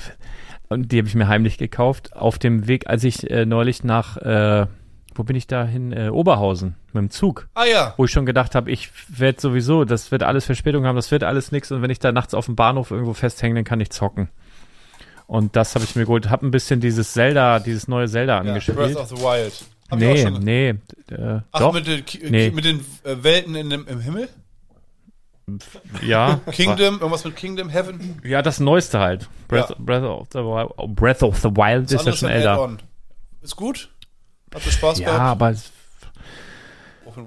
C: und die habe ich mir heimlich gekauft auf dem Weg, als ich äh, neulich nach äh, Wo bin ich da hin? Äh, Oberhausen mit dem Zug.
D: Ah ja.
C: Wo ich schon gedacht habe, ich werde sowieso, das wird alles Verspätung haben, das wird alles nix. Und wenn ich da nachts auf dem Bahnhof irgendwo festhänge, dann kann ich zocken. Und das habe ich mir geholt. Habe ein bisschen dieses Zelda, dieses neue Zelda
D: ja. Breath
C: angespielt.
D: of the Wild. Hab ich
C: Nee,
D: auch schon-
C: nee. Äh,
D: Ach,
C: doch,
D: mit den, Ki-
C: Nee.
D: mit den äh, Welten in dem, im Himmel?
C: ja.
D: Kingdom, irgendwas mit Kingdom, Heaven?
C: Ja, das Neueste halt. Breath,
D: Ja.
C: Breath, of, the Wild, oh, Breath of the Wild ist
D: Das
C: ja
D: andere
C: schon
D: ein
C: älter.
D: Add-on. Ist gut? Hat dir Spaß
C: Ja,
D: gehabt?
C: aber es-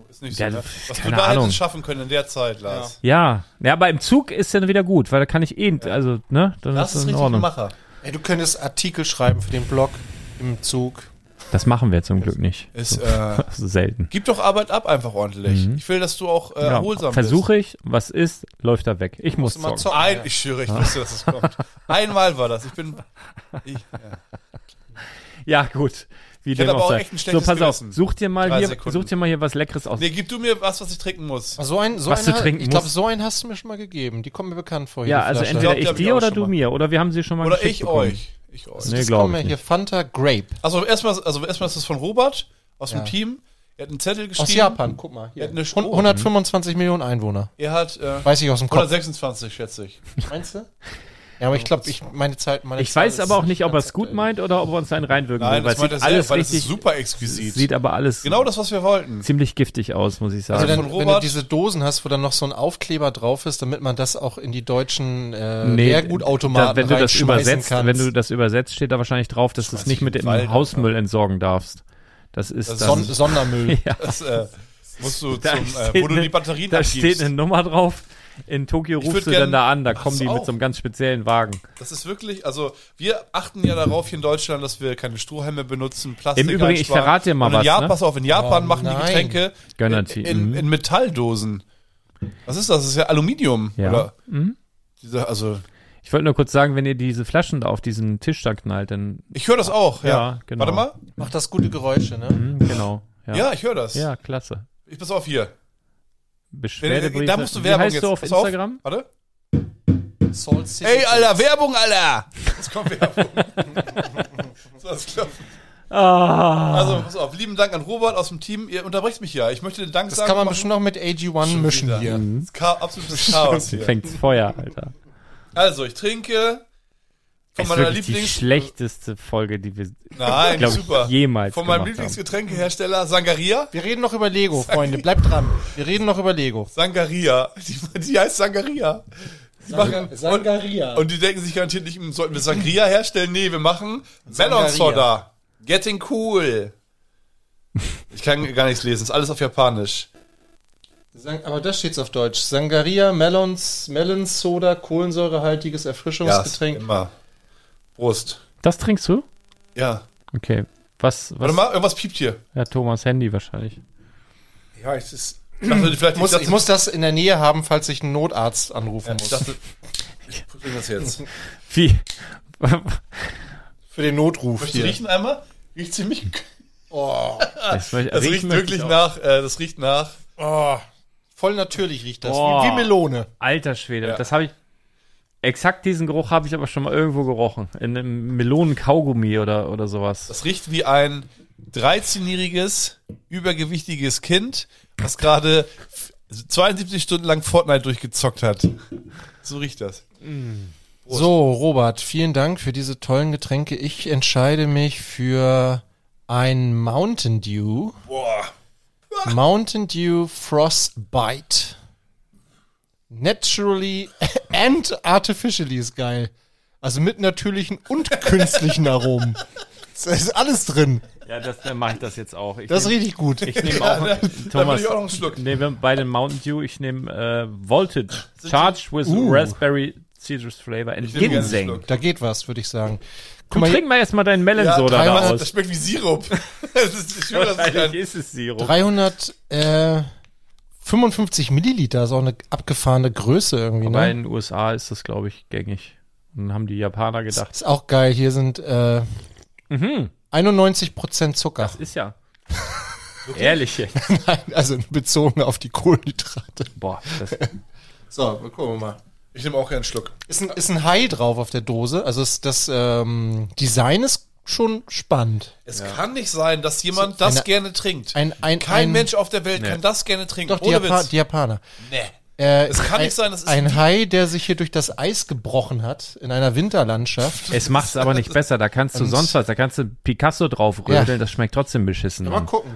D: Ist nicht
C: Ja,
D: so, ne?
C: pf,
D: Was du
C: keine
D: da
C: Ahnung.
D: hättest schaffen können in der Zeit, Lars.
C: ja. ja, aber im Zug ist dann wieder gut, weil da kann ich eh, also ne, dann
D: Das ist
C: in
D: richtig ein
C: Ordnung.
D: Macher.
E: Ey, du könntest Artikel schreiben für den Blog im Zug.
C: Das machen wir zum Glück nicht.
D: Ist, äh,
C: Das ist selten.
D: gib doch Arbeit ab einfach ordentlich. Ich will, dass du auch äh,
C: Mhm. Ja,
D: erholsam bist.
C: Versuche ich, was ist, läuft er weg. Ich muss
E: Musst du mal
C: zocken.
E: zocken.
D: Ein, ich schwöre, ich wusste, dass es kommt. Einmal war das. Ich bin. Ich, ja.
C: Ja, gut. Wie
D: hätte
C: dem
D: aber
C: auch
D: auch
C: sei.
D: echt ein
C: So,
D: schlechtes
C: pass auf,
D: Gewissen.
C: such dir mal
D: Drei
C: hier,
D: Sekunden.
C: such dir mal hier was Leckeres aus.
D: Nee, gib du mir was, was ich trinken muss.
E: Also So ein, so
C: Was
E: einen
C: du
E: ha-
C: trinken
E: Ich glaube,
C: musst.
E: so einen hast du mir schon mal gegeben. Die kommen mir bekannt vor.
C: ja,
E: die
C: also
E: Flasche.
C: entweder
D: glaub, die
C: ich,
D: hab ich
C: dir
D: auch
C: oder
D: schon
C: du
D: mal.
C: mir. Oder wir haben sie schon mal
D: Oder
C: geschickt
D: ich
C: bekommen.
D: euch. Ich euch.
C: Nee,
E: das
C: glaub
E: kommt mir
C: ich
E: hier Fanta Grape
D: Also erstmal, also erstmal ist das von Robert aus
E: Ja.
D: dem Team. Er hat einen Zettel geschrieben.
E: aus Japan. Guck mal. Hier.
D: Ja, eine Sch-
E: Hun- 125 Millionen Einwohner.
D: Er hat äh,
E: Weiß ich aus dem Kopf.
D: 126, schätze ich.
E: Meinst du? Ja, aber ich glaube, ich meine Zeit. Meine
C: Ich
E: Zahl
C: weiß
E: ist
C: aber auch nicht, ob er
E: ganz
C: es gut
E: aktuell.
C: meint oder ob er uns einen reinwirken
D: Nein,
C: will. Weil
D: das
C: es
D: meint
C: sieht
D: er alles
C: alles
D: weil das ist
C: richtig,
D: super exquisit.
C: sieht aber alles
D: genau das, was wir wollten.
C: ziemlich giftig aus, muss ich sagen.
E: Also dann,
D: von
E: wenn du
D: Robert-
E: diese Dosen hast, wo dann noch so ein Aufkleber drauf ist, damit man das auch in die deutschen äh,
C: Nee,
E: Leergutautomaten
C: da- wenn du das
E: reinschmeißen
C: übersetzt,
E: kannst.
C: wenn du das übersetzt, steht da wahrscheinlich drauf, dass du es nicht mit
D: in den
C: dem
D: Wald,
C: Hausmüll entsorgen darfst. Das ist
D: Das ist
C: dann,
E: Son Sondermüll.
D: Das äh, musst du
C: Da
D: zum, äh,
C: steht
D: wo du
C: ne-
D: die Batterien
C: da
D: abgibst.
C: steht eine Nummer drauf. In Tokio
D: würd
C: rufst du
D: gern-
C: dann da an, da
D: Ach,
C: kommen die
D: so
C: mit
D: auch.
C: so einem ganz speziellen Wagen.
D: Das ist wirklich, also wir achten ja darauf hier in Deutschland, dass wir keine Strohhalme benutzen, Plastik.
C: Im Übrigen, ich
D: einsparen.
C: verrate dir mal
D: Und in
C: was,
D: Japan,
C: ne?
D: Pass auf, in Japan
E: Oh,
D: machen die
E: nein.
D: Getränke in,
C: Gönnerty,
D: in,
C: mhm.
D: in Metalldosen. Was ist das? Das ist ja Aluminium,
C: Ja. Mhm.
D: oder? Diese, also
C: Ich wollte nur kurz sagen, wenn ihr diese Flaschen da auf diesen Tisch da knallt, dann
D: ich höre das auch. Ja,
C: Ja, genau.
D: Warte mal.
E: Macht das gute Geräusche, ne?
C: hm, genau. Ja,
D: Mhm. Ja, ich höre das.
C: Ja, klasse.
D: Ich pass auf hier.
C: Beschwerdebriefe.
D: da musst du
C: Wie
D: Werbung
C: heißt
D: jetzt.
C: du auf
D: Pass
C: Instagram?
D: Warte.
E: Soul City.
D: Ey, Alter, Werbung, Alter! Jetzt kommt Werbung. so, das klappt.
C: Ah.
D: Also, pass auf. Lieben Dank an Robert aus dem Team. Ihr unterbrecht mich ja. Ich möchte den Dank
E: Das
D: sagen.
E: kann man
D: machen.
E: bestimmt noch mit AG1
D: Schon
E: mischen
D: wieder.
E: hier.
D: Das ist Cha absolutes Chaos hier.
C: Fängt's Feuer, Alter.
D: Also, ich trinke von
C: ist
D: meiner
C: wirklich die
D: Lieblings...
C: schlechteste Folge, die wir
D: Nein,
C: glaub ich,
D: super.
C: jemals
D: von meinem
C: gemacht haben.
D: Lieblingsgetränkehersteller Sangaria.
E: Wir reden noch über Lego, Freunde. Bleibt dran. Wir reden noch über Lego.
D: Sangaria. Die, die heißt Sangaria. Die machen,
E: Sangaria.
D: und die denken sich garantiert nicht, hm, sollten wir Sangria herstellen? Nee, wir machen Melon Soda. Getting cool. Ich kann gar nichts lesen. Ist alles auf Japanisch.
E: Sang- Aber das steht's auf Deutsch. Sangaria, Melons, Melons, Soda, kohlensäurehaltiges Erfrischungsgetränk.
D: immer. Prost.
C: Das trinkst du?
D: Ja.
C: Okay. Was,
D: Warte
C: was
D: mal, irgendwas piept hier.
C: ja, Thomas Handy wahrscheinlich.
D: Ja, es ist... Ich dachte, vielleicht
E: Ich muss,
D: liegt das-
E: ich muss das in der Nähe haben, falls ich einen Notarzt anrufen
D: Ich
E: muss.
D: dachte... Ich prüfe das jetzt.
C: Wie?
D: Ah,
E: Für den Notruf
D: Möchtest du
E: hier.
D: riechen einmal? Riecht ziemlich.
C: Das,
D: Das riecht, wirklich nach. Äh, das riecht nach.
E: Oh, voll natürlich riecht das.
C: Boah.
E: Wie, wie Melone.
C: Alter Schwede, das habe ich. Exakt diesen Geruch habe ich aber schon mal irgendwo gerochen. In einem Melonen-Kaugummi oder, oder sowas.
D: Das riecht wie ein 13-jähriges, übergewichtiges Kind, was gerade 72 Stunden lang Fortnite durchgezockt hat. So riecht das.
E: So, Robert, vielen Dank für diese tollen Getränke. Ich entscheide mich für ein Mountain Dew.
D: Boah.
E: Mountain Dew Frostbite. Naturally and artificially ist geil. Also mit natürlichen und künstlichen Aromen. Da ist alles drin.
C: Ja, das, dann mache ich das jetzt auch. Ich
E: Das ist
C: nehm-
E: richtig gut.
C: ich nehme auch,
D: Da will
C: Thomas,
D: ich auch noch einen Schluck.
C: nehme beide Mountain Dew, ich nehme äh, Voltage, Charged with Raspberry Citrus Flavor and
D: nehme gerne Uh. einen
C: Ginseng.
D: Schluck.
E: Da geht was, würde ich sagen.
C: Du
E: Guck mal,
C: trink mal erstmal deinen Melon-Soda
E: Ja,
C: da
D: das, das
C: aus.
D: schmeckt wie Sirup. das ist schön, dass es
C: Wahrscheinlich
D: kein,
C: ist es Sirup.
E: 300, äh, 55 Milliliter ist auch eine abgefahrene Größe irgendwie,
C: Aber
E: ne?
C: in den USA ist das, glaube ich, gängig. Und dann haben die Japaner gedacht,
E: Ist auch geil. Hier sind äh,
D: Mhm.
E: 91% Zucker.
C: ist ja. Ehrlich jetzt.
E: Nein, also bezogen auf die Kohlenhydrate.
C: Boah, das,
E: So, gucken wir mal.
D: ich nehme auch gerne einen Schluck.
E: Ist ein, ist ein Hai drauf auf der Dose. Also ist das ähm, Design ist schon spannend.
D: Es kann nicht sein, dass jemand das
E: eine-
D: gerne trinkt.
E: ein- ein-
D: Kein
E: ein-
D: Mensch auf der Welt kann das gerne trinken.
E: Doch, die, Japa die Japaner.
D: nee.
E: Äh,
D: Das kann
E: ein,
D: nicht sein, das ist
E: ein
D: ein-
E: Hai, der sich hier durch das Eis gebrochen hat, in einer Winterlandschaft.
C: Es macht es aber nicht besser. Da kannst du
E: Und-
C: sonst was, da kannst du Picasso drauf
E: Ja.
C: rödeln, das schmeckt trotzdem beschissen. Mann.
E: gucken.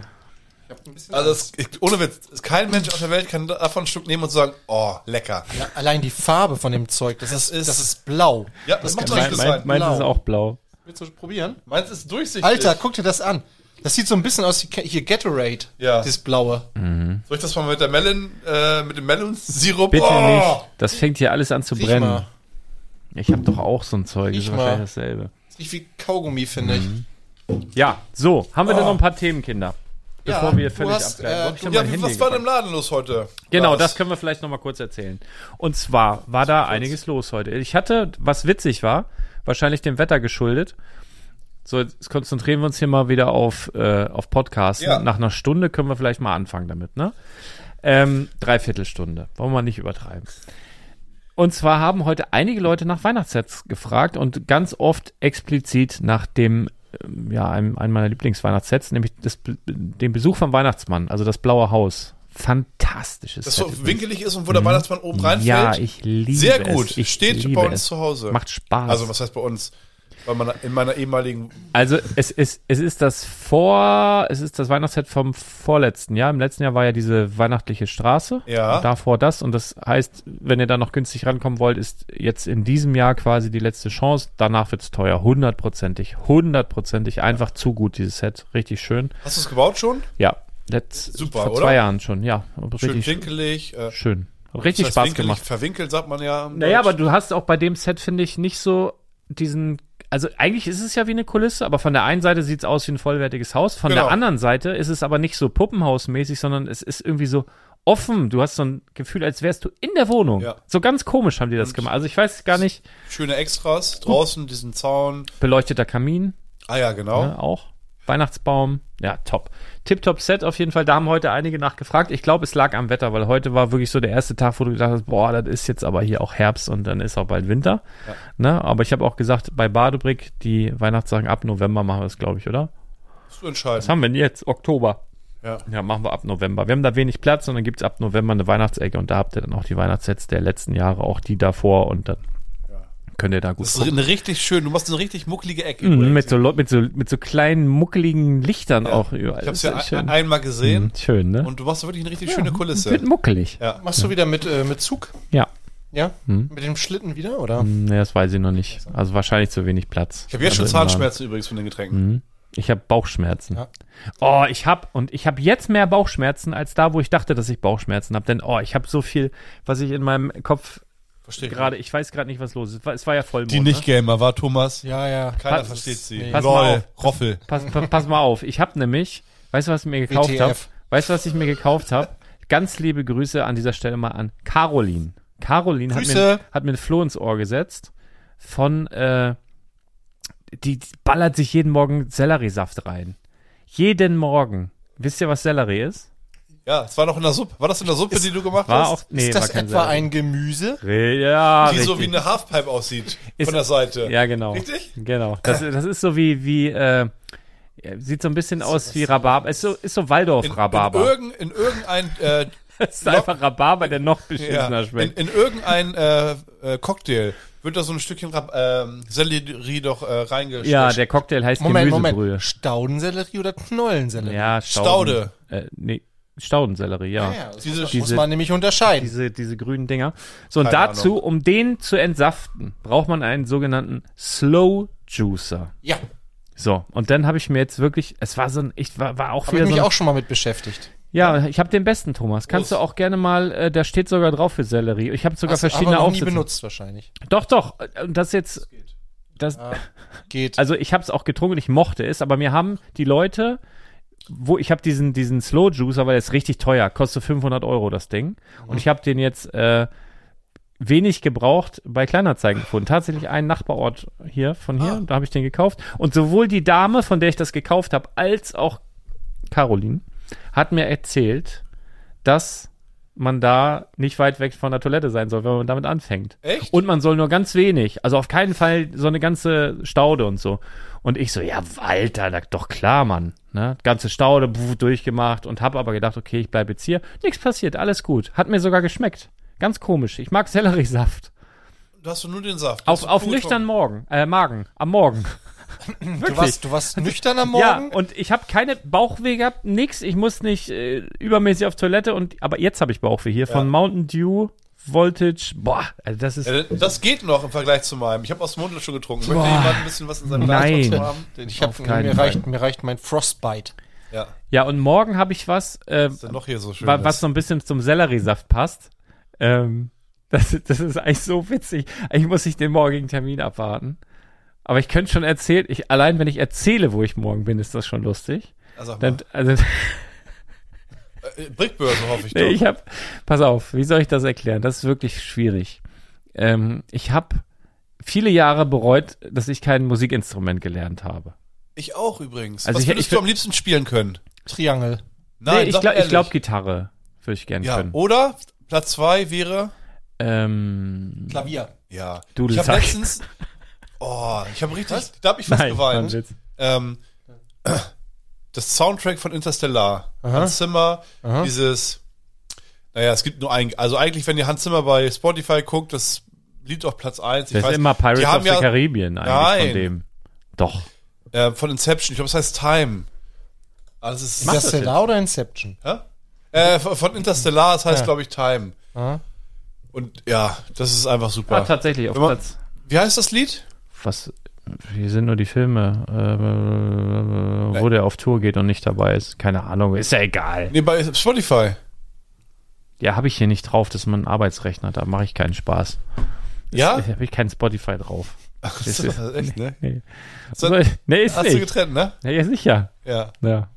D: Also, es, ich- ohne Witz, es- kein Mensch auf der Welt kann davon ein Stück nehmen und sagen, oh, lecker.
E: Ja, allein die Farbe von dem Zeug, das, ist,
D: ist-
E: das ist blau.
D: Ja, das macht doch
C: Mein,
D: nicht
C: mein,
D: sein.
C: meins
E: halt Blau.
C: ist auch blau.
E: Willst du probieren?
D: Meins ist durchsichtig.
E: Alter, guck dir das an. Das sieht so ein bisschen aus wie Ke- hier Gatorade.
D: Ja.
E: Dieses blaue.
D: Soll ich das mal mit der Melon, äh, mit dem Melon-Sirup?
C: Bitte
D: oh!
C: nicht. Das fängt hier alles an zu
E: Riech
C: brennen.
E: mal.
C: Ich habe doch auch so ein Zeug, ist
E: Riech mal.
C: wahrscheinlich dasselbe.
E: Das riecht wie Kaugummi, finde ich.
C: Ja, so, haben wir denn noch ein paar Themen, Kinder? Bevor wir
E: Ah. du
C: völlig
E: hast,
C: abgleiten.
E: äh,
C: Wo hab ich denn
D: Ja,
C: mein
D: wie-
C: Handy
D: was war denn
C: gepackt?
D: im Laden los heute?
C: Genau,
D: Lars?
C: das können wir vielleicht nochmal kurz erzählen. Und zwar war da einiges los heute. Ich hatte, was witzig war, wahrscheinlich dem Wetter geschuldet. So, jetzt konzentrieren wir uns hier mal wieder auf, äh, auf Podcasten.
D: Ja.
C: Nach einer Stunde können wir vielleicht mal anfangen damit, ne? Ähm, Dreiviertelstunde. Wollen wir nicht übertreiben. Und zwar haben heute einige Leute nach Weihnachtssets gefragt und ganz oft explizit nach dem, ähm, ja, einem, einem meiner Lieblingsweihnachtssets, nämlich das, Be- den Besuch vom Weihnachtsmann, also das Blaue Haus. Fantastisches
D: Das
C: Set
D: so
C: übrigens.
D: winkelig ist und wo der Weihnachtsmann oben reinfällt.
C: Ja, ich liebe
D: Sehr gut.
C: es. Ich
D: Steht
C: liebe
D: bei uns
C: es.
D: zu Hause.
C: Macht Spaß.
D: Also, was heißt bei uns? Bei meiner, in meiner ehemaligen.
C: Also es ist, es ist das Vor, es ist das Weihnachtsset vom vorletzten Jahr. Im letzten Jahr war ja diese weihnachtliche Straße.
D: Ja.
C: Und davor das. Und das heißt, wenn ihr da noch günstig rankommen wollt, ist jetzt in diesem Jahr quasi die letzte Chance. Danach wird's teuer. Hundertprozentig. Hundertprozentig. Einfach zu gut, dieses Set. Richtig schön.
D: Hast du es gebaut schon?
C: Ja. Letz,
D: Super,
C: Vor
D: oder?
C: zwei Jahren schon, ja.
D: Schön
C: Richtig schön.
D: winkelig. Äh,
C: schön. Hat richtig
D: das heißt
C: Spaß
D: winkelig,
C: gemacht.
D: Verwinkelt, sagt man ja. im
C: Naja,
D: Deutsch.
C: aber du hast auch bei dem Set, finde ich, nicht so diesen. Also eigentlich ist es ja wie eine Kulisse, aber von der einen Seite sieht es aus wie ein vollwertiges Haus, von
D: Genau.
C: der anderen Seite ist es aber nicht so puppenhausmäßig, sondern es ist irgendwie so offen. Du hast so ein Gefühl, als wärst du in der Wohnung.
D: Ja.
C: So ganz komisch haben die das gemacht. Also ich weiß gar nicht.
D: Schöne Extras. Draußen diesen Zaun.
C: Beleuchteter Kamin
D: Ah ja, genau.
C: ne, auch. Weihnachtsbaum. Ja, top. Tip-Top-Set auf jeden Fall. Da haben heute einige nachgefragt. Ich glaube, es lag am Wetter, weil heute war wirklich so der erste Tag, wo du gedacht hast, boah, das ist jetzt aber hier auch Herbst und dann ist auch bald Winter. Ne? Aber ich habe auch gesagt, bei Badebrick, die Weihnachtssachen ab November machen wir das, glaube ich, oder?
D: Musst du entscheiden.
C: Was haben wir denn jetzt? Oktober.
D: Ja.
C: ja, machen wir ab November. Wir haben da wenig Platz und dann gibt es ab November eine Weihnachtsecke und da habt ihr dann auch die Weihnachtssets der letzten Jahre, auch die davor und dann könnt ihr da gut
D: Das ist eine richtig schön. Du machst eine richtig mucklige Ecke.
C: Mhm,
D: übrigens.
C: mit, so, Lo- mit, so, mit so kleinen, muckeligen Lichtern auch überall.
D: ich hab's ja
C: Das
D: ein,
C: ist schön.
D: einmal gesehen.
C: Mhm, schön, ne?
D: Und du machst wirklich eine richtig schöne Kulisse.
C: Wird muckelig.
E: Machst du wieder mit, äh, mit Zug?
C: Ja.
E: Ja? Mit dem Schlitten wieder, oder?
C: Hm, Nee, das weiß ich noch nicht. Also wahrscheinlich zu wenig Platz.
D: Ich habe jetzt schon
C: Also immer-
D: Zahnschmerzen übrigens von den Getränken.
C: Mhm. Ich habe Bauchschmerzen.
E: Ja.
C: Oh, ich habe und ich habe jetzt mehr Bauchschmerzen als da, wo ich dachte, dass ich Bauchschmerzen habe. Denn oh, ich habe so viel, was ich in meinem Kopf
D: Verstehe ich.
C: gerade. Ich weiß gerade nicht, was los ist. Es war- Es war ja Vollmond.
D: Die Nicht-Gamer war Thomas.
E: Ja, ja.
D: Keiner
C: Pass-
D: versteht sie.
E: nee.
C: ne? Pass mal
D: Lol, Roffel.
C: ne? pass, pa- pass mal auf. Ich habe nämlich, weißt du, was ich mir gekauft habe?
E: WTF.
C: Weißt du, was ich mir gekauft habe? Ganz liebe Grüße an dieser Stelle mal an Caroline. Caroline hat mir,
E: Grüße.
C: hat mir ein Floh ins Ohr gesetzt von, äh, die ballert sich jeden Morgen Selleriesaft rein. Jeden Morgen. Wisst ihr, was Sellerie ist?
D: Ja, es war noch in der Suppe. War das in der Suppe, die du gemacht
C: War
D: hast?
C: auch, nee,
E: ist das
C: war kein
E: etwa
C: Sellerie.
E: ein Gemüse?
C: Re- Ja,
D: die so wie
C: richtig.
D: eine Halfpipe aussieht.
C: Ist-
D: von der Seite.
C: Ja, genau.
D: Richtig?
C: Genau. Das, das ist so wie, wie, äh, sieht so ein bisschen aus wie Rhabarber. Ist so, ist so Waldorf-Rhabarber.
D: In, irgend, in irgendein, äh,
C: Das ist einfach Rhabarber, der noch beschissener
D: ja, in,
C: schmeckt.
D: in irgendein äh, äh, Cocktail wird da so ein Stückchen Rab- ähm, Sellerie doch äh, reingeschmissen.
C: ja, der Cocktail heißt
E: Moment,
C: Gemüsebrühe.
E: Moment. Staudensellerie oder Knollensellerie?
C: Ja, Stauden,
D: Staude.
C: Äh, nee, Staudensellerie, ja.
E: Ah ja, das
D: Diese-
E: muss,
C: diese-
E: muss man nämlich unterscheiden.
C: Diese, diese grünen Dinger. So, und
D: Keine
C: dazu, um den zu entsaften, braucht man einen sogenannten Slow Juicer.
E: ja,
C: So, und dann habe ich mir jetzt wirklich, es war so ein, ich war, war auch
E: habe ich
C: wieder
E: mich
C: so ein,
E: auch schon mal mit beschäftigt.
C: Ja, ich habe den besten, Thomas. Kannst du auch gerne mal, äh, da steht sogar drauf für Sellerie. Ich habe sogar
E: Hast du- haben wir
C: verschiedene
E: noch nie
C: Aufsätze.
E: benutzt wahrscheinlich.
C: Doch, doch, und das jetzt, das,
E: Ah. Geht.
C: Also ich habe es auch getrunken, ich mochte es, aber mir haben die Leute, wo ich habe diesen, diesen Slow Juicer, weil der ist richtig teuer, kostet 500 Euro das Ding. Und ich habe den jetzt äh, wenig gebraucht bei Kleinanzeigen gefunden. Tatsächlich einen Nachbarort hier von hier, da habe ich den gekauft. Und sowohl die Dame, von der ich das gekauft habe, als auch Caroline, hat mir erzählt, dass man da nicht weit weg von der Toilette sein soll, wenn man damit anfängt.
D: Echt?
C: Und man soll nur ganz wenig. Also auf keinen Fall so eine ganze Staude und so. Und ich so, ja, Alter, na, doch klar, Mann. Ne? Ganze Staude buh, durchgemacht und hab aber gedacht, okay, ich bleibe jetzt hier. Nichts passiert, alles gut. Hat mir sogar geschmeckt. Ganz komisch. Ich mag Selleriesaft.
D: Du hast doch nur den Saft.
C: Auf,
D: Hast du
C: auf
D: pur
C: nüchtern
D: getrunken.
C: Morgen. Äh, Magen. Am Morgen.
E: Du warst, du warst nüchtern am
C: Also Ja,
E: Morgen?
C: und ich habe keine Bauchweh gehabt, nix. Ich muss nicht äh, übermäßig auf Toilette und aber jetzt habe ich Bauchweh hier von Mountain Dew Voltage. Boah, also das ist
D: Ja, das- Äh, das geht noch im Vergleich zu meinem. Ich habe aus dem Mund schon getrunken. Möchte jemand ein bisschen was in seinem Glas
C: Nein.
D: trotzdem haben?
E: Ich hab,
C: Auf keinen
E: mir, reicht, mir reicht mein Frostbite.
D: Ja.
C: ja und morgen habe ich was, äh,
D: Ist denn noch hier so schön?
C: wa- was so ein bisschen zum Selleriesaft passt. Ähm, das, das ist eigentlich so witzig. Eigentlich muss ich den morgigen Termin abwarten. Aber ich könnte schon erzählen, ich, allein wenn ich erzähle, wo ich morgen bin, ist das schon lustig.
D: also,
C: Dann, also,
D: äh, Brickbörse hoffe ich doch.
C: Nee, ich habe, pass auf, wie soll ich das erklären? Das ist wirklich schwierig. Ähm, ich habe viele Jahre bereut, dass ich kein Musikinstrument gelernt habe.
D: Ich auch übrigens.
C: Also
D: was
C: ich-
D: würdest
C: ich-
D: du am liebsten spielen können?
E: Triangel.
C: nee, ich
D: sag
C: glaube,
D: ehrlich.
C: glaub, Gitarre würde ich gerne
D: Ja, oh.
C: können.
D: oder Platz zwei wäre.
C: Ähm,
E: Klavier.
D: Ja. ich habe
C: Dudelsack.
D: letztens. Oh, ich habe richtig. Da habe ich fast
C: nein, war ein
D: geweint.
C: Witz.
D: Ähm, das Soundtrack von Interstellar. Hans Zimmer, dieses. Naja, es gibt nur ein. Also eigentlich, wenn ihr Hans Zimmer bei Spotify guckt, das Lied auf Platz eins. Ich
C: Das ist
D: weiß,
C: immer Pirates
D: die
C: of
D: haben
C: the
D: ja,
C: Caribbean eigentlich
D: Nein.
C: von dem. Doch.
D: äh, von Inception. Ich glaube, es heißt Time. Ah, das ist
E: Ist das Stellar oder Inception?
D: Hä? Äh, von von Interstellar, das heißt, glaube ich, Time.
E: Aha.
D: Und ja, das ist einfach super.
C: Ah, tatsächlich, auf
D: Wenn man-
C: Platz.
D: Wie heißt das Lied?
C: Was? Hier sind nur die Filme, äh, wo der auf Tour geht und nicht dabei ist. Keine Ahnung, ist ja egal.
D: Nee, bei Spotify.
C: Ja, habe ich hier nicht drauf, das ist mein Arbeitsrechner, da mache ich keinen Spaß.
D: Ja?
C: Da habe ich keinen Spotify drauf.
D: Ach, das ist echt, ne?
C: Nee.
D: So,
C: Soll- nee, ist
D: hast du
C: nicht.
D: getrennt, ne?
C: Ja, ja, sicher.
D: Ja.
C: Ja.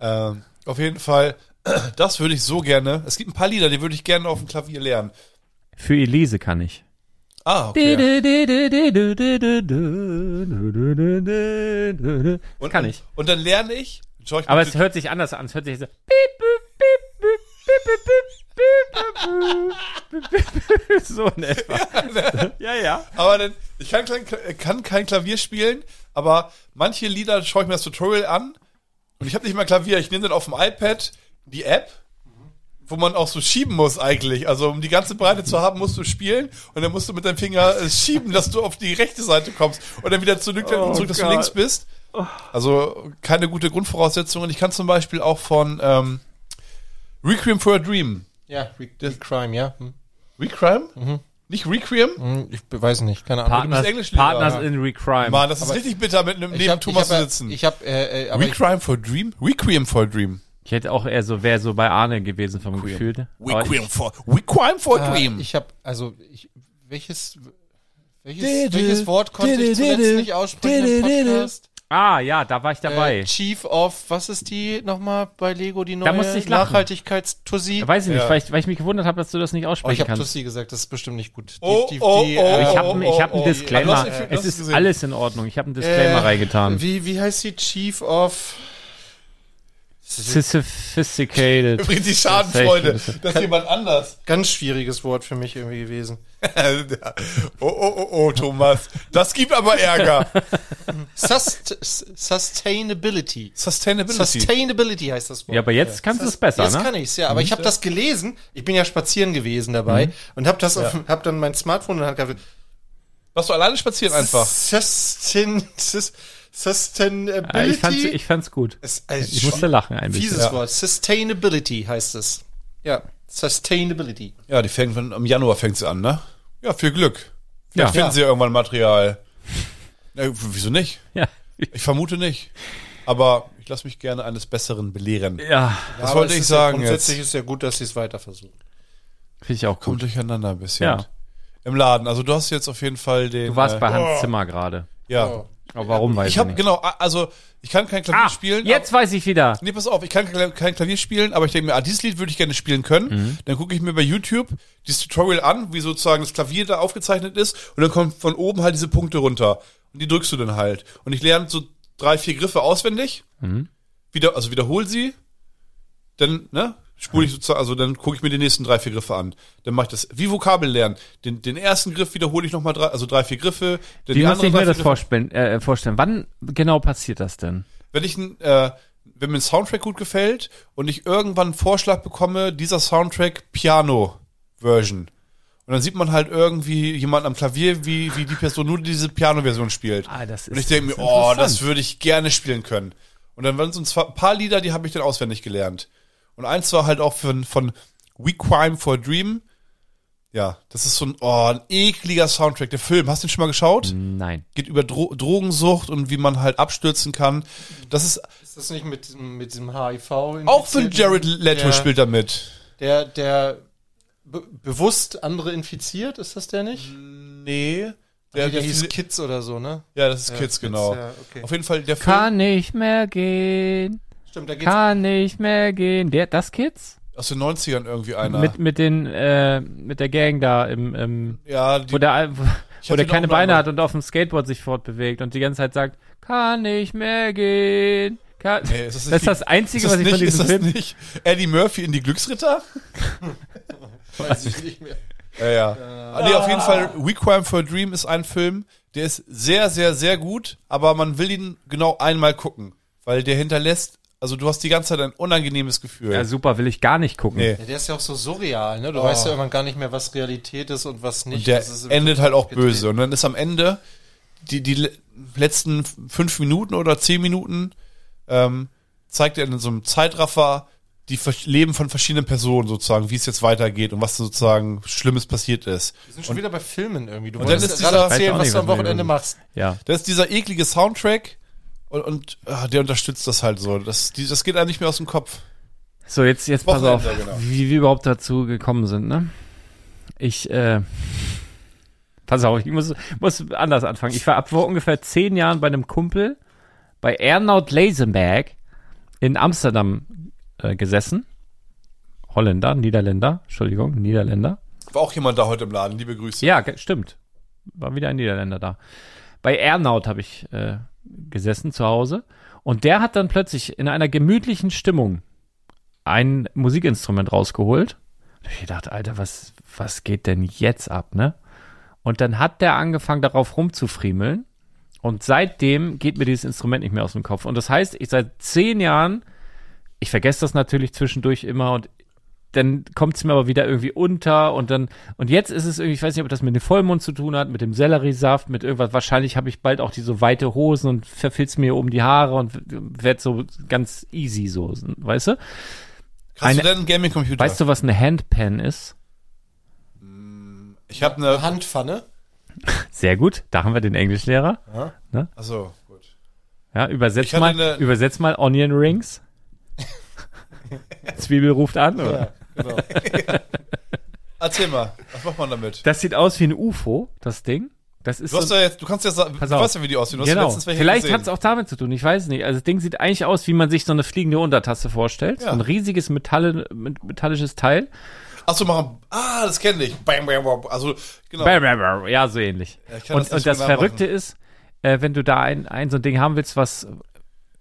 D: Ähm, auf jeden Fall, das würde ich so gerne. Es gibt ein paar Lieder, die würde ich gerne auf dem Klavier lernen.
C: Für Elise kann ich.
D: Ah, okay. Und,
C: Kann ich.
D: Und dann lerne ich. dann Schau ich mir
C: Aber
D: die-
C: es hört sich anders an. Es hört sich so. So in etwa. Ja, ja.
D: aber dann, ich kann kein, kann kein Klavier spielen, aber manche Lieder schaue ich mir das Tutorial an und ich habe nicht mal Klavier. Ich nehme dann auf dem iPad die App, wo man auch so schieben muss eigentlich. Also um die ganze Breite zu haben, musst du spielen und dann musst du mit deinem Finger äh, schieben, dass du auf die rechte Seite kommst und dann wieder zurück,
E: Oh
D: zurück dass du
C: Gott.
D: links bist. Also keine gute Grundvoraussetzung. Und ich kann zum Beispiel auch von ähm, Requiem for a Dream.
E: Ja, Re Re Crime, ja. Hm.
D: Requiem?
E: Mhm.
D: Nicht Requiem?
E: Hm, Ich be- weiß nicht, keine Ahnung.
C: Partners,
D: Englischlehrer.
C: Partners in Recrime.
D: Mann, das ist richtig bitter, mit einem neben
E: hab-
D: Thomas
E: hab,
D: zu
E: ja-
D: sitzen.
E: Ich habe, äh, äh, aber ich,
D: Requiem for Dream? Requiem for Dream.
C: Ich hätte auch eher so, wäre so bei Arne gewesen vom Gefühl. Aber ich-
D: for, Requiem for
E: ah, ich habe, also ich, welches, welches, welches Wort konnte ich zuletzt nicht aussprechen im Podcast?
C: Ah, ja, da war ich dabei.
E: Äh, Chief of, was ist die nochmal bei Lego die neue
C: musste ich lachen.
E: Nachhaltigkeits-Tussi?
C: Weiß ich nicht,
D: Ja.
C: weil, ich, weil ich mich gewundert habe, dass du das nicht
E: Oh, ich
C: aussprechen
E: habe
C: kannst.
E: Tussi gesagt, das ist bestimmt nicht gut. Die-
D: Oh,
E: die-
D: oh,
E: die,
D: oh,
E: äh,
C: Ich habe einen ich hab
D: Oh, oh,
C: einen
D: oh,
C: Disclaimer.
D: ja. Lass
C: es
D: mich-
C: ist
D: lass
C: alles in Ordnung. Ich habe einen Disclaimer
E: Äh,
C: reingetan.
E: Wie, wie heißt sie? Chief of.
C: Sophisticated.
D: Übrigens die Schadenfreude,
C: Sensation.
D: dass jemand anders.
E: Ganz schwieriges Wort für mich irgendwie gewesen.
D: oh, oh, oh, oh, Thomas. Das gibt aber Ärger.
E: Sust Sustainability.
D: Sustainability.
E: Sustainability heißt das Wort.
C: Ja, aber jetzt kannst du es besser,
E: Jetzt
C: ne?
E: kann ich's, ja. Aber ich habe das gelesen. Ich bin ja spazieren gewesen
C: Mhm.
E: dabei und habe das, auf, hab dann mein Smartphone in der Hand gehabt.
D: Warst du alleine spazieren einfach?
E: Sustain, Sus-
C: Ah,
E: Sustainability.
C: ich, fand's, ich fand's gut.
E: Es- also
C: Ich
E: schon
C: musste lachen ein bisschen.
E: Dieses Wort. Sustainability heißt es. Ja. Sustainability.
D: Ja, die fängt, wenn- im Januar fängt sie an, ne? Ja, viel Glück. Vielleicht
C: Ja.
D: finden sie ja irgendwann Material. Ja, w- wieso nicht?
C: Ja.
D: Ich vermute nicht. Aber ich lasse mich gerne eines Besseren belehren.
C: Ja,
D: Das
E: Aber
D: wollte
E: es
D: ich
E: ist ja
D: sagen jetzt.
E: Grundsätzlich ist ja gut, dass sie es weiter versuchen.
C: finde ich auch
D: Kommt
C: gut.
D: durcheinander ein bisschen.
C: Ja.
D: Im Laden. Also du hast jetzt auf jeden Fall den.
C: Du warst
D: äh,
C: bei Hans Zimmer gerade.
D: Ja.
C: Aber warum weiß
D: Ich
C: ich
D: habe
C: nicht.
D: genau, a- also ich kann kein Klavier
C: Ah,
D: spielen.
C: jetzt weiß ich wieder.
D: Aber, nee, pass auf, ich kann kein kein Klavier spielen, aber ich denke mir, ah, dieses Lied würde ich gerne spielen können.
C: Mhm.
D: Dann gucke ich mir bei YouTube dieses Tutorial an, wie sozusagen das Klavier da aufgezeichnet ist und dann kommt von oben halt diese Punkte runter und die drückst du dann halt. Und ich lerne so
C: Mhm.
D: drei, vier Griffe auswendig. Wieder, also wiederhol sie, dann ne, spule
C: Mhm.
D: ich sozusagen, also dann gucke ich mir die nächsten drei, vier Griffe an. Dann mache ich das wie Vokabel lernen. Den, den ersten Griff wiederhole ich nochmal drei, also drei, vier Griffe. Dann
C: Wie muss ich mir das
D: Griffe.
C: vorstellen? Äh, vorstellen? Wann genau passiert das denn?
D: Wenn ich ein, äh, wenn mir ein Soundtrack gut gefällt und ich irgendwann einen Vorschlag bekomme, dieser Soundtrack Piano Version. Und dann sieht man halt irgendwie jemanden am Klavier, wie, wie die Person nur diese Piano-Version spielt.
C: Ah, das
D: und
C: ist-
D: ich denke
C: das
D: mir,
C: ist
D: oh,
C: interessant.
D: das würde ich gerne spielen können. Und dann waren es uns ein paar Lieder, die habe ich dann auswendig gelernt. Und eins war halt auch von, von We Crime for a Dream. Ja, das ist so ein, oh, ein ekliger Soundtrack. Der Film, hast du den schon mal geschaut?
C: Nein.
D: Geht über Dro Drogensucht und wie man halt abstürzen kann. Das ist
E: Ist das nicht mit, diesem- mit diesem HIV? -infizierten?
D: auch von Jared Leto
E: der,
D: spielt damit.
E: Der, der be bewusst andere infiziert, ist das der nicht?
D: Nee. Der,
E: Der,
D: der
E: hieß
D: hieß
E: Kids oder so, ne?
D: ja, das ist
E: Ja,
D: Kids,
E: Kids,
D: genau.
E: ja, okay.
D: Auf jeden Fall, der Film
C: Kann nicht mehr gehen.
E: Stimmt, da geht's.
C: Kann nicht mehr gehen. Der, das Kids?
D: aus den 90ern irgendwie einer.
C: Mit, mit den, äh, mit der Gang da im, im
D: ja, die,
C: wo der,
D: Ich
C: wo
D: hab
C: der
D: den
C: keine
D: auch noch
C: Beine
D: mal-
C: hat und auf dem Skateboard sich fortbewegt und die ganze Zeit sagt, kann nicht mehr gehen. Kann,
D: Nee, ist
C: das
D: das
C: ist
D: nicht
C: das,
D: die-
C: Einzige,
D: ist das
C: was ich
D: nicht,
C: von
D: ist
C: diesem
D: das
C: Film.
D: nicht Eddie Murphy in die Glücksritter?
E: Weiß ich nicht mehr.
D: Ja, ja. Ah, Nee, auf jeden Fall, We Crime for a Dream ist ein Film, der ist sehr, sehr, sehr gut, aber man will ihn genau einmal gucken, weil der hinterlässt, also du hast die ganze Zeit ein unangenehmes Gefühl.
C: Ja, super, will ich gar nicht gucken.
D: nee.
E: Ja, der ist ja auch so surreal, ne? Du weißt ja irgendwann gar nicht mehr, was Realität ist und was nicht.
D: Oh. Und der
E: Das ist
D: endet halt auch
E: gedreht.
D: böse. Und dann ist am Ende die, die le- letzten fünf Minuten oder zehn Minuten ähm, zeigt er in so einem Zeitraffer die Ver- Leben von verschiedenen Personen sozusagen, wie es jetzt weitergeht und was sozusagen Schlimmes passiert ist.
E: Wir sind schon wieder bei Filmen irgendwie. Du
D: Und dann
E: wolltest
D: ist
E: ja gerade
D: dieser-
C: Weiß
E: erzählen,
C: auch
E: was
C: nicht,
E: du am
C: was wir
E: Wochenende
C: reden.
E: machst.
C: Ja.
D: Das ist dieser eklige Soundtrack und, und ah, der unterstützt das halt so. Das, die, das geht einem nicht mehr aus dem Kopf.
C: So, jetzt, jetzt pass auf,
D: Wochenende, genau.
C: wie wir überhaupt dazu gekommen sind, ne? Ich, äh, pass auf, ich muss, muss anders anfangen. Ich war ab vor ungefähr zehn Jahren bei einem Kumpel bei Ernaut Lesenberg in Amsterdam äh, gesessen. Holländer, Niederländer, Entschuldigung, Niederländer.
D: War auch jemand da heute im Laden, liebe Grüße.
C: Ja, ge- stimmt. War wieder ein Niederländer da. Bei Ernaut habe ich äh, gesessen zu Hause. Und der hat dann plötzlich in einer gemütlichen Stimmung ein Musikinstrument rausgeholt. Und ich dachte, Alter, was, was geht denn jetzt ab, ne? Und dann hat der angefangen, darauf rumzufriemeln. Und seitdem geht mir dieses Instrument nicht mehr aus dem Kopf. Und das heißt, ich seit zehn Jahren, ich vergesse das natürlich zwischendurch immer und dann kommt es mir aber wieder irgendwie unter und dann, und jetzt ist es irgendwie, ich weiß nicht, ob das mit dem Vollmond zu tun hat, mit dem Selleriesaft, mit irgendwas, wahrscheinlich habe ich bald auch diese weite Hosen und verfilzt mir oben die Haare und werd so ganz easy so, weißt du?
D: Hast
C: Eine-
D: du denn einen Gaming-Computer?
C: Weißt du, was eine Handpan ist?
D: ich habe eine.
E: Handpfanne.
C: Sehr gut, da haben wir den Englischlehrer.
D: Achso, gut.
C: Ja, übersetz
D: Ich hatte
C: mal,
D: eine-
C: übersetz mal Onion Rings. Zwiebel ruft an, oder?
D: Erzähl mal, was macht man damit?
C: Das sieht aus wie ein UFO, das Ding. Das ist
D: Du hast
C: so,
D: ja jetzt, du kannst ja sagen, du
C: auf.
D: weißt ja, wie die aussehen. Du hast ja
C: genau.
D: letztens welche
C: Vielleicht
D: gesehen.
C: hat es auch damit zu tun, ich weiß nicht. Also das Ding sieht eigentlich aus, wie man sich so eine fliegende Untertasse vorstellt. So ein riesiges Metalle, met- metallisches Teil.
D: Achso, machen. Ah, das kenne ich. Bam, bam, bam. Also, genau.
C: Bam, bam, bam. Ja, so ähnlich.
D: ich kann
C: und
D: das
C: das, und
D: nicht
C: das
D: genau
C: Verrückte ist, äh, wenn du da ein, ein so ein Ding haben willst, was,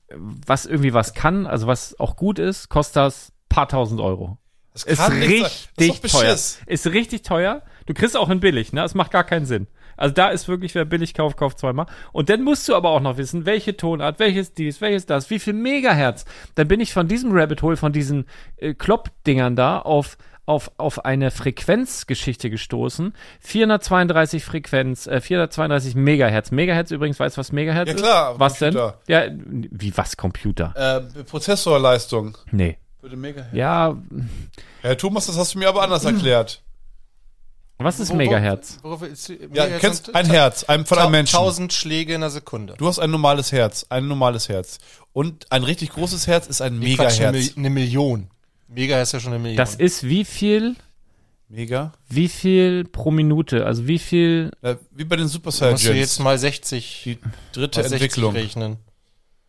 C: was irgendwie was kann, also was auch gut ist, kostet das paar tausend Euro.
D: Das
C: Ist
D: kann nicht sein. Das
C: richtig
D: ist doch
C: teuer.
D: Beschiss.
C: Ist richtig teuer. Du kriegst auch in billig, ne? Es macht gar keinen Sinn. Also da ist wirklich, wer billig kauft, kauft zweimal. Und dann musst du aber auch noch wissen, welche Tonart, welches dies, welches das, wie viel Megahertz. Dann bin ich von diesem Rabbit Hole, von diesen äh, Klopp-Dingern da auf, auf, auf eine Frequenzgeschichte gestoßen. 432 Frequenz, äh, 432 Megahertz. Megahertz übrigens, weißt du, was Megahertz
D: Ja,
C: ist?
D: klar,
C: Was
D: Computer.
C: denn? Ja, wie was Computer?
D: Äh, Prozessorleistung.
C: nee.
D: Würde mega.
C: Ja,
D: Herr Thomas, das hast du mir aber anders
C: Mhm.
D: erklärt.
C: was ist Megahertz?
E: Worauf ist,
D: Ja, du kennst ein Herz, ein, von einem Menschen.
E: 1000 Schläge in der Sekunde.
D: Du hast ein normales Herz, ein normales Herz. Und ein richtig großes Herz ist ein
E: Quatsch, eine,
D: Megaherz.
E: Mil- eine Million. Mega ist ja schon eine Million.
C: Das ist wie viel
D: Mega?
C: Wie viel pro Minute? Also wie viel?
D: Äh, wie bei den Super
E: Musst du jetzt
D: Saiyans.
E: mal 60,
D: Die dritte
E: mal 60
D: Entwicklung.
E: rechnen.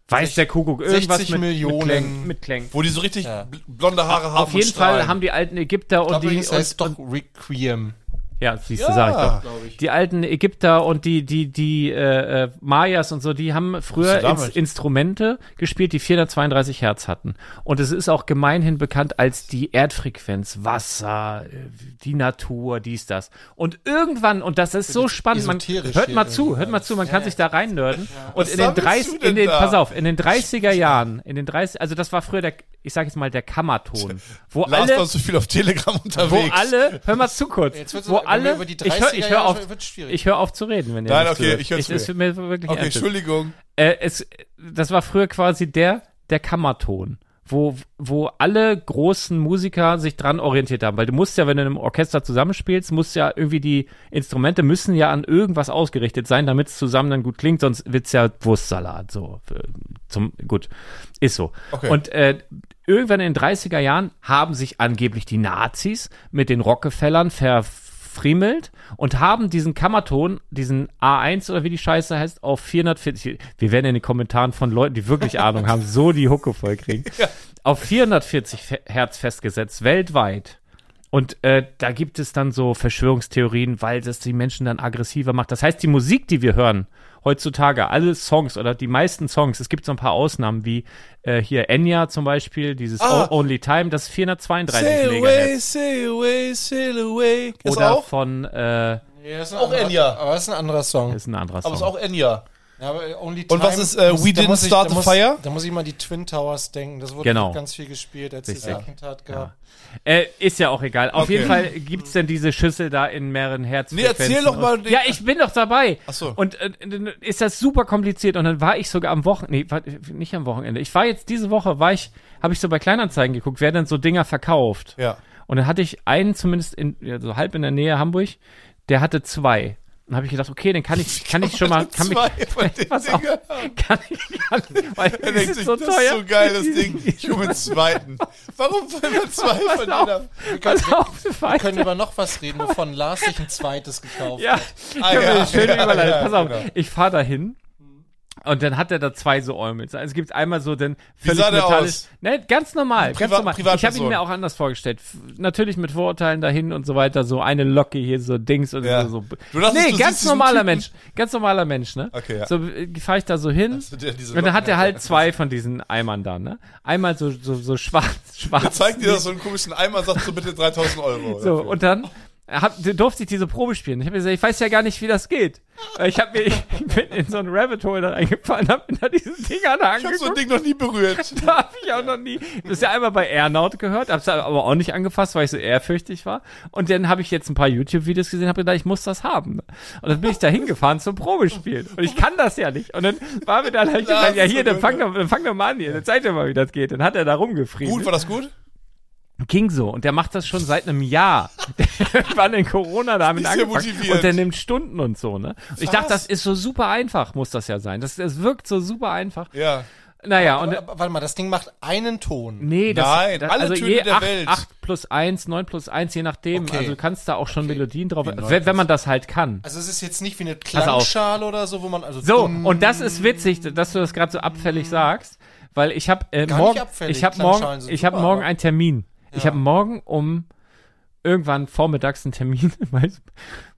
C: Weiß der Kuckuck irgendwas
E: 60
C: mit
E: Millionen.
C: mit Klängen? Mit Klängen.
D: Wo die so richtig
E: Ja.
D: bl- blonde Haare haben.
C: Auf jeden
D: und strahlen.
C: Fall haben die alten Ägypter
E: Ich
C: und
E: glaube,
C: die
E: übrigens heißt
C: und,
E: doch Requiem.
C: Ja, siehst du,
D: Ah,
C: sag ich doch. Die alten Ägypter und die, die, die äh, äh, Mayas und so, die haben früher
D: Bist du
C: Ins
D: damit?
C: Instrumente gespielt, die 432 Hertz hatten. Und es ist auch gemeinhin bekannt als die Erdfrequenz, Wasser, äh, die Natur, dies, das. Und irgendwann, und das ist so spannend, man
E: esoterisch
C: hört
E: hier
C: mal zu,
E: irgendwie
C: hört mal zu, man kann sich da reinnörden. Und in den,
D: sammelst
C: 30,
D: du denn
C: in den
D: da?
C: pass auf, in den 30er Jahren, in den 30, also das war früher der, ich sag jetzt mal, der Kammerton, wo
D: Lars
C: alle
D: war so viel auf Telegram
C: wo
D: unterwegs.
C: alle, hör mal zu kurz,
E: Jetzt wird's-
C: wo
E: wenn wir
C: alle,
E: über die
C: ich höre
E: 30er
C: ich hör
E: Jahre
C: auf,
E: wird's schwierig.
C: ich hör auf zu reden, wenn ihr
D: Nein,
C: nicht
D: okay,
C: zuhört.
D: ich hör's
C: Es ist
D: mir.
C: mir wirklich
D: okay,
C: ernst.
D: Entschuldigung.
C: Äh, es, das war früher quasi der, der Kammerton, wo, wo alle großen Musiker sich dran orientiert haben. Weil du musst ja, wenn du in einem Orchester zusammenspielst, musst ja irgendwie die Instrumente müssen ja an irgendwas ausgerichtet sein, damit es zusammen dann gut klingt, sonst wird's ja Wurstsalat. So, äh, zum, gut, ist so.
D: Okay.
C: Und äh, irgendwann in den 30er Jahren haben sich angeblich die Nazis mit den Rockefellern verfriemelt und haben diesen Kammerton, diesen A1 oder wie die Scheiße heißt, auf 440, wir werden in den Kommentaren von Leuten, die wirklich Ahnung haben, so die Hucke voll kriegen, auf 440 Fe- Hertz festgesetzt, weltweit. Und äh, da gibt es dann so Verschwörungstheorien, weil das die Menschen dann aggressiver macht. Das heißt, die Musik, die wir hören heutzutage, alle Songs oder die meisten Songs, es gibt so ein paar Ausnahmen wie äh, hier Enya zum Beispiel, dieses
D: Ah.
C: O- Only Time, das ist 432
D: Sail away,
C: Megahertz.
D: sail away, sail away. Ist
C: Oder
D: auch,
C: von, äh,
E: Ja, ist ein
D: Auch
E: anderer-
D: Enya.
E: Aber ist ein anderer Song.
C: ist ein anderer Song.
D: aber ist auch Enya.
E: Ja, aber Only
D: Und was ist, äh,
E: muss-
D: We
E: da
D: Didn't
E: muss ich-
D: Start
E: da
D: the
E: muss-
D: Fire?
E: Da muss ich mal die Twin Towers denken. Das wurde
C: Genau.
E: auch ganz viel gespielt, als es
C: Richtig.
E: Attentat gab.
C: Äh, ist ja auch egal. Auf
D: Okay.
C: jeden Fall gibt's denn diese Schüssel da in mehreren Herzen.
D: Nee, erzähl doch mal
C: Und,
D: den-
C: ja, ich bin doch dabei.
D: äh, Ach so.
C: Und äh, dann ist das super kompliziert. Und dann war ich sogar am Wochenende, nee, war, nicht am Wochenende. Ich war jetzt diese Woche, war ich, habe ich so bei Kleinanzeigen geguckt, wer denn so Dinger verkauft.
D: Ja.
C: Und dann hatte ich einen zumindest in, ja, so halb in der Nähe Hamburg, der hatte zwei. Dann habe ich gedacht, okay, dann kann ich, kann ich schon mal, kann mich,
D: Zwei von den
C: pass auf,
D: Dingern.
C: kann ich, kann, weil
D: Er
C: das
D: denkt
C: ist
D: sich,
C: so
D: das
C: teuer.
D: ist so geil, das Ding. Ich hole mir einen zweiten. Warum wollen wir zwei von denen
C: auf.
D: haben?
C: Pass auf,
E: Wir können über noch was reden, wovon Lars sich ein zweites gekauft
C: Ja,
E: hat.
C: ich
D: Ah,
C: habe
D: ja,
C: mir eine schöne
D: ja,
C: Überleitung.
D: ja,
C: Pass auf,
D: genau.
C: ich fahre dahin. Und dann hat er da zwei so Eumels. Also es gibt einmal so den völlig
D: sah der
C: metallisch.
D: aus?
C: Nein, ganz normal, ganz
D: Privat-
C: normal. Ich habe ihn
D: Privatperson.
C: mir auch anders vorgestellt. F natürlich mit Vorurteilen dahin und so weiter, so eine Locke hier, so Dings und
D: Ja.
C: so.
D: Du dachtest,
C: nee,
D: du
C: ganz
D: siehst diesen
C: normaler
D: Typen?
C: Mensch. Ganz normaler Mensch, ne?
D: Okay, ja.
C: So äh, fahre ich da so hin.
D: Hast du dir diese
C: und dann hat
D: Locke-
C: er halt zwei von diesen Eimern da, ne? Einmal so, so, so schwarz,
D: Er
C: schwarz.
D: zeigt dir das so einen komischen Eimer, sagt so bitte 3000 Euro.
C: So,
D: dafür.
C: und dann äh, hab, durfte ich diese Probe spielen. Ich habe gesagt, ich weiß ja gar nicht, wie das geht. Weil Ich, hab mir, ich bin in so einen Rabbit Hole da reingefallen, hab mir da diesen Dinger da
D: ich habe so ein
C: angeguckt.
D: Ding noch nie berührt.
C: Da hab ich auch noch nie. Das ist ja einmal bei Ernaut gehört, hab's aber auch nicht angefasst, weil ich so ehrfürchtig war. Und dann habe ich jetzt ein paar YouTube-Videos gesehen, habe gedacht, ich muss das haben. ne? Und dann bin ich da hingefahren zum Probespielen. Und ich kann das ja nicht. Und dann war mir dann hab ich gesagt, ja hier, dann fang doch, dann fang doch mal an hier, dann zeig doch mal, wie das geht. Dann hat er da rumgefrieden.
D: Gut, war das gut?
C: Ging so. Und der macht das schon seit einem Jahr. Wann in Corona damit
D: Ist ja
C: angefangen.
D: motivierend.
C: Und der nimmt Stunden und so, ne? Und ich dachte, das ist so super einfach, muss das ja sein. Das, das wirkt so super einfach.
D: Ja.
C: Naja, und
E: Aber, warte mal, das Ding macht einen Ton.
C: nee, das,
D: Nein,
C: das
D: alle
C: also
D: Töne
C: je
D: der
C: 8,
D: Welt.
C: 8 plus 1, 9 plus 1, je nachdem.
E: Okay.
C: Also du kannst da auch schon Melodien drauf,
D: neun
C: wenn, wenn man das halt kann.
E: Also es ist jetzt nicht wie eine
C: auf.
E: Klangschale oder so, wo man also
C: So, und das ist witzig, dass du das gerade so abfällig sagst, weil ich habe äh,
E: Gar
C: morgen,
E: nicht abfällig,
C: ich habe
E: Klangschalen
C: morgen,
E: sind
C: ich habe
E: super,
C: morgen
E: aber-
C: einen Termin. Ich habe morgen um irgendwann vormittags einen Termin. Weil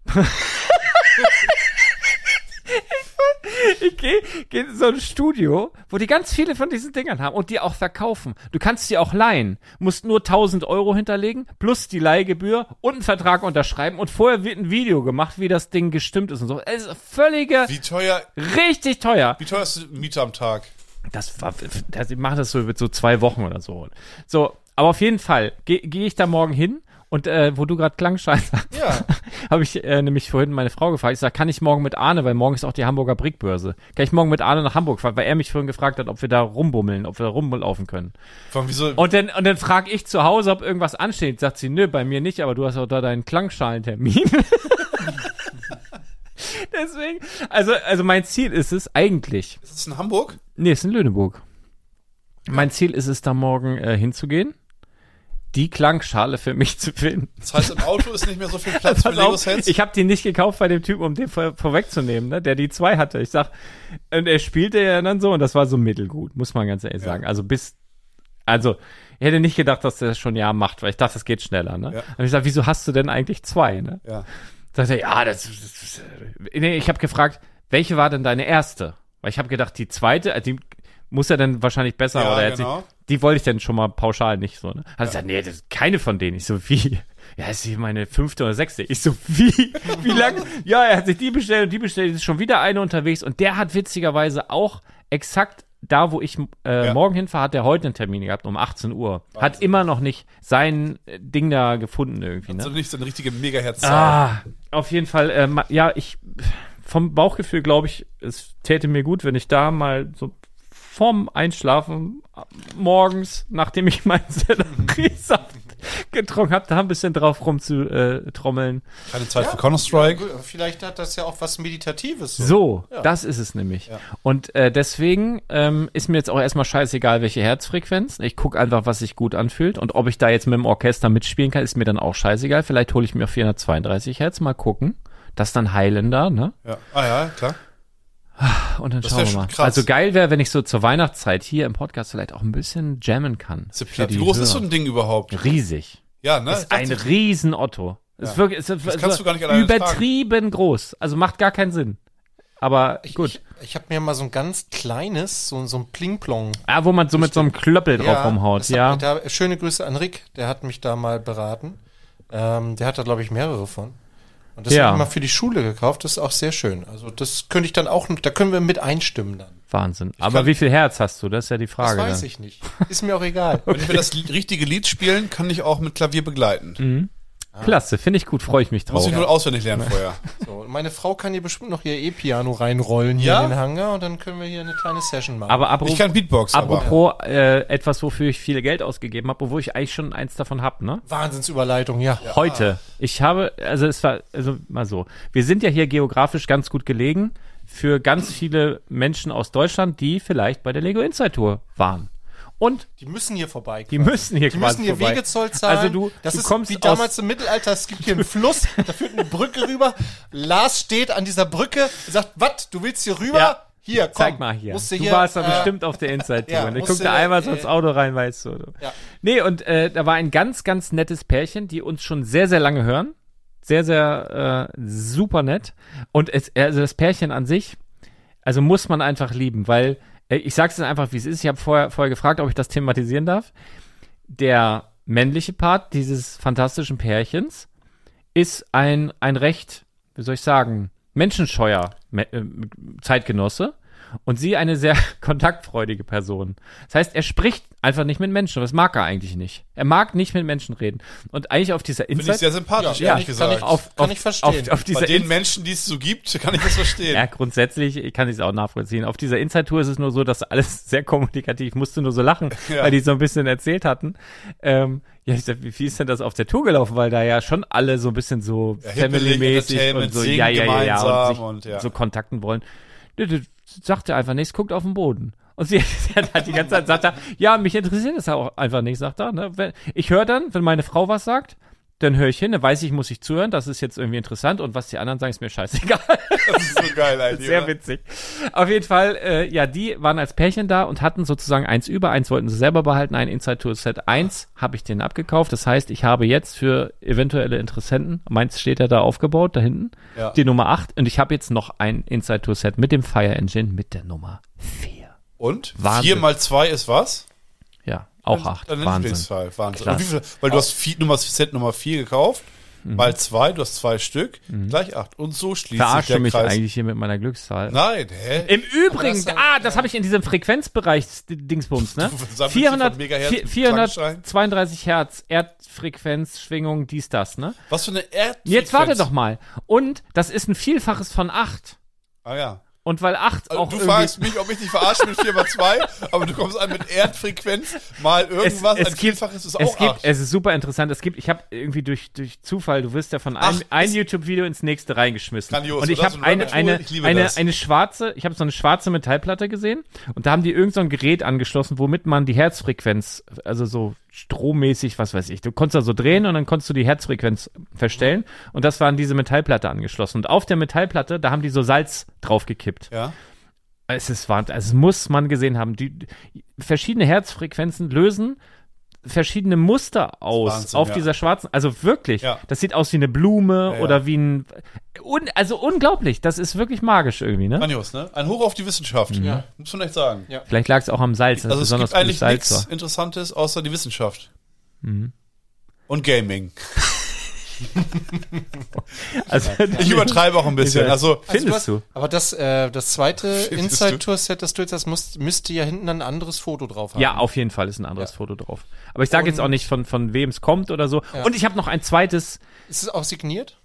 C: ich ich gehe geh in so ein Studio, wo die ganz viele von diesen Dingern haben und die auch verkaufen. Du kannst die auch leihen, musst nur 1000 Euro hinterlegen, plus die Leihgebühr und einen Vertrag unterschreiben und vorher wird ein Video gemacht, wie das Ding gestimmt ist und so. Es ist völlige
D: Wie teuer,
C: richtig teuer.
D: wie teuer ist die Miete am Tag?
C: Das war, das, ich mache das so mit so zwei Wochen oder so. So, aber auf jeden Fall gehe geh ich da morgen hin und äh, wo du gerade Klangschein sagst,
D: Ja.
C: habe ich äh, nämlich vorhin meine Frau gefragt. Ich sage, kann ich morgen mit Arne, weil morgen ist auch die Hamburger Brickbörse. Kann ich morgen mit Arne nach Hamburg fahren, weil er mich vorhin gefragt hat, ob wir da rumbummeln, ob wir da rumlaufen können.
D: Von wieso?
C: Und dann, und dann frage ich zu Hause, ob irgendwas ansteht. Sagt sie, nö, bei mir nicht, aber du hast auch da deinen Klangschalentermin. Deswegen, also, also mein Ziel ist es eigentlich,
D: ist das in Hamburg?
C: Nee, ist in Lüneburg. Mein Ziel ist es, da morgen äh, hinzugehen, die Klangschale für mich zu finden.
D: Das heißt, im Auto ist nicht mehr so viel Platz für
C: Pass
D: Lego
C: auf,
D: Sets.
C: ich habe die nicht gekauft bei dem Typen, um den vor, vorwegzunehmen, ne, der die zwei hatte. Ich sag, und er spielte ja dann so und das war so mittelgut, muss man ganz ehrlich sagen. Also bis, also ich hätte nicht gedacht, dass der das schon ein Jahr macht, weil ich dachte, das geht schneller. Ne?
D: Ja.
C: Und ich sag, wieso hast du denn eigentlich zwei? Ne?
D: Ja.
C: Sagt er, ja, das, das, das äh, nee, ich habe gefragt, welche war denn deine erste? Weil ich habe gedacht, die zweite, äh, die muss ja dann wahrscheinlich besser
D: Ja,
C: oder er hat
D: genau.
C: sich, die wollte ich dann schon mal pauschal nicht so, ne? Hat er gesagt, nee, das ist keine von denen. Ich so, wie? Ja, ist die meine fünfte oder sechste. Ich so, wie? Wie lang? Ja, er hat sich die bestellt und die bestellt, ist schon wieder eine unterwegs und der hat witzigerweise auch exakt da, wo ich äh,
D: Ja.
C: morgen hinfahre, hat er heute einen Termin gehabt um 18 Uhr. Hat immer noch nicht sein äh, Ding da gefunden irgendwie, ne?
D: So nicht so eine richtige megahertz
C: Ah, auf jeden Fall. Äh, ma- ja, ich vom Bauchgefühl glaube ich, es täte mir gut, wenn ich da mal so vorm Einschlafen äh, morgens, nachdem ich meinen Selleriesaft getrunken habe, da ein bisschen drauf rumzutrommeln. Äh, trommeln.
D: Keine Zeit für Counter-Strike.
E: Gut, Vielleicht hat das ja auch was Meditatives.
C: so, das ist es nämlich. Und äh, deswegen ähm, ist mir jetzt auch erstmal scheißegal, welche Herzfrequenz. Ich gucke einfach, was sich gut anfühlt. Und ob ich da jetzt mit dem Orchester mitspielen kann, ist mir dann auch scheißegal. Vielleicht hole ich mir auf 432 Hertz, mal gucken. Das ist dann Highlander, ne?
D: Ja. Ah ja, klar.
C: Und dann
D: Das
C: schauen
D: wär
C: wir
D: schon
C: mal.
D: krass.
C: Also geil wäre, wenn ich so zur Weihnachtszeit hier im Podcast vielleicht auch ein bisschen jammen kann.
D: Ist ja platt. Wie groß ist so ein Ding überhaupt?
C: Riesig.
D: Ja, ne?
C: Ist ein Riesen-Otto. Ist wirklich, ist, das
D: kannst du gar nicht alleine
C: übertrieben groß. Also macht gar keinen Sinn. Aber
E: Ich,
C: gut.
E: Ich, ich habe mir mal so ein ganz kleines, so, so ein Plingplong.
C: ah, wo man so mit so einem Klöppel drauf rumhaut.
E: das hat
C: Ja.
E: mir Da, schöne Grüße an Rick, der hat mich da mal beraten. Ähm, der hat da, glaube ich, mehrere von. Und das
C: Ja.
E: habe ich mal für die Schule gekauft, das ist auch sehr schön. Also das könnte ich dann auch, da können wir mit einstimmen dann.
C: Wahnsinn. Aber wie viel Herz hast du? Das ist ja die
E: Das
C: Frage.
E: weiß
C: dann.
E: ich nicht. Ist mir auch egal.
D: Also, Wenn wir das li- richtige Lied spielen, kann ich auch mit Klavier begleiten.
C: Mhm. Klasse, finde ich gut, freue ich mich
D: Muss
C: drauf.
D: ich nur auswendig lernen vorher.
E: So, und meine Frau kann hier bestimmt noch ihr E-Piano reinrollen hier
D: Ja?
E: in den Hangar und dann können wir hier eine kleine Session machen.
C: Aber apropos,
D: Ich kann Beatbox, aber.
C: apropos äh, etwas, wofür ich viel Geld ausgegeben habe, obwohl ich eigentlich schon eins davon habe, ne?
E: Wahnsinnsüberleitung, ja.
C: Heute. Ich habe, also es war, also mal so. Wir sind ja hier geografisch ganz gut gelegen für ganz viele Menschen aus Deutschland, die vielleicht bei der Lego Inside Tour waren. Und
E: Die müssen hier vorbei.
C: die müssen hier
E: Die müssen hier
C: vorbei.
E: Wegezoll zahlen.
C: Also du,
E: das
C: du
E: ist
C: kommst
E: wie
C: aus-
E: damals im Mittelalter. Es gibt hier einen Fluss, da führt eine Brücke rüber. Lars steht an dieser Brücke und sagt, was, du willst hier rüber?
C: Ja.
E: Hier, komm.
C: Zeig mal hier.
E: Musst du
C: Du
E: hier,
C: warst da
E: äh,
C: bestimmt auf der Inside Tour.
E: ja,
C: ne?
E: musst
C: Guck
E: du
C: da
E: hier,
C: einmal so
E: äh,
C: ins Auto rein, weißt du. du.
E: Ja.
C: Nee, und äh, da war ein ganz, ganz nettes Pärchen, die uns schon sehr, sehr lange hören. Sehr, sehr äh, super nett. Und es, also das Pärchen an sich, also muss man einfach lieben, weil äh, ich sag's jetzt einfach, wie es ist. Ich habe vorher, vorher gefragt, ob ich das thematisieren darf. Der männliche Part dieses fantastischen Pärchens ist ein, ein recht, wie soll ich sagen, menschenscheuer Me- äh, Zeitgenosse und sie eine sehr kontaktfreudige Person. Das heißt, er spricht einfach nicht mit Menschen. Das mag er eigentlich nicht. Er mag nicht mit Menschen reden. Und eigentlich auf dieser
D: Finde ich sehr
C: Inside.
D: sympathisch,
E: Ja,
D: ehrlich
E: kann
D: gesagt.
E: ich auch-
C: Auf, auf,
E: ich verstehen.
C: Auf, auf
D: Bei
C: dieser
D: den
C: Inside-
D: Menschen, die es so gibt, kann ich das verstehen.
C: ja, grundsätzlich, ich kann es auch nachvollziehen. Auf dieser Inside-Tour ist es nur so, dass alles sehr kommunikativ, ich musste nur so lachen,
D: Ja.
C: weil die so ein bisschen erzählt hatten. Ähm, ja, ich dachte, wie viel ist denn das auf der Tour gelaufen? Weil da ja schon alle so ein bisschen so
D: Ja,
C: family-mäßig
D: Hippelig,
C: und so,
D: Entertainment,
C: ja, ja, ja, ja,
D: singen
C: und, sich
D: gemeinsam und ja.
C: so kontakten wollen. Nö, du sagte einfach nichts, guckt auf den Boden. Und sie hat halt die ganze Zeit sagt er, ja, mich interessiert das auch einfach nicht, sagt er. Ne? Wenn, ich höre dann, wenn meine Frau was sagt, dann höre ich hin, dann weiß ich, muss ich zuhören, das ist jetzt irgendwie interessant und was die anderen sagen, ist mir scheißegal.
D: Das ist so geil, eigentlich.
C: Sehr
D: oder?
C: witzig. Auf jeden Fall, äh, ja, die waren als Pärchen da und hatten sozusagen eins über, eins wollten sie selber behalten, ein Inside Tour Set 1 habe ich denen abgekauft. Das heißt, ich habe jetzt für eventuelle Interessenten, meins steht ja da aufgebaut, da hinten,
D: Ja.
C: die Nummer 8 und ich habe jetzt noch ein Inside Tour Set mit dem Fire Engine mit der Nummer 4.
D: Und?
C: Wahnsinn.
D: Vier mal zwei ist was?
C: Ja, auch 8.
D: Dann
C: Wahnsinn.
D: Wahnsinn. halt Wahnsinn.
C: Klasse.
D: Und wie viel, weil du hast vier, Nummer, Set Nummer vier gekauft,
C: Mhm.
D: mal zwei, du hast zwei Stück, gleich acht. Und so schließt
C: Verarsche
D: sich der
C: mich
D: Kreis.
C: eigentlich hier mit meiner Glückszahl.
D: Nein, hä?
C: Im Übrigen, ah, das habe ich in diesem Frequenzbereich Dingsbums, ne?
D: sammelst sie
C: 400,
D: von Megahertz
C: vier-
D: mit
C: 432 Hertz, Erdfrequenz, Schwingung, dies, das, ne?
D: Was für eine Erd.
C: Jetzt warte doch mal. Und das ist ein Vielfaches von 8.
D: Ah ja.
C: Und weil 8
D: Also
C: auch
D: du
C: irgendwie-
D: fragst mich, ob ich dich verarsche mit 4 mal 2, aber du kommst an mit Erdfrequenz mal
C: es, es
D: irgendwas, ein
C: gibt,
D: Vielfaches ist
C: es
D: auch
C: gibt, äh,
D: acht.
C: es ist super interessant. Es gibt, ich habe irgendwie durch durch Zufall, du wirst ja von einem
D: Ach,
C: ein
D: ist-
C: YouTube-Video ins nächste reingeschmissen.
D: Grandios,
C: und ich
D: oder? So
C: habe
D: ein
C: eine
D: Rabbit Hole,
C: eine
D: ich liebe
C: eine,
D: das.
C: eine schwarze, ich habe so eine schwarze Metallplatte gesehen und da haben die irgend so ein Gerät angeschlossen, womit man die Herzfrequenz, also so strommäßig, was weiß ich, du konntest da so drehen und dann konntest du die Herzfrequenz verstellen und das war an diese Metallplatte angeschlossen und auf der Metallplatte, da haben die so Salz draufgekippt.
D: Ja.
C: Es ist Wahnsinn. Also, es muss man gesehen haben. Die die- verschiedene Herzfrequenzen lösen verschiedene Muster aus
D: Wahnsinn,
C: auf
D: ja.
C: dieser schwarzen, also wirklich,
D: Ja.
C: das sieht aus wie eine Blume
D: Ja, ja.
C: oder wie ein, un, also unglaublich, das ist wirklich magisch irgendwie, ne?
D: Grandios, ne? Ein Hoch auf die Wissenschaft. Ja. Muss man echt sagen.
E: Ja.
C: Vielleicht lag es auch am Salz, dass
D: Also
C: es
D: es
C: Mhm. besonders
D: gibt
C: gutes
D: eigentlich
C: Salz
D: nichts
C: war.
D: Interessantes außer die Wissenschaft.
C: Mhm.
D: Und Gaming.
C: Also,
D: Ich übertreibe auch ein bisschen.
C: Ja.
D: Also
C: findest
E: hast-
C: du?
E: Aber das, äh, das zweite
D: Findest
E: Inside
D: du?
E: Tour Set, das du jetzt hast, musst, müsste ja hinten ein anderes Foto drauf haben.
C: Ja, auf jeden Fall ist ein anderes Foto drauf. Aber ich sage jetzt auch nicht, von, von wem es kommt oder so. Und ich habe noch ein zweites,
E: Ist es auch signiert?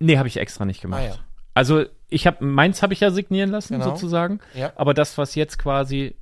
C: nee, habe ich extra nicht gemacht.
E: Ah, ja.
C: Also ich habe, meins habe ich ja signieren lassen
E: Genau.
C: sozusagen.
E: Ja.
C: Aber das, was jetzt quasi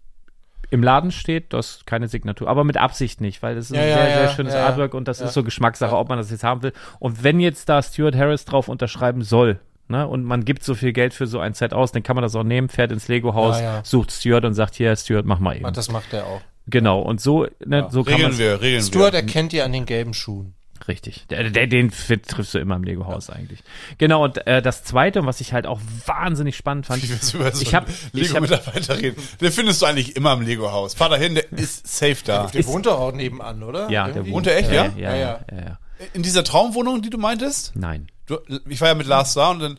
C: im Laden steht, das ist keine Signatur. Aber mit Absicht nicht, weil das ist
E: Ja,
C: ein
E: ja,
C: sehr, sehr
E: ja,
C: schönes
E: ja, ja.
C: Artwork und das ist so Geschmackssache, ob man das jetzt haben will. Und wenn jetzt da Stuart Harris drauf unterschreiben soll, ne, und man gibt so viel Geld für so ein Set aus, dann kann man das auch nehmen, fährt ins Lego-Haus,
E: Ja, ja.
C: sucht Stuart und sagt, hier, Stuart, mach mal eben.
E: Ah, Das macht er auch.
C: genau. Und so, ne, so kann man
D: regeln wir, regeln
E: Stuart
D: wir.
E: erkennt ihr an den gelben Schuhen.
C: Richtig. Der, der, den fit triffst du immer im Lego-Haus eigentlich. Genau, und äh, das Zweite, und was ich halt auch wahnsinnig spannend fand,
D: Ich will jetzt über so
C: ich habe
D: einen
C: ich hab,
D: Lego-Mitarbeiter reden. Den findest du eigentlich immer im Lego-Haus. Fahr da hin, der ist safe da.
E: Der wohnt doch auch nebenan, oder?
C: ja, der
E: Irgendwie?
D: Wohnt er echt, ja?
C: Ja, ja, ja.
E: Ja, ja.
C: ja, ja.
D: In dieser Traumwohnung, die du meintest?
C: Nein.
D: Du, ich war ja mit Lars da und dann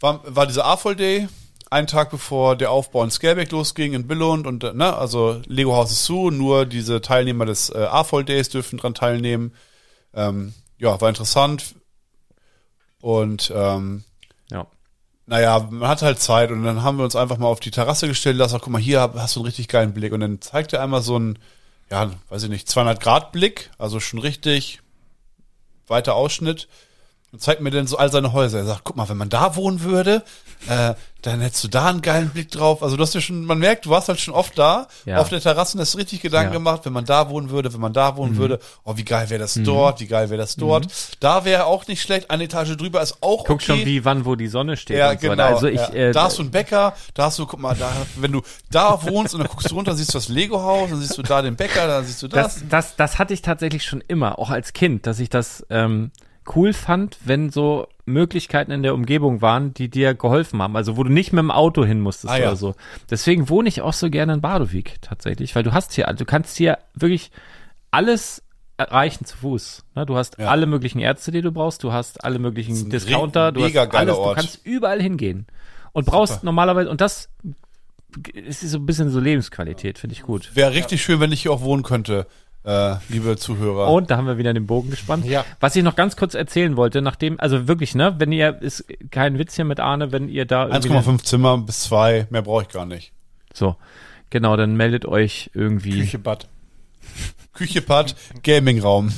D: war, war dieser A-Full Day, einen Tag bevor der Aufbau in Skelbeck losging in Billund und äh, ne, also Lego Haus ist zu, nur diese Teilnehmer des äh, A-Full Days dürfen dran teilnehmen. Ähm, ja, war interessant. Und ähm,
C: Ja.
D: naja, man hatte halt Zeit und dann haben wir uns einfach mal auf die Terrasse gestellt. Lass guck mal, hier hab- hast du einen richtig geilen Blick. Und dann zeigt er einmal so einen, ja, weiß ich nicht, 200 Grad Blick, also schon richtig weiter Ausschnitt. Und zeigt mir dann so all seine Häuser. Er sagt, guck mal, wenn man da wohnen würde, äh, dann hättest du da einen geilen Blick drauf. Also du hast ja schon, man merkt, du warst halt schon oft da,
C: Ja.
D: auf der Terrasse und hast richtig Gedanken
C: Ja. Mhm.
D: gemacht, wenn man da wohnen würde, wenn man da wohnen würde, oh, wie geil wäre das dort, wie geil wäre das dort. Da wäre auch nicht schlecht, eine Etage drüber ist auch
C: Guck
D: okay.
C: schon, wie, wann, wo die Sonne steht.
D: Ja,
C: und so.
D: genau.
C: Also ich,
D: ja.
C: äh,
D: da hast du einen Bäcker, da hast du, guck mal, da, wenn du da wohnst und dann guckst du runter, siehst du das Lego-Haus, dann siehst du da den Bäcker, dann siehst du das.
C: das, das, das hatte ich tatsächlich schon immer, auch als Kind, dass ich das ähm, cool fand, wenn so Möglichkeiten in der Umgebung waren, die dir geholfen haben. Also wo du nicht mit dem Auto hin musstest
D: Ah, ja.
C: oder so. Deswegen wohne ich auch so gerne in Badowik tatsächlich, weil du hast hier, du kannst hier wirklich alles erreichen zu Fuß. Ne? Du hast alle möglichen Ärzte, die du brauchst, du hast alle möglichen
D: Das ist ein
C: Discounter,
D: re-
C: du hast
D: mega geiler
C: alles, du
D: Ort.
C: kannst überall hingehen und brauchst normalerweise und das es ist so ein bisschen so Lebensqualität, finde ich gut.
D: Wäre richtig schön, wenn ich hier auch wohnen könnte, äh, liebe Zuhörer.
C: Und da haben wir wieder den Bogen gespannt.
E: Ja.
C: Was ich noch ganz kurz erzählen wollte, nachdem, also wirklich, ne, wenn ihr, ist kein Witz hier mit Arne, wenn ihr da irgendwie.
D: 1,5 Zimmer bis 2, mehr brauche ich gar nicht.
C: So. Genau, dann meldet euch irgendwie.
E: Küche, Bad,
D: Küche, Bad, Gaming-Raum.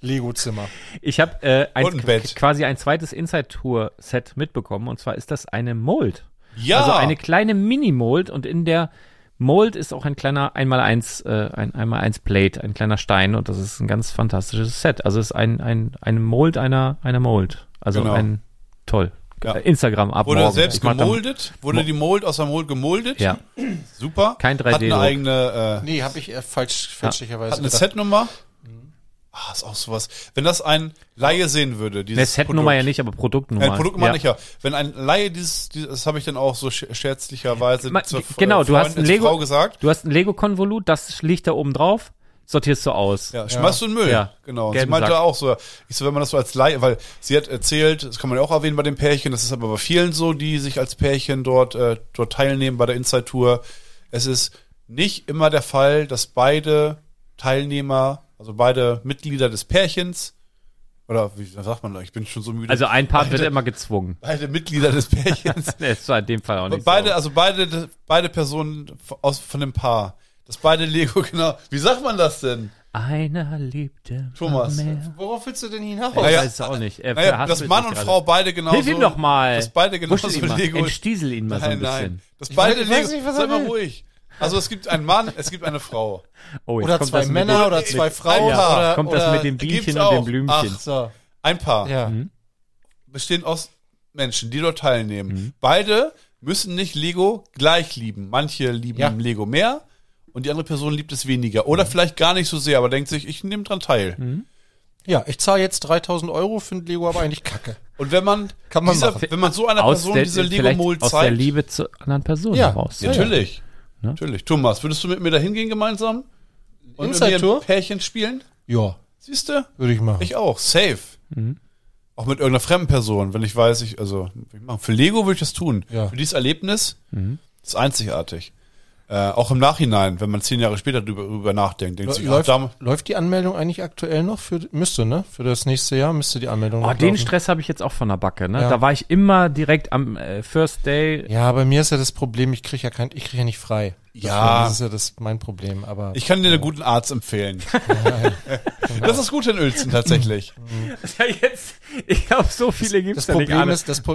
E: Lego-Zimmer.
C: Ich habe äh,
D: Und
C: ein,
D: ein Bett.
C: quasi ein zweites Inside-Tour-Set mitbekommen und zwar ist das eine Mold.
D: Ja,
C: Also eine kleine Mini-Mold und in der Mold ist auch ein kleiner 1x1, äh, ein 1x1 Plate, ein kleiner Stein und das ist ein ganz fantastisches Set. Also es ist ein, ein, eine Mold einer, einer Mold. Also
D: Genau.
C: ein toll. Äh,
D: Ja.
C: Instagram ab
D: wurde
C: morgen.
D: selbst
C: Ich mach da-
D: gemoldet, wurde die Mold aus der Mold gemoldet.
C: Ja,
D: Super.
C: Kein
D: Hat
C: 3D -Druck.
D: eine eigene, äh,
E: Nee, habe ich äh, falsch, fälschlicherweise
D: hat eine
E: gedacht.
D: Setnummer. Ah, ist auch sowas. Wenn das ein Laie sehen würde, dieses
C: ne, Setnummer
D: Produkt.
C: ja nicht, aber Produktnummer.
D: Ein Produkt immer
C: ja.
D: nicht, ja. Äh, Wenn ein Laie dieses, dieses das habe ich dann auch so sch- scherzlicherweise
C: Ma-
D: zur
C: g- genau,
D: äh,
C: du hast
D: Freundin,
C: ein
D: zur
C: Lego-
D: Frau gesagt.
C: Du hast ein Lego-Konvolut, das liegt da oben drauf, sortierst du aus.
D: Ja, schmeißt du in den Müll.
C: Ja,
D: Genau. Und sie
C: gelben
D: meinte
C: Sack.
D: auch so, ich so, wenn man das so als Laie, weil sie hat erzählt, das kann man ja auch erwähnen bei den Pärchen, das ist aber bei vielen so, die sich als Pärchen dort, äh, dort teilnehmen bei der Inside Tour. Es ist nicht immer der Fall, dass beide Teilnehmer, also beide Mitglieder des Pärchens, oder wie sagt man da, ich bin schon so müde.
C: Also ein Part wird immer gezwungen.
D: beide Mitglieder des Pärchens
C: Das war in dem Fall auch nicht so.
D: Beide, also beide, beide Personen aus, von dem Paar. Das beide Lego, genau. Wie sagt man das denn,
C: Einer liebte
D: Thomas?
C: mehr.
E: Worauf willst du denn hinaus?
C: Ich
D: Naja,
C: weiß es auch nicht. Er
D: Naja,
C: verhaspelt
D: dass
C: sich
D: Mann und
C: gerade.
D: Frau beide genauso.
C: Hilf ihm doch mal.
D: Dass Genau, beide genauso
C: Wuschel ihn mal.
D: Lego.
C: Entstiesel ihn mal so ein
D: Nein, nein.
C: bisschen.
D: Dass beide
E: weiß
D: Lego.
E: nicht, was
D: sei
E: er
D: mal
E: will.
D: ruhig. Also es gibt einen Mann, es gibt eine Frau.
C: Oh, jetzt
E: Oder
C: kommt
E: zwei
C: das mit
E: Männer
C: dem-
E: oder zwei Frauen.
D: Alter.
E: Oder,
C: Kommt
E: oder
C: das mit dem
D: Gibt's
C: Bienchen und
D: auch.
C: dem Blümchen.
D: Ach, so. Ein Paar.
E: Ja.
C: Hm.
D: Bestehen aus Menschen, die dort teilnehmen.
C: Mhm.
D: Beide müssen nicht Lego gleich lieben. Manche lieben
E: Ja.
D: Lego mehr und die andere Person liebt es weniger.
C: Mhm.
D: Oder vielleicht gar nicht so sehr, aber denkt sich, ich nehme dran teil.
E: ja, ich zahle jetzt 3000 Euro für ein Lego, aber eigentlich kacke.
D: Und wenn man,
E: Kann man
D: dieser,
E: machen.
D: wenn man so einer
C: aus
D: Person
C: der,
D: diese
C: vielleicht
D: Lego-Mold
C: aus der
D: zeigt,
C: Liebe zu anderen Personen
E: Ja,
C: heraus.
D: natürlich. Natürlich. Thomas, würdest du mit mir da hingehen gemeinsam? Und
E: Inside
D: wenn wir
E: Tour?
D: ein Pärchen spielen,
E: Ja,
D: siehst du?
E: würde ich machen.
D: Ich auch, safe.
C: Mhm.
D: Auch mit irgendeiner fremden Person, wenn ich weiß, ich, also, würd ich machen. für Lego würde ich das tun.
E: Ja.
D: Für dieses Erlebnis
C: Mhm.
D: ist einzigartig. Äh, auch im Nachhinein, wenn man zehn Jahre später drüber, drüber nachdenkt, denkt sich, ach,
E: Läuft,
D: dam-
E: läuft die Anmeldung eigentlich aktuell noch? Für, müsste, ne? Für das nächste Jahr müsste die Anmeldung
C: Oh,
E: noch
C: den
E: laufen.
C: Stress habe ich jetzt auch von der Backe. Ne?
E: Ja.
C: Da war ich immer direkt am äh, First Day.
E: Ja, bei mir ist ja das Problem, ich kriege ja kein, ich kriege ja nicht frei.
D: Ja.
E: Das ist ja das mein Problem, aber
D: ich kann dir einen guten Arzt empfehlen. das ist gut in Uelzen tatsächlich.
C: Ja, jetzt, ich glaube, so viele gibt es
E: das
C: ja nicht.
E: Problem
C: alle.
E: ist, das, Pro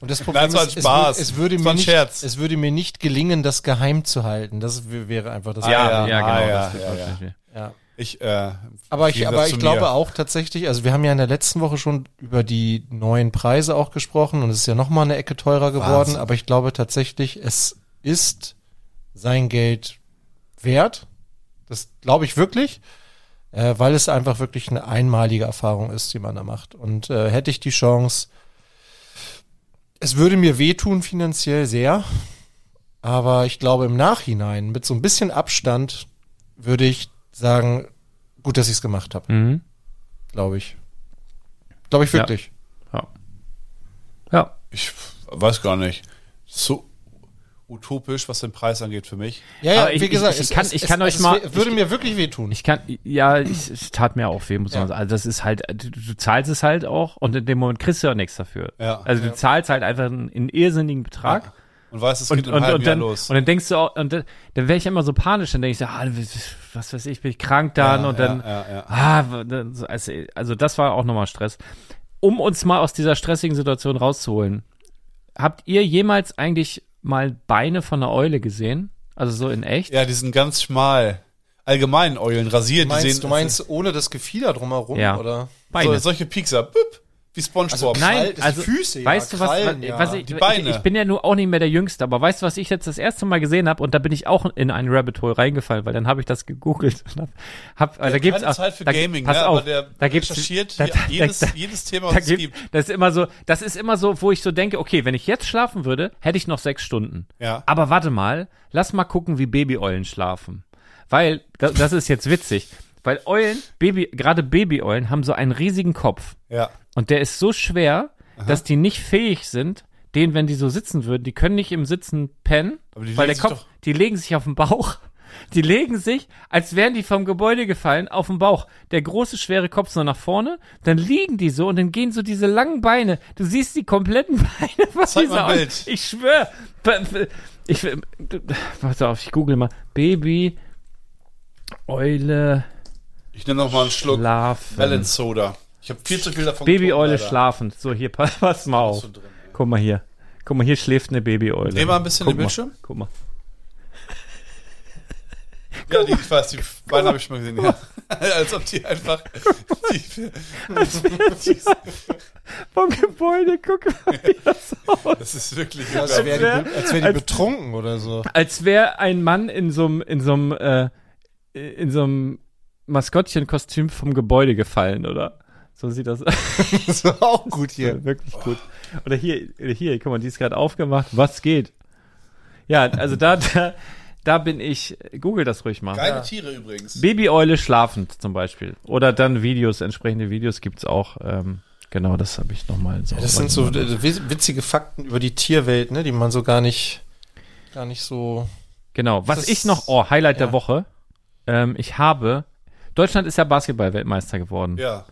E: und das Problem
D: das war ein
E: ist, es,
D: Spaß.
E: wür- es würde
D: Das
E: mir
D: war ein
E: nicht,
D: Scherz.
E: es würde mir nicht gelingen, das geheim zu halten. Das w- wäre einfach das.
D: Ja.
C: ja, genau.
D: ah, ja,
C: das wird
D: ja,
C: wahrscheinlich-
E: ja.
D: Ich, äh,
E: Aber ich,
D: Gegensatz
E: aber
D: zu
E: ich glaube
D: mir.
E: auch tatsächlich, also wir haben ja in der letzten Woche schon über die neuen Preise auch gesprochen und es ist ja nochmal eine Ecke teurer geworden,
D: Wahnsinn.
E: aber ich glaube tatsächlich, es ist sein Geld wert. Das glaube ich wirklich, äh, weil es einfach wirklich eine einmalige Erfahrung ist, die man da macht. Und äh, hätte ich die Chance, es würde mir wehtun finanziell sehr, aber ich glaube im Nachhinein mit so ein bisschen Abstand würde ich sagen, gut, dass ich es gemacht habe,
C: Mhm.
E: glaube ich. Glaube ich
C: Ja.
E: wirklich.
C: Ja. ja.
D: ich weiß gar nicht. So utopisch, was den Preis angeht für mich.
E: Ja,
C: Aber ich- ich- ich kann- ich kann euch mal-
E: wär- würde mir wirklich wehtun.
C: Ich kann, ja, ich, es tat mir auch weh, muss man
E: Ja.
C: sagen. Also das ist halt, du, du zahlst es halt auch und in dem Moment kriegst du ja nichts dafür.
D: Ja.
C: Also du zahlst halt einfach einen, einen irrsinnigen Betrag.
D: Und weiß, es geht
C: Und,
D: im
C: und,
D: halben
C: und,
D: Jahr
C: dann,
D: los.
C: und dann denkst du auch, und dann, dann wäre ich immer so panisch, dann denke ich so, ah, was weiß ich, bin ich krank dann
D: Ja,
C: und dann,
D: ja, ja, ja.
C: ah, w- dann so, also, also das war auch nochmal Stress. Um uns mal aus dieser stressigen Situation rauszuholen, habt ihr jemals eigentlich mal Beine von einer Eule gesehen? Also so in echt?
D: ja, die sind ganz schmal. Allgemein Eulen rasiert.
E: Du
D: die
E: meinst,
D: sehen,
E: du meinst ohne das Gefieder drumherum,
C: Ja.
E: oder?
D: so,
C: Beine.
D: solche Piekser, büpp, wie Spongebob.
C: Nein,
E: Krall- das
C: also
E: Füße, ja,
C: weißt du was,
E: Krallen,
C: was,
E: ja.
C: was ich,
D: Die Beine.
C: ich, ich bin ja nur auch nicht mehr der Jüngste, aber weißt du, was ich jetzt das erste Mal gesehen habe und da bin ich auch in einen Rabbit Hole reingefallen, weil dann habe ich das gegoogelt und hab, hab also da gibt's
D: keine
C: auch-
D: Zeit für
C: da,
D: Gaming,
C: pass
D: ne,
C: auf,
D: aber der
C: da gibt's
D: recherchiert
C: da,
D: je-
C: da,
D: jedes,
C: da,
D: jedes Thema, was
C: da
D: es
C: gibt,
D: gibt.
C: Das ist immer so, das ist immer so, wo ich so denke, okay, wenn ich jetzt schlafen würde, hätte ich noch sechs Stunden.
D: Ja.
C: Aber warte mal, lass mal gucken, wie Babyeulen schlafen. Weil, das, das ist jetzt witzig. Weil Eulen, Baby, gerade Babyeulen haben so einen riesigen Kopf.
D: Ja.
C: Und der ist so schwer, dass die nicht fähig sind, den, wenn die so sitzen würden, die können nicht im Sitzen pennen,
D: Aber die
C: weil der
D: legen sich
C: Kopf,
D: doch-
C: die legen sich auf den Bauch. Die legen sich, als wären die vom Gebäude gefallen, auf den Bauch. Der große, schwere Kopf so nach vorne, dann liegen die so und dann gehen so diese langen Beine. Du siehst die kompletten Beine von
D: Zeig mal
C: dieser
D: ein
C: Au-
D: Bild.
C: Ich schwöre. Ich, warte auf, ich google mal. Baby, Eule,
D: Ich nehme noch mal einen Schluck
C: Larven.
D: Balance Soda. Ich habe viel zu viel davon
C: Babyeule
D: getrunken, leider.
C: schlafend. So, hier, pass, pass mal auf. Guck mal hier. Guck mal, hier schläft eine Babyeule.
D: Dreh mal ein bisschen
C: Guck
D: den
C: mal,
D: Bildschirm.
C: Guck mal.
D: Ja, die, ich weiß, die Beine habe ich schon mal gesehen. Ja. Als ob die einfach. Die,
C: Vom Gebäude, guck mal, wie das aussieht.
D: das ist wirklich.
E: als
D: unglaublich.
E: wäre die, als wär die
C: Als-
E: betrunken oder so.
C: Als wäre ein Mann in so einem, in so einem, äh, in so einem Maskottchenkostüm vom Gebäude gefallen, oder? So sieht das aus.
E: Das war auch gut hier.
D: Oh.
C: Wirklich gut. Oder hier, oder hier, guck mal, die ist gerade aufgemacht. Was geht? Ja, also da, da, da bin ich. Google das ruhig mal.
D: Geile Tiere übrigens.
C: Babyeule schlafend zum Beispiel. Oder dann Videos, entsprechende Videos gibt's auch. Ähm, genau, das habe ich nochmal so.
E: Das sind so äh, witz- witzige Fakten über die Tierwelt, ne, die man so gar nicht, gar nicht so.
C: Genau, was
E: das-
C: ich noch, oh, Highlight der
E: ja.
C: Woche. Ähm, ich habe, Deutschland ist ja Basketball-Weltmeister geworden.
D: Ja.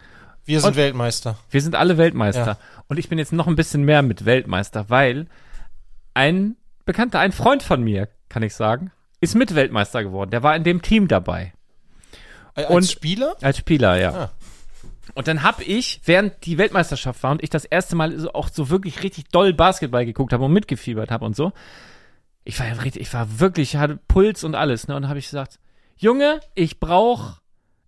E: Wir sind
C: Und-
E: Weltmeister.
C: Wir sind alle Weltmeister. Und ich bin jetzt noch ein bisschen mehr mit Weltmeister, weil ein Bekannter, ein Freund von mir, kann ich sagen, ist mit Weltmeister geworden. Der war in dem Team dabei.
E: Als
C: Und-
E: Spieler?
C: Als Spieler, ja.
E: Ah.
C: Und dann habe ich, während die Weltmeisterschaft war und ich das erste Mal so, auch so wirklich richtig doll Basketball geguckt habe und mitgefiebert habe und so, ich war ja richtig, ich war wirklich, hatte Puls und alles, ne? Und habe ich gesagt, Junge, ich brauch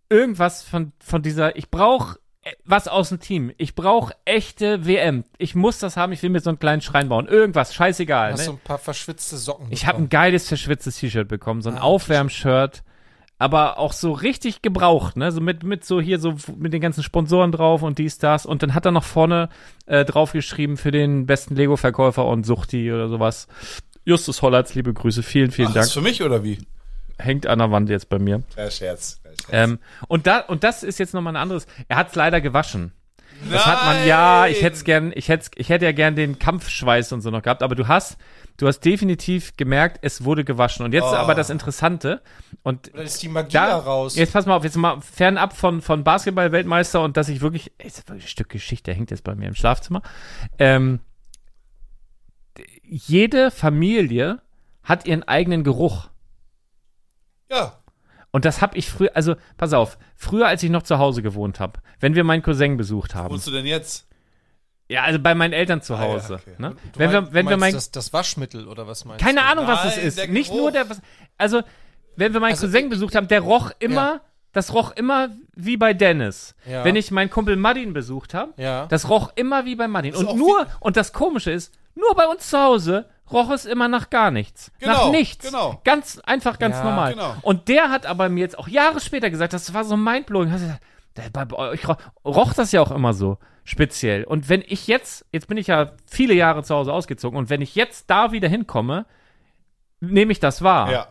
C: irgendwas von, von dieser, ich brauch äh, was aus dem Team. Ich brauch echte WM. Ich muss das haben, ich will mir so einen kleinen Schrein bauen. Irgendwas, scheißegal.
E: Hast
C: Ne?
E: du ein paar verschwitzte Socken?
C: Ich habe ein
E: bekommen.
C: geiles verschwitztes T-Shirt bekommen, so ein Aufwärmshirt, aber auch so richtig gebraucht, ne? So mit mit so hier so f- mit den ganzen Sponsoren drauf und dies das und dann hat er noch vorne äh, draufgeschrieben für den besten Lego Verkäufer und Suchti oder sowas. Justus Hollatz, liebe Grüße, vielen vielen
D: Ach,
C: Dank.
D: das ist für mich oder wie?
C: hängt an der Wand jetzt bei mir.
D: Der Scherz. Der Scherz.
C: Ähm, und, da, und das ist jetzt nochmal ein anderes. Er hat es leider gewaschen. Das hat man, ja, ich hätte gern, ich hätte, ich hätte ja gern den Kampfschweiß und so noch gehabt, aber du hast, du hast definitiv gemerkt, es wurde gewaschen. Und jetzt ist aber das Interessante, und
E: Dann ist die Magie
C: da,
E: Oh. da, raus.
C: jetzt pass mal auf, jetzt mal fernab von, von Basketball-Weltmeister und dass ich wirklich, ey, das ist wirklich ein Stück Geschichte, hängt jetzt bei mir im Schlafzimmer. Ähm, d- jede Familie hat ihren eigenen Geruch.
D: ja.
C: Und das habe ich früher, also pass auf, früher als ich noch zu Hause gewohnt habe, wenn wir meinen Cousin besucht haben.
D: Wohnst du denn jetzt?
C: Ja, also bei meinen Eltern zu Hause.
D: okay.
C: ne?
E: Ah Du
C: Wenn
E: mein-
C: wir, wenn
E: du
C: wir mein,
E: meinst das, das Waschmittel oder was meinst
C: keine
E: du?
C: Ahnung, was es
D: Nein,
C: ist.
D: der
C: Nicht nur
D: Geruch.
C: der, was, also wenn wir meinen
E: Also,
C: Cousin
E: ich-
C: besucht haben, der roch immer, das roch immer wie bei Dennis.
E: Ja.
C: Wenn ich meinen Kumpel Martin besucht habe,
E: Ja.
C: das roch immer wie bei Martin.
D: auch
C: Und nur, und das Komische ist, nur bei uns zu Hause roch es immer nach gar nichts.
D: Genau,
C: nach nichts.
D: genau.
C: Ganz einfach, ganz
E: Ja,
C: normal.
D: genau.
C: Und der hat aber mir jetzt auch Jahre später gesagt, das war so mindblowing. Hast du gesagt, da- Bei bei euch roch, roch das ja auch immer so speziell. Und wenn ich jetzt, jetzt bin ich ja viele Jahre zu Hause ausgezogen, und wenn ich jetzt da wieder hinkomme, nehme ich das wahr.
D: Ja.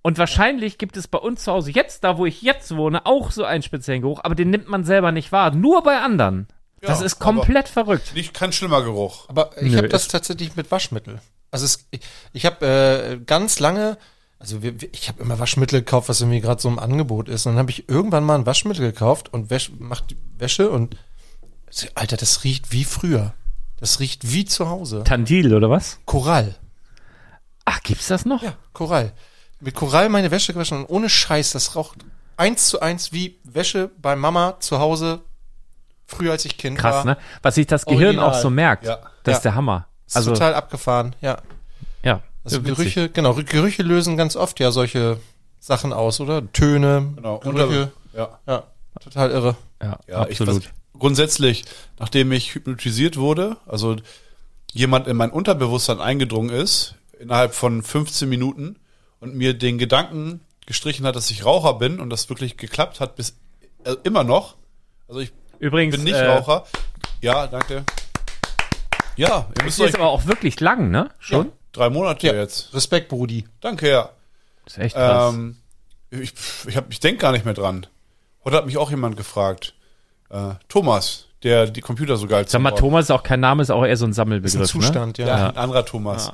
C: Und wahrscheinlich gibt es bei uns zu Hause jetzt, da wo ich jetzt wohne, auch so einen speziellen Geruch, aber den nimmt man selber nicht wahr, nur bei anderen. das
D: Ja,
C: ist komplett verrückt.
D: Nicht kein schlimmer Geruch.
E: Aber ich
C: Nö,
E: habe das
C: ist-
E: tatsächlich mit Waschmittel. Also es, ich, ich habe äh, ganz lange, also wir, wir- ich habe immer Waschmittel gekauft, was irgendwie gerade so im Angebot ist. Und dann habe ich irgendwann mal ein Waschmittel gekauft und Wäsch, macht Wäsche und also, Alter, das riecht wie früher. Das riecht wie zu Hause.
C: Tandil oder was?
E: Korall.
C: Ach, gibt's das noch?
E: Ja, Korall. Mit Korall meine Wäsche gewaschen und ohne Scheiß, das raucht eins zu eins wie Wäsche bei Mama zu Hause, früher als ich Kind war.
C: Krass, ne? Was sich das
E: Original.
C: Gehirn auch so merkt.
D: Ja.
C: Das
E: Ja.
C: ist der Hammer.
E: Ist
C: Also,
E: total abgefahren, ja.
C: ja.
E: Also
C: witzig.
E: Gerüche, genau, Rü- Gerüche lösen ganz oft ja solche Sachen aus, oder? Töne,
D: Genau.
E: Gerüche.
D: ja.
E: Ja, total irre.
C: Ja,
D: Ja,
C: absolut.
D: Ich, weiß- grundsätzlich, nachdem ich hypnotisiert wurde, also jemand in mein Unterbewusstsein eingedrungen ist, innerhalb von 15 Minuten und mir den Gedanken gestrichen hat, dass ich Raucher bin und das wirklich geklappt hat, bis äh, immer noch. Also ich
C: Übrigens,
D: bin nicht
C: äh,
D: Raucher. Ja, danke. Ja, ihr müsst
C: Das ist
D: euch
C: aber auch wirklich lang, ne? Schon?
D: drei Monate
E: Ja.
D: jetzt.
E: Respekt, Brudi.
D: Danke, ja.
C: Das ist echt krass.
D: Ähm, ich pff, ich, hab- ich denke gar nicht mehr dran. Heute hat mich auch jemand gefragt. Äh, Thomas, der die Computer so geil
C: Sag mal, Thomas ist auch kein Name, ist auch eher so ein Sammelbegriff. ne?
E: Ein Zustand, ja.
D: Ja, ein anderer Thomas.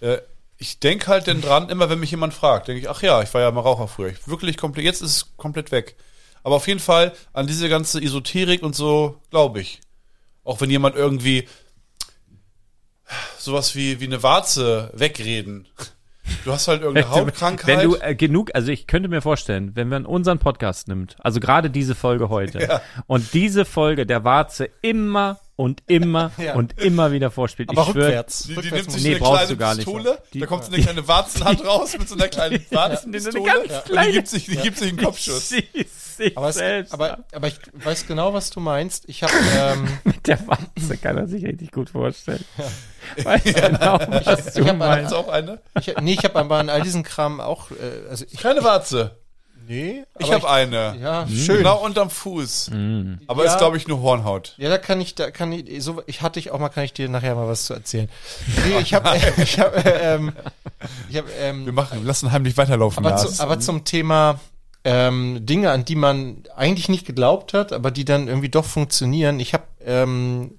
D: Äh, ich denke halt denn dran, immer wenn mich jemand fragt, denke ich, ach ja, ich war ja mal Raucher früher. Ich wirklich komplett, jetzt ist es komplett weg. Aber auf jeden Fall an diese ganze Esoterik und so glaube ich. Auch wenn jemand irgendwie sowas wie, wie eine Warze wegreden. Du hast halt
C: ne?
D: irgendeine Hautkrankheit.
C: Wenn du äh, genug, also ich könnte mir vorstellen, wenn man unseren Podcast nimmt, also gerade diese Folge heute und diese Folge der Warze immer und immer
E: Ja.
C: und immer wieder vorspielt.
E: Aber
C: ich schwör,
E: rückwärts.
D: Die, die
E: rückwärts
D: nimmt sich
C: Nee,
D: eine
C: brauchst
D: kleine
C: du gar nicht.
D: Pistole,
C: Die-
D: da kommt so eine kleine Warzenhand raus mit so einer kleinen
C: So
D: Warzenpistole.
C: eine ganz
D: und die
C: kleine-
D: gibt sich, die gibt sich einen Kopfschuss.
C: Sie ist sich
E: aber, es,
C: selbst ne?
E: aber, aber ich weiß genau, was du meinst. Ich habe ähm,
C: mit der Warze kann er sich richtig gut vorstellen. Weiß genau, was du
E: ich hab mal-
C: meinst.
D: Ist auch eine?
E: ich, nee, ich habe aber an all diesen Kram auch, äh, also ich,
D: Keine Warze.
E: nee,
D: Ich
E: aber
D: habe eine.
E: ja,
C: Hm.
D: Schön.
E: schön.
D: Genau unterm Fuß. Aber
E: Ja.
D: ist, glaube ich, nur Hornhaut.
E: Ja, da kann ich, da kann ich, so, ich hatte ich auch mal, kann ich dir nachher mal was zu erzählen. Nee, ich habe, ich habe, ähm, ich habe, ähm,
D: Wir machen, lassen heimlich weiterlaufen,
E: Aber,
D: Lars.
E: zu, aber zum Thema ähm, Dinge, an die man eigentlich nicht geglaubt hat, aber die dann irgendwie doch funktionieren. Ich habe ähm,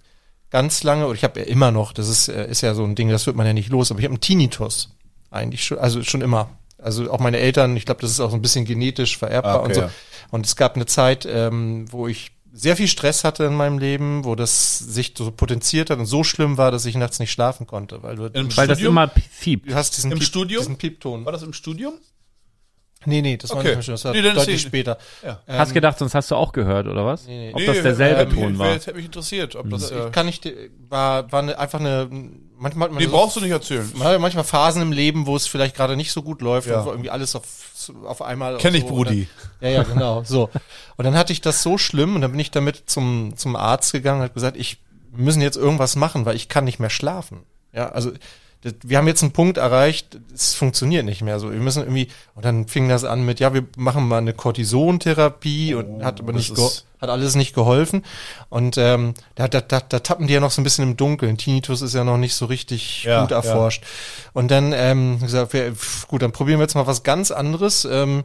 E: ganz lange, oder ich habe ja immer noch, das ist, äh, ist ja so ein Ding, das wird man ja nicht los, aber ich habe einen Tinnitus eigentlich schon, also schon immer. Also auch meine Eltern, ich glaube, das ist auch so ein bisschen genetisch vererbbar
D: Ah, okay,
E: und so.
D: ja.
E: Und es gab eine Zeit, ähm, wo ich sehr viel Stress hatte in meinem Leben, wo das sich so potenziert hat und so schlimm war, dass ich nachts nicht schlafen konnte, weil du,
D: Im
C: Weil das
D: Studium?
C: immer fiebt.
E: du hast diesen,
D: Im Studium?
E: diesen Piepton.
D: War das im Studium?
E: Nee, nee, das war
D: Okay.
E: nicht mehr schön. Das war
D: Nee, dann ist
E: deutlich
D: die-
E: später. Ähm,
D: Ja.
C: Hast gedacht, sonst hast du auch gehört, oder was?
E: Nee, ähm, nee.
C: Ob das derselbe
D: hätte mich-
C: Ton war.
D: äh,
C: Hm.
D: Hätte mich interessiert. Ob das,
E: Ich
D: äh,
E: kann nicht, war, war eine, einfach eine, manchmal hat man
D: nee,
E: so-
D: brauchst du nicht erzählen.
E: man hat ja manchmal Phasen im Leben, wo es vielleicht gerade nicht so gut läuft
D: Ja.
E: und wo irgendwie alles auf, auf einmal.
D: Kenn
E: und
D: ich,
E: so,
D: Brudi.
E: Oder, ja, ja, genau. So. Und dann hatte ich das so schlimm und dann bin ich damit zum, zum Arzt gegangen und habe gesagt, ich wir müssen jetzt irgendwas machen, weil ich kann nicht mehr schlafen. Ja, also das, wir haben jetzt einen Punkt erreicht, es funktioniert nicht mehr so. Wir müssen irgendwie, und dann fing das an mit, ja, wir machen mal eine Cortisontherapie und hat aber nicht,
D: Oh, ist-
E: geho- hat alles nicht geholfen. Und ähm, da, da, da, da tappen die ja noch so ein bisschen im Dunkeln. Tinnitus ist ja noch nicht so richtig
D: Ja,
E: gut
D: ja.
E: erforscht. Und dann ähm, gesagt, wir, pf, gut, dann probieren wir jetzt mal was ganz anderes. Ähm,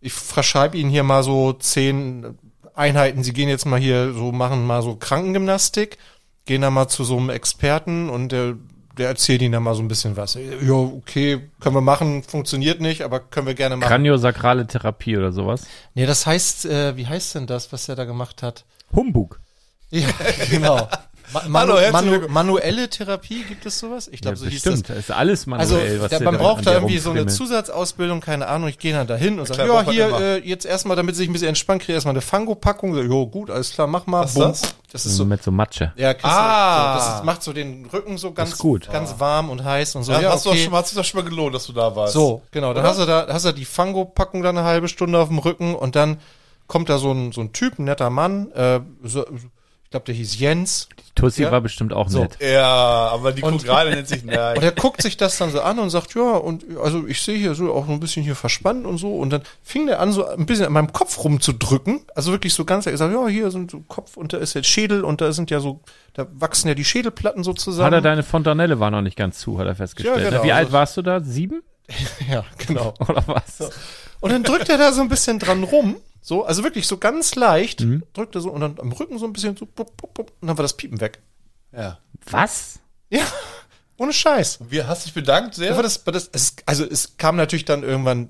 E: ich verschreibe Ihnen hier mal so zehn Einheiten. Sie gehen jetzt mal hier so, machen mal so Krankengymnastik, gehen dann mal zu so einem Experten und der, der erzählt Ihnen dann mal so ein bisschen was. Ja, okay, können wir machen, funktioniert nicht, aber können wir gerne machen.
C: Kraniosakrale Therapie oder sowas.
E: nee, das heißt, äh, wie heißt denn das, was er da gemacht hat?
C: Humbug.
E: Ja, genau. Ma- Manu
D: Hallo, herzlich
E: Manu
D: willkommen.
E: manuelle Therapie, gibt es sowas? Ich glaube, so Also hieß das.
C: bestimmt. ist alles
E: Also
C: manuell, was
E: da,
C: der
E: man
C: da an
E: braucht da
C: dir
E: irgendwie so eine
C: rumfriemelt.
E: Zusatzausbildung, keine Ahnung. Ich gehe dann da hin und sage,
D: klar,
E: ja,
D: braucht man
E: hier,
D: immer.
E: äh, jetzt erstmal, damit sie sich ein bisschen entspannen, kriege ich erstmal eine Fango-Packung. So, Jo, gut, alles klar, mach mal.
D: Was ist
E: Bumm.
D: das? Hm.
E: das ist so.
C: Mit so Matsche.
E: Ja, kriegst du-
D: Ah.
E: so, das ist, macht so den Rücken so ganz,
C: ist gut.
E: ganz warm und heiß und so.
D: Ja,
E: Ja,
D: hast du
E: okay.
D: doch schon, hat sich doch schon mal gelohnt, dass du da warst.
E: So, genau. Dann hast du da, hast du die Fango-Packung dann eine halbe Stunde auf dem Rücken und dann kommt da so ein, so ein Typ, ein netter Mann, äh, so, ich glaube, der hieß Jens.
C: Tussi
E: Ja.
C: war bestimmt auch nett.
D: Ja, aber die
E: Und-
D: Kograde nennt sich,
E: Und
D: nein.
E: er guckt sich das dann so an und sagt, ja, und also ich sehe hier so auch so ein bisschen hier verspannt und so. Und dann fing der an, so ein bisschen an meinem Kopf rumzudrücken. Also wirklich so ganz, er sagt, ja, hier sind so Kopf und da ist jetzt Schädel und da sind ja so, da wachsen ja die Schädelplatten
C: Hat
E: sozusagen.
C: er deine Fontanelle war noch nicht ganz zu, hat er festgestellt.
E: Ja,
C: ne?
E: genau.
C: Wie alt warst du da? Sieben
E: ja, genau.
C: oder was?
E: Und dann drückt er da so ein bisschen dran rum. So, also wirklich so ganz leicht,
C: Mhm.
E: drückt er so und dann am Rücken so ein bisschen so, bup, bup, bup, und dann war das Piepen weg.
D: Ja.
C: Was?
E: Ja, ohne Scheiß.
D: Wir, hast dich bedankt sehr?
E: Ja. Aber das, aber das, es, also es kam natürlich dann irgendwann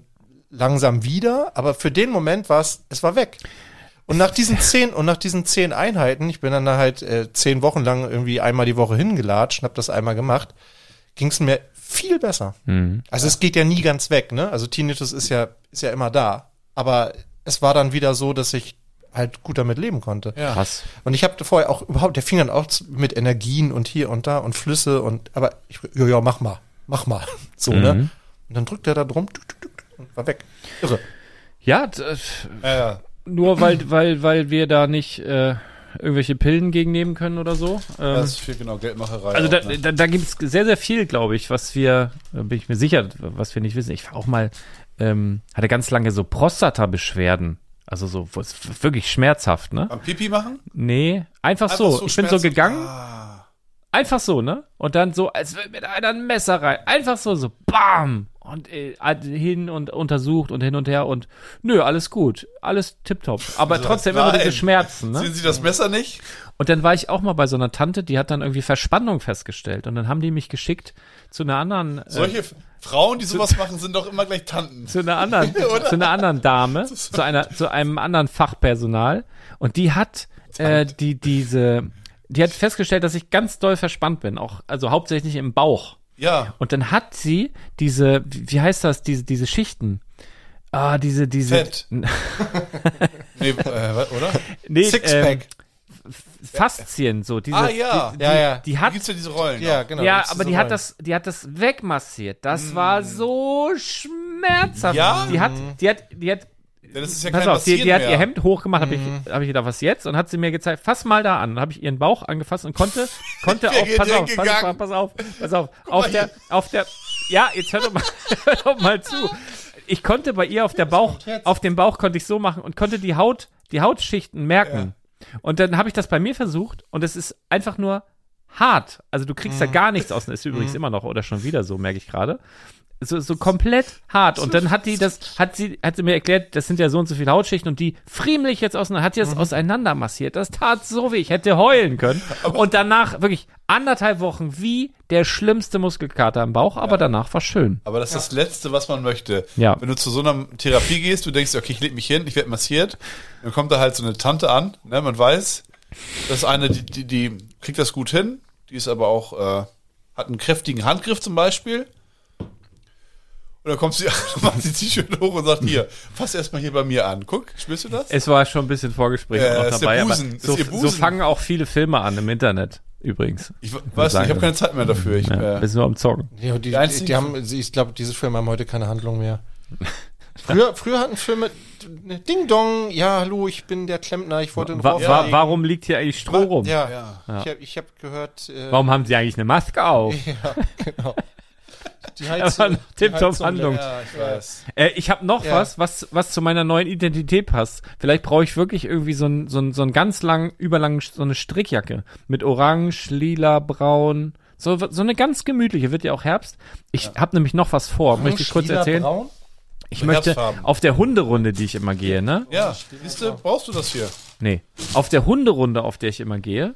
E: langsam wieder, aber für den Moment war es, es war weg. Und nach diesen zehn und nach diesen zehn Einheiten, ich bin dann da halt äh, zehn Wochen lang irgendwie einmal die Woche hingelatscht, und hab das einmal gemacht, ging es mir viel besser.
D: Mhm.
E: Also es geht ja nie ganz weg, ne? Also Tinnitus ist ja ist ja immer da, aber es war dann wieder so, dass ich halt gut damit leben konnte.
D: Ja.
C: Krass.
E: Und ich habe vorher auch überhaupt, der fing dann auch zu- mit Energien und hier und da und Flüsse und, aber ich, ja, ja, mach mal, mach mal. So,
C: Mhm.
E: ne? Und dann drückt er da drum tuk, tuk, tuk, und war weg. Irre.
C: Ja, das,
D: Ja, ja.
C: nur weil, weil, weil wir da nicht äh, irgendwelche Pillen gegen nehmen können oder so. Ähm,
D: Das ist viel, genau, Geldmacherei.
C: Also
D: auch,
C: da,
D: ne?
C: da, da gibt es sehr, sehr viel, glaube ich, was wir, da bin ich mir sicher, was wir nicht wissen. Ich war auch mal, ähm, hatte ganz lange so Prostata-Beschwerden. Also so, wo es wirklich schmerzhaft, ne?
D: Am Pipi machen?
C: Nee, einfach,
D: Einfach
C: so.
D: so
C: Ich bin so
D: schmerzhaft.
C: gegangen.
D: Ah,
C: Einfach so, ne? Und dann so, als würde mir da einer ein Messer rein. Einfach so, so, bam! Und äh, hin und untersucht und hin und her und nö, alles gut. Alles tipptopp. Aber trotzdem immer
D: nein.
C: diese Schmerzen, ne?
D: Sehen Sie das Messer nicht?
C: Und dann war ich auch mal bei so einer Tante, die hat dann irgendwie Verspannung festgestellt. Und dann haben die mich geschickt zu einer anderen, äh,
D: Solche F- Frauen, die sowas machen, sind doch immer gleich Tanten.
C: zu einer anderen, zu einer anderen Dame, zu einer, zu einem anderen Fachpersonal. Und die hat, äh, die, diese, die hat festgestellt, dass ich ganz doll verspannt bin. Auch, also hauptsächlich im Bauch.
D: Ja.
C: Und dann hat sie diese, wie heißt das, diese, diese Schichten. Ah, diese, diese.
D: Fett. Nee, äh, wa- oder?
C: Nee, ähm,
E: Sixpack.
C: Faszien, so diese.
D: Ah, ja.
C: Die, die,
E: Ja, ja.
C: die
D: Da
C: hat
D: gibt's ja diese Rollen.
E: ja, genau.
C: Ja,
E: das ist
C: aber
E: so
C: die hat
E: rein.
C: das, die hat das wegmassiert. Das war so schmerzhaft.
D: Ja?
C: Die hat, die hat, die hat,
D: Denn das ist ja
C: pass
D: kein
C: auf, die, die
D: Passieren
C: hat
D: mehr. Mhm.
C: ihr Hemd hochgemacht, habe ich, hab ich gedacht, was jetzt? Und hat sie mir gezeigt, fass mal da an. Dann habe ich ihren Bauch angefasst und konnte, konnte
D: bin
C: auch, pass auf, pass,
D: hingegangen.
C: auf, pass auf, pass auf, auf der, auf der, ja, jetzt hör doch mal, hör doch mal zu. Ich konnte bei ihr auf der Bauch, auf dem Bauch konnte ich so machen und konnte die Haut, die Hautschichten merken. Und dann habe ich das bei mir versucht und es ist einfach nur hart. Also du kriegst da
D: Mhm.
C: gar nichts aus. Das ist übrigens immer noch oder schon wieder so, merke ich gerade. So, so komplett hart. Und dann hat die das, hat sie, hat sie mir erklärt, das sind ja so und so viele Hautschichten und die friemlich jetzt auseinander, hat sie das auseinander massiert. Das tat so weh, ich hätte heulen können. und danach wirklich anderthalb Wochen wie der schlimmste Muskelkater im Bauch, aber danach war schön.
D: Aber das ist das Letzte, was man möchte.
C: Ja.
D: Wenn du zu so einer Therapie gehst, du denkst, okay, ich leg mich hin, ich werde massiert, dann kommt da halt so eine Tante an, ne, man weiß, das ist eine, die, die, die kriegt das gut hin, die ist aber auch, äh, hat einen kräftigen Handgriff zum Beispiel. Und dann kommt sie an, macht sie die schön hoch und sagt, hier, fass erstmal hier bei mir an. Guck, spürst du das?
C: Es war schon ein bisschen Vorgespräch
D: Äh,
C: noch
D: ist der
C: dabei, aber
D: Busen, ist
C: so,
D: ihr
C: so
D: Busen.
C: fangen auch viele Filme an im Internet übrigens.
D: Ich weiß nicht, ich habe keine Zeit mehr dafür. Ich,
C: Ja,
D: äh,
C: bist nur am Zocken.
E: Ja, die,
D: Die
E: die,
D: einzigen-
E: die haben, sie- ich glaube, diese Filme haben heute keine Handlung mehr. Früher, früher hatten Filme ne, Ding Dong, ja, hallo, ich bin der Klempner, ich wollte einen
C: Wa
E: Rohr
C: wa
E: legen.
C: warum liegt hier eigentlich Stroh rum?
E: Ja,
D: Ja.
E: ich habe ich hab gehört, äh,
C: Warum haben sie eigentlich eine Maske auf?
E: ja, genau. Die
C: Aber noch tipptopp
E: Heizung-
C: Handlung.
E: Ja, ich weiß.
C: Äh, ich habe noch
E: Ja.
C: was, was, was zu meiner neuen Identität passt. Vielleicht brauche ich wirklich irgendwie so ein so ein so ein ganz lang, überlangen, so eine Strickjacke mit orange, lila, braun. So, so eine ganz gemütliche, wird ja auch Herbst. Ich hab habe nämlich noch was vor, möchte ich kurz
E: Lila,
C: erzählen.
E: Braun?
C: Ich möchte
D: Herbstfarben.
C: auf der Hunderunde, die ich immer gehe, ne?
D: Ja, siehst du, brauchst du das hier?
C: Nee, auf der Hunderunde, auf der ich immer gehe,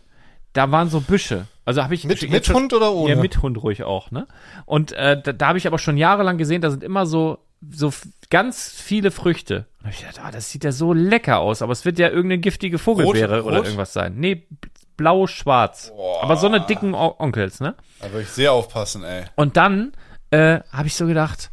C: da waren so Büsche. Also habe ich
E: Mit,
C: jetzt
E: mit
C: schon-
E: Hund oder ohne?
C: Ja, mit Hund ruhig auch, ne? Und äh, da, da habe ich aber schon jahrelang gesehen, da sind immer so, so f- ganz viele Früchte. Und da hab ich gedacht, ah, das sieht ja so lecker aus, aber es wird ja irgendeine giftige Vogelbeere
D: Rot?
C: oder
D: Rot?
C: irgendwas sein. Nee, b- blau-schwarz. Aber so eine dicken O- Onkels, ne?
D: Da würde ich sehr aufpassen, ey.
C: Und dann äh, habe ich so gedacht,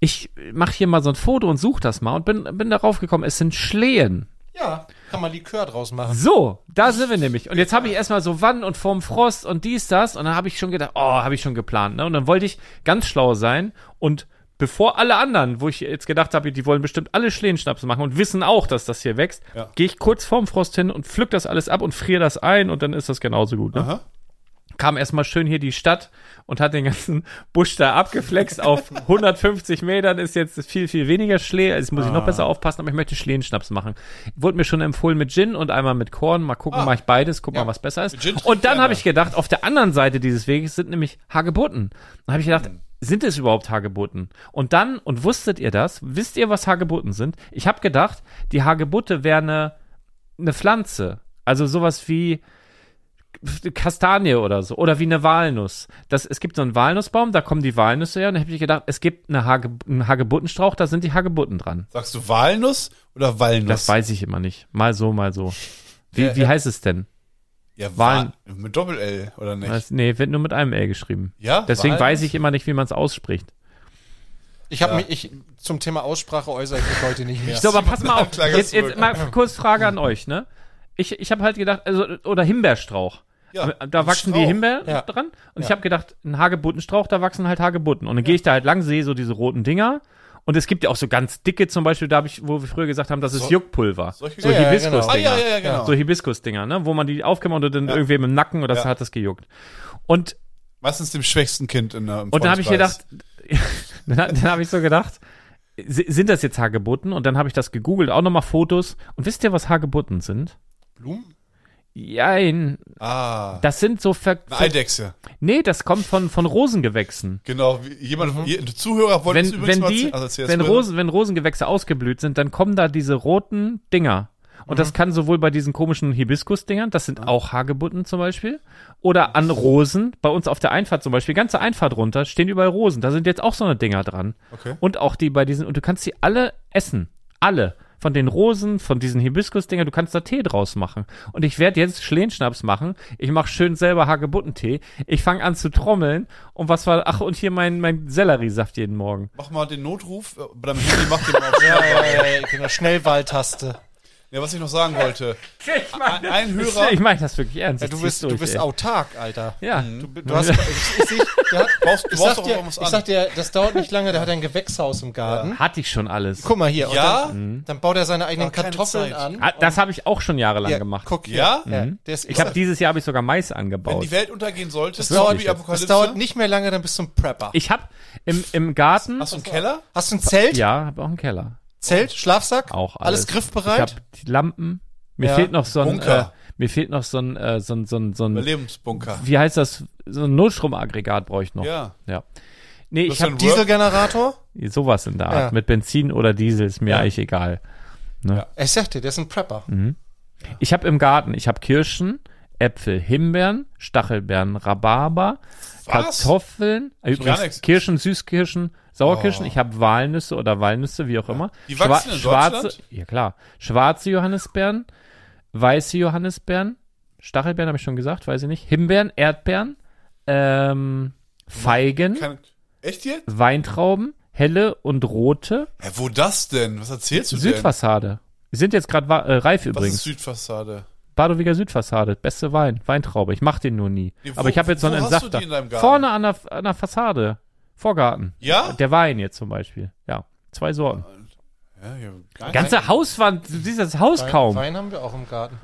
C: ich mache hier mal so ein Foto und suche das mal und bin, bin darauf gekommen, es sind Schlehen.
E: Ja, kann man Likör draus machen.
C: So, da sind wir nämlich. Und jetzt habe ich erstmal so wann und vorm Frost und dies, das. Und dann habe ich schon gedacht, oh, habe ich schon geplant. Ne? Und dann wollte ich ganz schlau sein. Und bevor alle anderen, wo ich jetzt gedacht habe, die wollen bestimmt alle Schlehenschnaps machen und wissen auch, dass das hier wächst,
D: Ja.
C: gehe ich kurz vorm Frost hin und pflück das alles ab und friere das ein und dann ist das genauso gut. Ne?
D: Aha.
C: kam erstmal schön hier die Stadt und hat den ganzen Busch da abgeflext auf 150 Metern ist jetzt viel, viel weniger Schlee. Jetzt muss ich
D: Ah.
C: noch besser aufpassen, aber ich möchte Schlehenschnaps machen. Wurde mir schon empfohlen mit Gin und einmal mit Korn. Mal gucken, mache ich beides, guck mal, was besser ist.
D: Ah. Mit Gin trinkt
C: Und dann
D: keiner.
C: habe ich gedacht, auf der anderen Seite dieses Weges sind nämlich Hagebutten. Dann habe ich gedacht,
D: Hm.
C: sind es überhaupt Hagebutten? Und dann, und wusstet ihr das? Wisst ihr, was Hagebutten sind? Ich habe gedacht, die Hagebutte wäre eine eine Pflanze. Also sowas wie Kastanie oder so. Oder wie eine Walnuss. Das, es gibt so einen Walnussbaum, da kommen die Walnüsse her. Und da habe ich gedacht, es gibt eine Hage, einen Hagebuttenstrauch, da sind die Hagebutten dran.
D: Sagst du Walnuss oder Walnuss?
C: Das weiß ich immer nicht. Mal so, mal so. Wie,
D: Ja,
C: wie
D: ja.
C: heißt es denn?
D: ja,
C: Wal-
D: Wal mit Doppel-L, oder nicht?
C: Das, nee, wird nur mit einem L geschrieben.
D: Ja,
C: Deswegen
D: Walnuss?
C: weiß ich immer nicht, wie man es ausspricht.
E: Ich habe mich, ich, zum Thema Aussprache äußere ich mich heute nicht mehr.
C: So, aber pass mal auf.
D: Klar,
C: Jetzt,
D: ganz
C: jetzt
D: gut.
C: mal kurz Frage an euch, ne? Ich, ich habe halt gedacht, also, oder Himbeerstrauch.
D: Ja,
C: äh, da
D: ein
C: wachsen die
D: Strauch.
C: Himbeeren
E: Ja.
C: dran. Und ich habe gedacht, ein Hagebuttenstrauch, da wachsen halt Hagebutten. Und dann gehe ich da halt lang, sehe so diese roten Dinger. Und es gibt ja auch so ganz dicke, zum Beispiel, da habe ich, wo wir früher gesagt haben, das ist Juckpulver. So
D: solche- Ja,
E: ja,
C: Hibiskus-Dinger.
E: genau.
D: Ah, ja, ja, ja, genau.
C: So Hibiskus-Dinger, ne? Wo man die aufgemacht und dann irgendwem im Nacken oder das
D: Ja.
C: hat das gejuckt. Und
D: Meistens dem schwächsten Kind in der im
C: und dann habe ich
D: Freundeskreis.
C: gedacht, dann, hab- dann habe ich so gedacht, si- sind das jetzt Hagebutten? Und dann habe ich das gegoogelt, auch nochmal Fotos. Und wisst ihr, was Hagebutten sind?
E: Blumen?
C: Jein,
D: Ah,
C: das sind so ver
D: eine Eidechse.
C: Nee, das kommt von, von Rosengewächsen.
D: Genau, wie- jemand, je- ein Zuhörer wollte es
C: Wenn,
D: übrigens
C: wenn
D: mal
C: die,
D: erzäh- also erzähl
C: wenn,
D: es bitte.
C: Rosen, wenn Rosengewächse ausgeblüht sind, dann kommen da diese roten Dinger. Und das kann sowohl bei diesen komischen Hibiskus-Dingern, das sind auch Hagebutten zum Beispiel, oder an Rosen, bei uns auf der Einfahrt zum Beispiel, ganze Einfahrt runter, stehen überall Rosen, da sind jetzt auch so eine Dinger dran.
D: Okay.
C: Und auch die bei diesen, und du kannst die alle essen, alle. Von den Rosen, von diesen Hibiskus-Dinger, du kannst da Tee draus machen. Und ich werde jetzt Schlehenschnaps machen. Ich mache schön selber Hagebuttentee. Ich fange an zu trommeln. Und was war, ach, und hier mein, mein Selleriesaft jeden Morgen.
D: Mach mal den Notruf, äh, bei deinem Handy mach den mal auf
E: Ja, ja,
D: Schnellwahl.
E: ja, ja, genau. Schnellwahltaste.
D: Ja, was ich noch sagen wollte.
C: Ich
D: Ein, ein
C: Ich,
D: Hörer,
C: meine das wirklich ernst.
E: Ja,
C: Ich
E: du
C: zieh's
E: bist, du
C: durch,
E: bist
C: ey.
E: autark, Alter.
C: Ja.
E: Du, du hast, ich, ich, ich, der hat,
D: brauchst, du
E: ich,
D: brauchst
E: sag
D: doch
E: dir,
D: irgendwas
E: ich sag
D: an.
E: dir, das dauert nicht lange, der hat ein Gewächshaus im Garten.
C: Hatte ich schon alles.
E: Guck mal hier. und
D: Ja?
E: Dann, dann baut er seine eigenen
D: War keine
E: Kartoffeln
D: Zeit.
E: an.
C: Ah, Das habe ich auch schon jahrelang
E: Ja,
C: gemacht.
E: Guck hier.
D: Ja?
E: ja der ist,
C: Ich habe dieses Jahr habe ich sogar Mais
D: Wenn
C: angebaut.
D: die Welt untergehen sollte, das
C: dauert-
E: das dauert nicht mehr lange, dann bist du ein Prepper.
C: Ich habe im, im Garten,
D: Hast du einen Keller?
E: Hast du ein Zelt?
C: ja, habe auch einen Keller.
E: Zelt, Schlafsack?
C: Auch alles.
E: alles. griffbereit?
C: Ich hab die Lampen. Mir
E: Ja.
C: fehlt noch so ein, äh,
D: Bunker.
C: mir fehlt noch so ein, äh, so ein, so ein, so ein
D: Überlebensbunker.
C: wie heißt das? So ein Notstromaggregat brauche ich noch.
D: Ja.
C: ja. Nee,
D: Das
C: ich
D: ist
C: habe
D: ein Work-
E: Dieselgenerator?
C: sowas in der Art.
E: Ja.
C: Mit Benzin oder Diesel ist mir eigentlich egal.
E: Ich sag dir, der ist ein Prepper.
C: Ich habe im Garten, ich habe Kirschen, Äpfel, Himbeeren, Stachelbeeren, Rhabarber,
D: Was?
C: Kartoffeln, äh,
D: nix.
C: übrigens Kirschen, Süßkirschen, Sauerkirschen. Ich habe Walnüsse oder Walnüsse, wie auch immer.
D: Oh. Die wachsen in
C: schwarze,
D: Deutschland?
C: ja klar, schwarze Johannisbeeren, weiße Johannisbeeren, Stachelbeeren habe ich schon gesagt, weiß ich nicht, Himbeeren, Erdbeeren, ähm, Feigen,
D: Kein, echt jetzt?
C: Weintrauben, helle und rote,
D: Hä, wo das denn? Was erzählst du denn?
C: Südfassade. Die sind jetzt gerade wa- äh, reif
D: Was ist
C: übrigens.
D: Südfassade?
C: Badowiger Südfassade, beste Wein, Weintraube. Ich mach den nur nie.
D: Nee, wo-
C: Aber ich habe jetzt so einen
D: wo hast du
C: Entsafter.
D: die in deinem Garten?
C: Vorne an der, an der Fassade. Vorgarten.
D: Ja?
C: Der Wein jetzt zum Beispiel. Ja. Zwei Sorten.
D: Ja, ja, gar nicht.
C: Ganze Hauswand, du siehst das Haus
E: Wein,
C: kaum.
E: Wein haben wir auch im Garten.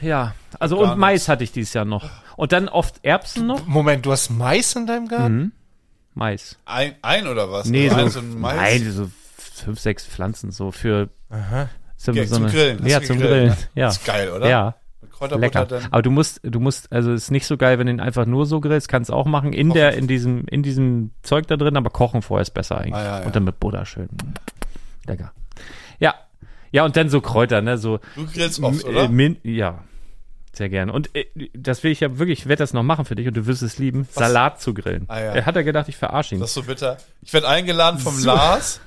C: Ja. Also
D: Gar
C: und Mais hatte ich dieses Jahr noch. Und dann oft Erbsen noch.
E: Moment, du hast Mais in deinem Garten?
C: Mais.
D: Ein, ein oder was?
C: Nee,
D: Oder
C: so,
D: ein, so ein Mais?
C: nein, so fünf, sechs Pflanzen so für so,
D: Ja,
C: so
D: zum
C: eine-
D: Grillen.
C: Ja,
D: Hast du
C: zum
D: gegrillt,
C: Grillen.
D: ne?
C: Ja.
D: Ist geil, oder?
C: Ja.
D: Mit Kräuterbutter
C: Lecker.
D: dann.
C: Aber du musst, du musst, also ist nicht so geil, wenn du ihn einfach nur so grillst, kannst du auch machen, in der, in diesem, in diesem Zeug da drin, aber kochen vorher ist besser eigentlich.
D: Ah, ja, ja.
C: Und dann mit Butter schön. Lecker. Ja. Ja, und dann so Kräuter, ne, so.
D: Du grillst oft,
C: M-
D: oder?
C: äh, Min ja. Sehr gern. Und äh, das will ich ja wirklich, ich werde das noch machen für dich und du wirst es lieben, Salat zu grillen.
D: Ah, ja.
C: Er hat ja gedacht, ich verarsche ihn.
D: Das ist so bitter. Ich werde eingeladen vom Lars.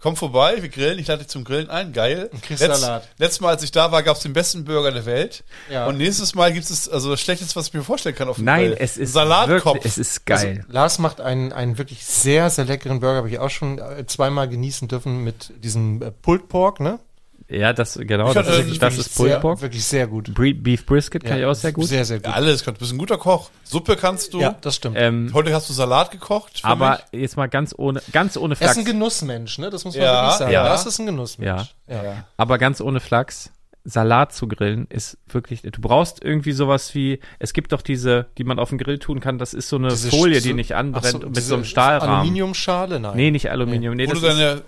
D: Komm vorbei, wir grillen. Ich lade dich zum Grillen ein. Geil.
E: kriegst
D: Letzt-
E: Salat.
D: Letztes Mal, als ich da war, gab es den besten Burger der Welt.
E: Ja.
D: Und nächstes Mal gibt es also das Schlechteste, was ich mir vorstellen kann auf dem
C: Nein,
D: Grill.
C: es ist
D: Salatkopf. Also
C: Wirklich, es ist geil.
E: Lars macht einen, einen wirklich sehr, sehr leckeren Burger, habe ich auch schon äh, zweimal genießen dürfen mit diesem äh, Pulled Pork, ne?
C: ja, das genau,
D: Ich
C: das,
D: hatte-
C: ist- das ist Pulled
E: sehr,
C: Pork.
E: Wirklich sehr gut.
C: Bre- Beef Brisket kann ich auch sehr gut.
E: Sehr, sehr
D: ja,
E: gut.
D: alles. Du bist ein guter Koch. Suppe kannst du.
E: Ja, das stimmt.
C: ähm,
D: Heute hast du Salat gekocht. für
C: aber
D: mich.
C: jetzt mal ganz ohne, ganz ohne
E: er ist
C: Flachs.
E: ein Genussmensch, ne? Das muss man
D: Ja.
E: wirklich sagen.
C: Ja.
E: Lars ist ein Genussmensch. Ja.
C: Aber ganz ohne Flachs, Salat zu grillen ist wirklich, du brauchst irgendwie sowas wie, es gibt doch diese, die man auf den Grill tun kann, das ist so eine
E: Diese
C: Folie,
E: Sch-
C: die nicht anbrennt,
E: Ach
C: mit
E: diese
C: so einem Stahlrahmen.
E: Aluminiumschale? Nein.
C: Nee, nicht Aluminium. Nee,
D: Wo
C: das
D: du
C: ist,
D: deine,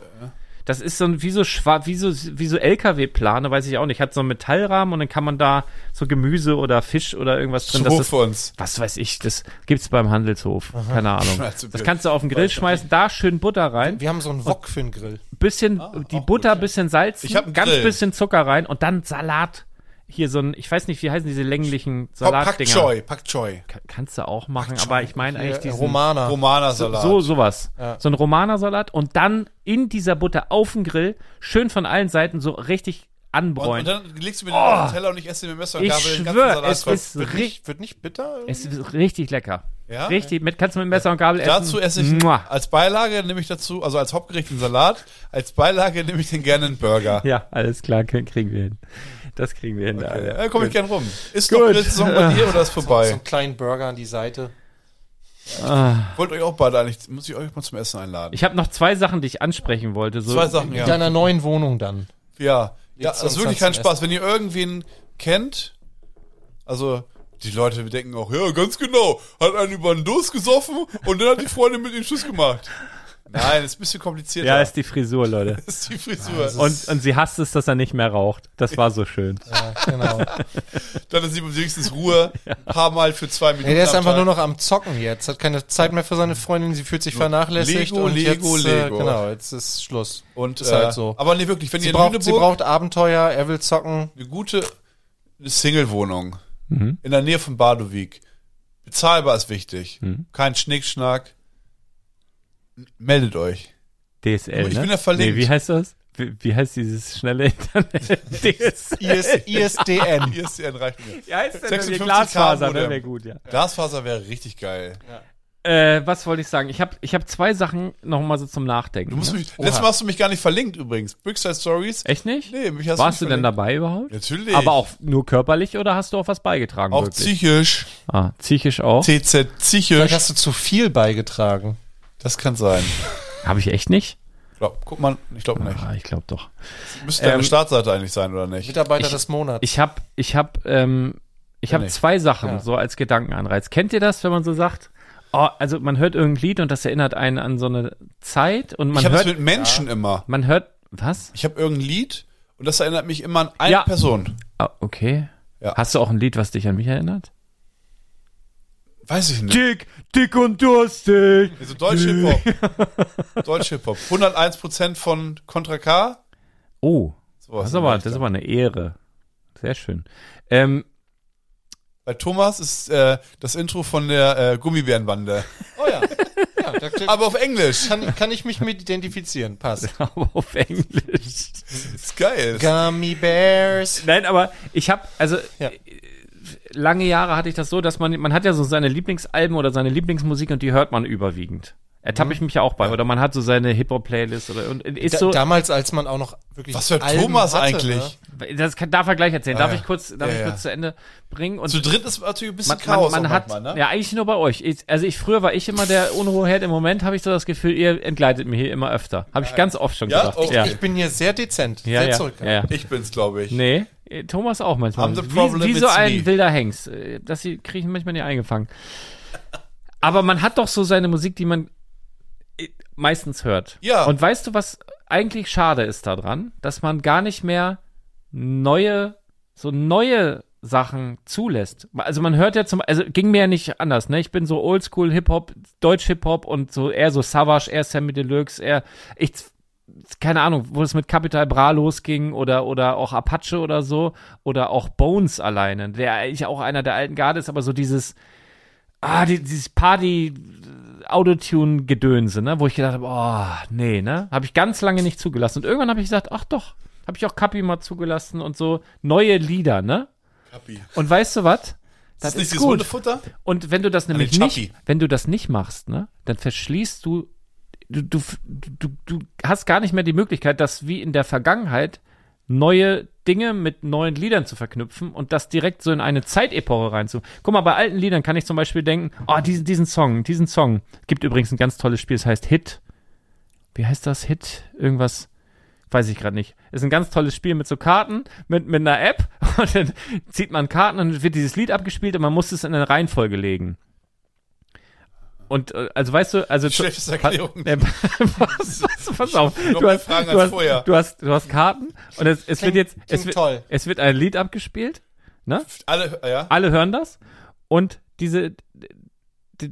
C: das ist so ein, wie so, schwa- wie so, wie so LKW-Plane, weiß ich auch nicht. Hat so einen Metallrahmen und dann kann man da so Gemüse oder Fisch oder irgendwas drin.
D: zu
C: Das
D: hoch
C: ist,
D: für uns.
C: was weiß ich, das gibt's beim Handelshof. Keine Ahnung.
D: Also,
C: Das kannst du auf den Grill schmeißen, da schön Butter rein,
E: Wir haben so einen Wok für den Grill.
C: bisschen
D: Ah,
C: die Butter, bisschen Salz,
D: Ich hab einen
C: ganz
D: Grill.
C: bisschen Zucker rein und dann Salat. Hier so ein, ich weiß nicht, wie heißen diese länglichen
D: Oh, Pak
C: Salatdinger.
D: Choi, Pak Choi.
C: Ka- Kannst du auch machen, aber ich meine eigentlich
E: Äh,
C: diesen
E: Romana.
D: Romanersalat.
C: Ah. so sowas. So ein Romanersalat und dann in dieser Butter auf den Grill schön von allen Seiten so richtig
D: und, und
C: anbräunen.
D: dann legst du mir den auf den Teller und ich esse den mit Messer und
C: Oh. Ich
D: Gabel den ganzen
C: schwör,
D: Salat.
C: es
D: drauf.
C: ist
E: Wird
C: richtig
E: nicht, wird nicht bitter?
C: es ist richtig lecker.
D: Ja?
C: Richtig, mit, kannst du mit Messer und Gabel essen.
D: Dazu esse ich
C: Mua.
D: als Beilage nehme ich dazu, also als Hauptgericht den Salat, als Beilage nehme ich den gerne einen Burger.
C: Ja, alles klar, k- kriegen wir hin. Das kriegen wir hin. Alter.
D: Ja, komme ich gern rum. Ist doch letzte Saison bei dir oder ist
E: So
D: vorbei?
E: einen kleinen Burger an die Seite.
D: Wollt euch auch beide eigentlich, muss ich euch mal zum Essen einladen.
C: Ich habe noch zwei Sachen, die ich ansprechen wollte. So,
D: Zwei Sachen,
E: In
D: ja.
E: deiner neuen Wohnung dann.
D: Ja, ja
E: Jetzt
D: das ist
E: zum
D: wirklich kein
E: Essen.
D: Spaß. Wenn ihr irgendwen kennt, also die Leute denken auch, ja, ganz genau, hat einen über den Durst gesoffen und dann hat die Freundin mit ihm Schluss gemacht. Nein, ist ein bisschen komplizierter.
C: Ja, ist die Frisur, Leute.
D: ist die Frisur.
C: Und, und sie hasst es, dass er nicht mehr raucht. Das war so schön.
E: Genau.
D: dann ist sie wenigstens Ruhe, ein paar Mal für zwei Minuten.
E: Nee, der ist
D: am
E: einfach
D: Tag.
E: nur noch am Zocken jetzt. Hat keine Zeit mehr für seine Freundin. Sie fühlt sich vernachlässigt.
D: Lego,
E: und
D: Lego,
E: jetzt,
D: Lego.
E: Äh, genau, jetzt ist Schluss.
D: Und
E: Ist
D: äh,
E: halt so.
D: Aber nee, wirklich, wenn
E: Sie
D: ihr in
E: braucht, sie
D: Lüneburg
E: braucht Abenteuer, er will zocken.
D: eine gute Single-Wohnung
C: Mhm.
D: in der Nähe von Badowik, bezahlbar ist wichtig,
C: Mhm.
D: kein Schnickschnack, N- meldet euch.
C: DSL.
D: Oh, ich
C: ne?
D: bin ja verlinkt.
C: Nee, wie heißt das? Wie, wie heißt dieses schnelle Internet? DSL.
E: IS, ISDN.
D: Hier ist die Einreichung.
C: Wie heißt denn
D: 56
C: das? Glasfaser,
D: Kabelmodem.
C: ne? Wäre gut, ja.
D: Glasfaser wäre richtig geil.
C: Äh, was wollte ich sagen? Ich habe ich hab zwei Sachen nochmal so zum Nachdenken.
D: Du musst
C: ne?
D: mich, letztes Mal hast du mich gar nicht verlinkt übrigens. Brickside Stories.
C: Echt nicht?
D: Nee, mich hast
C: Warst du
D: nicht
C: denn
D: verlinkt.
C: dabei überhaupt?
D: Natürlich.
C: Aber auch nur körperlich oder hast du auch was beigetragen?
D: Auch
C: wirklich?
D: psychisch.
C: Ah, psychisch auch?
D: TZ
E: Vielleicht
D: psychisch.
E: hast du zu viel beigetragen.
D: Das kann sein.
C: Habe ich echt nicht?
D: Glaub, guck mal, ich glaube nicht.
C: Ah, ich glaube doch.
D: Müsste deine
C: Ähm,
D: Startseite eigentlich sein, oder nicht?
E: Mitarbeiter
C: Ich-
E: des Monats.
C: Ich habe ich hab, ähm, ich hab
D: nicht.
C: zwei Sachen so als Gedankenanreiz. Kennt ihr das, wenn man so sagt? Oh, also man hört irgendein Lied und das erinnert einen an so eine Zeit und man
D: ich habe das
C: hört,
D: mit Menschen immer.
C: man hört, was?
D: Ich habe irgendein Lied und das erinnert mich immer an eine
C: Ja.
D: Person.
C: Ah, okay.
D: Ja.
C: Hast du auch ein Lied, was dich an mich erinnert?
D: Weiß ich nicht.
C: Dick, dick und durstig.
D: Also Deutsch Hip-Hop. Deutsch Hip-Hop. 101% von Contra K.
C: Oh,
D: Sowas
C: das ist, aber,
D: in der
C: das ist
D: Richtung.
C: aber eine Ehre. Sehr schön. Ähm,
D: Bei Thomas ist äh, das Intro von der äh, Gummibärenbande.
E: oh ja. ja da, da
D: Aber auf Englisch.
E: kann, kann ich mich mit identifizieren. Passt.
C: aber auf Englisch.
D: Ist geil.
E: Gummy Bears.
C: Nein, aber ich habe, also
E: Ja.
C: lange Jahre hatte ich das so, dass man, man hat ja so seine Lieblingsalben oder seine Lieblingsmusik und die hört man überwiegend. Ertappe
D: Mhm.
C: ich mich ja auch bei. Oder man hat so seine Hip-Hop-Playlist oder und ist
E: Da,
C: so.
E: damals, als man auch noch wirklich.
D: Was hört
E: Alben
D: Thomas
E: hatte,
D: eigentlich?
E: Ne?
C: das kann, darf er gleich erzählen. darf
D: Ah, ja.
C: ich kurz, darf
D: Ja,
C: ich
D: ja.
C: kurz zu Ende bringen? Und
D: Zu dritt ist natürlich ein bisschen
C: man, man,
D: Chaos.
C: man
D: auch
C: hat,
D: manchmal, ne?
C: ja, eigentlich nur bei euch. Ich, also ich, früher war ich immer der Unruheherd. Im Moment habe ich so das Gefühl, ihr entgleitet mir hier immer öfter. Habe ich ganz oft schon
D: Äh, Ja?
C: gedacht.
D: Oh,
C: ja.
E: Ich bin hier sehr dezent.
C: ja,
E: sehr
C: ja, ja,
E: zurückhaltend.
C: ja.
D: Ich bin's, glaube ich.
C: Nee, äh, Thomas auch manchmal.
D: I'm the problem,
C: wie, wie so
D: it's
C: ein
D: me.
C: wilder Hengst. Äh, Das sie- kriege ich manchmal nicht eingefangen. Aber man hat doch so seine Musik, die man äh, meistens hört.
D: Ja.
C: Und weißt du, was eigentlich schade ist daran? Dass man gar nicht mehr neue, so neue Sachen zulässt. Also man hört ja zum, also ging mir ja nicht anders, ne? Ich bin so oldschool Hip-Hop, Deutsch Hip-Hop und so eher so Savage, eher Sammy Deluxe, eher, ich, keine Ahnung, wo es mit Capital Bra losging oder, oder auch Apache oder so oder auch Bones alleine, der eigentlich auch einer der alten Garde ist, aber so dieses, ah, die, dieses Party, Autotune-Gedönse, ne? wo ich gedacht habe, oh, nee, ne? Habe ich ganz lange nicht zugelassen. Und irgendwann habe ich gesagt, ach doch, habe ich auch Kapi mal zugelassen und so neue Lieder, ne?
D: Kapi.
C: Und weißt du was?
D: Das
C: Das
D: ist nicht
C: ist
D: dieses
C: gut.
D: Hundefutter?
C: Und wenn du das nämlich
D: den
C: nicht,
D: Chappi.
C: wenn du das nicht machst, ne, dann verschließt du, du, du, du, du hast gar nicht mehr die Möglichkeit, das wie in der Vergangenheit neue Dinge mit neuen Liedern zu verknüpfen und das direkt so in eine Zeitepoche reinzu. Guck mal, bei alten Liedern kann ich zum Beispiel denken, oh, diesen, diesen Song, diesen Song. Gibt übrigens ein ganz tolles Spiel, es heißt Hit. Wie heißt das? Hit? Irgendwas? Weiß ich gerade nicht. Ist ein ganz tolles Spiel mit so Karten, mit, mit einer App. Und dann zieht man Karten und wird dieses Lied abgespielt und man muss es in eine Reihenfolge legen. Und äh, also weißt du, also
D: Schlechteste Erklärung.
C: Nee, pass, pass, pass auf.
D: noch
C: Du
D: mehr
C: hast,
D: Fragen
C: du,
D: als
C: hast,
D: vorher.
C: du, hast, du hast Karten und es, es wird
E: Klingt-
C: jetzt es
E: klingt
C: wird,
E: toll.
C: es wird ein Lied abgespielt.
D: Alle, ja.
C: Alle hören das und diese d- d-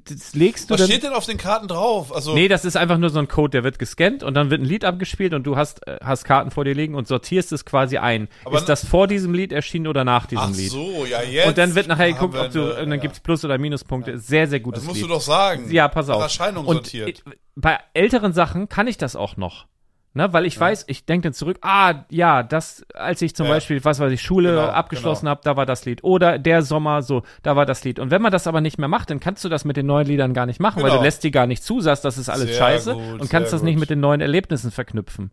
C: das legst du
D: Was
C: dann
D: steht denn auf den Karten drauf? Also,
C: Nee, das ist einfach nur so ein Code, der wird gescannt und dann wird ein Lied abgespielt und du hast, äh, hast Karten vor dir liegen und sortierst es quasi ein.
D: Aber-
C: ist das vor diesem Lied erschienen oder nach diesem
D: ach
C: Lied?
D: so, ja, jetzt.
C: und dann wird nachher geguckt,
D: haben
C: ob du,
D: wir eine-
C: und dann gibt's Plus- oder Minuspunkte. Sehr, sehr gutes
D: Das musst
C: Lied.
D: du doch sagen.
C: Ja, pass
D: Nach
C: auf.
D: Erscheinung
C: und
D: sortiert.
C: i- Bei älteren Sachen kann ich das auch noch. Ne, weil ich weiß, ich denke dann zurück, ah ja, das, als ich zum
D: Ja.
C: Beispiel, was weiß ich, Schule
D: Genau,
C: abgeschlossen habe, da war das Lied. Oder der Sommer, so, da war das Lied. Und wenn man das aber nicht mehr macht, dann kannst du das mit den neuen Liedern gar nicht machen, weil
D: Genau.
C: du lässt die gar nicht zu, sagst, das ist alles
D: Sehr
C: scheiße
D: gut,
C: und kannst
D: sehr
C: das nicht
D: gut.
C: mit den neuen Erlebnissen verknüpfen.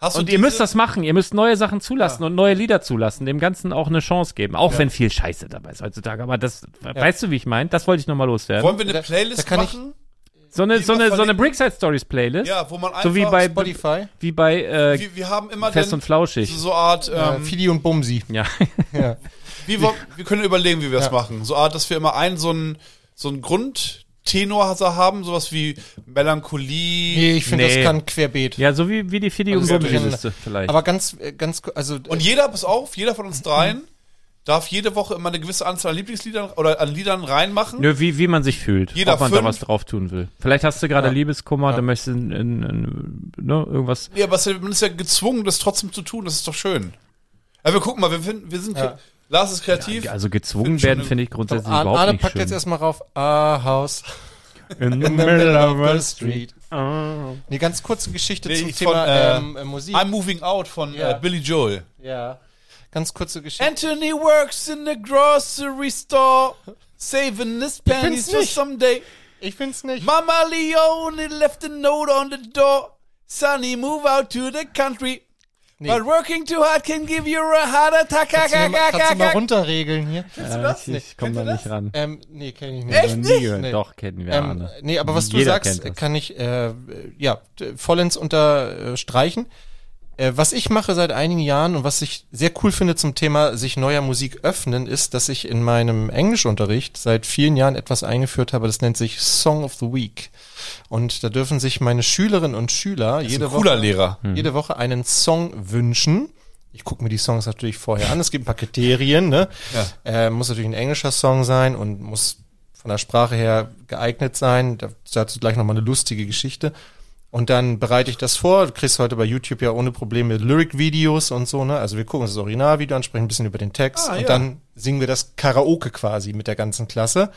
D: Hast du
C: Und ihr müsst
D: diese-
C: das machen, ihr müsst neue Sachen zulassen und neue Lieder zulassen, dem Ganzen auch eine Chance geben, auch wenn viel Scheiße dabei ist heutzutage. Aber das, weißt du, wie ich meine? Das wollte ich nochmal loswerden.
D: Wollen wir eine
E: Da-
D: Playlist
E: da kann ich-
D: machen?
C: So eine,
D: Die
C: so
D: noch
C: eine, so eine
D: verlinken.
C: Brickside Stories Playlist.
D: ja, wo man einfach.
C: so wie bei,
E: Spotify,
C: wie bei äh,
D: Wir, wir haben immer
C: Fest
D: den-
C: und Flauschig.
D: so Art.
E: äh,
D: Ähm,
E: Fidi und Bumsi.
C: Ja.
D: wie wir, wir können überlegen, wie wir es machen. So Art, dass wir immer einen so einen, so einen Grundtenor also haben, sowas wie Melancholie.
E: Nee, ich finde,
C: Nee.
E: das kann querbeet.
C: ja, so wie, wie die Fiddy und
E: Also
C: Bumsi
E: sehr
C: Liste vielleicht.
E: Aber ganz, äh, ganz, ku- also
D: Und jeder, pass auf, jeder von uns dreien darf jede Woche immer eine gewisse Anzahl an Lieblingsliedern oder an Liedern reinmachen.
C: Nö, wie, wie man sich fühlt,
D: Jeder
C: ob man da
D: fünf.
C: was drauf tun will. Vielleicht hast du gerade Liebeskummer, dann möchtest du in, in, in, ne, irgendwas.
D: Ja, aber es ist ja- man ist ja gezwungen, das trotzdem zu tun. Das ist doch schön. Aber wir gucken mal, wir, finden, wir sind.
E: Ja.
D: Lars ist kreativ.
C: Also gezwungen
D: Find schon
C: werden,
D: eine-
C: finde ich grundsätzlich
E: Ar-
C: überhaupt
E: Arne
C: nicht
E: packt
C: schön.
E: jetzt erstmal rauf. Ah, House.
C: in the
E: middle of the
C: street.
E: street. Eine ganz kurze Geschichte
D: Nee,
E: zum
D: ich
E: Thema
D: von, äh,
E: ähm, äh, Musik.
D: I'm Moving Out von
E: Ja.
D: äh, Billy Joel.
E: ja. Ganz kurze Geschichte.
D: Anthony works in the grocery store, saving his pennies for
E: nicht.
D: someday.
E: ich find's nicht.
D: Mama Leone left a note on the door. Sonny, move out to the country. But working too hard can give you a heart attack.
E: Kannst du mir mal- kannst du mal runterregeln hier?
C: Ja, ich ich komme da nicht ran. Äh,
E: Ähm, nee, kenn ich nicht.
D: Echt
C: Nie
D: nicht?
C: gehört.
E: Nee.
C: Doch, kennen wir
E: Ähm,
C: Arne.
E: nee, aber was du
C: Jeder kennt
E: sagst,
C: das.
E: kann ich äh, ja d- vollends unterstreichen. Äh, was ich mache seit einigen Jahren und was ich sehr cool finde zum Thema sich neuer Musik öffnen, ist, dass ich in meinem Englischunterricht seit vielen Jahren etwas eingeführt habe, das nennt sich Song of the Week. Und da dürfen sich meine Schülerinnen und Schüler jede Woche
D: Lehrer.
C: Hm.
E: jede Woche einen Song wünschen. Ich gucke mir die Songs natürlich vorher an. Es gibt ein paar Kriterien. Ne? Äh, muss natürlich ein englischer Song sein und muss von der Sprache her geeignet sein. Da- Dazu gleich nochmal eine lustige Geschichte. Und dann bereite ich das vor. Du kriegst heute bei YouTube ja ohne Probleme Lyric-Videos und so. Ne? Also wir gucken uns das Originalvideo an, sprechen ein bisschen über den Text.
D: Ah,
E: und
D: ja.
E: dann singen wir das Karaoke quasi mit der ganzen Klasse.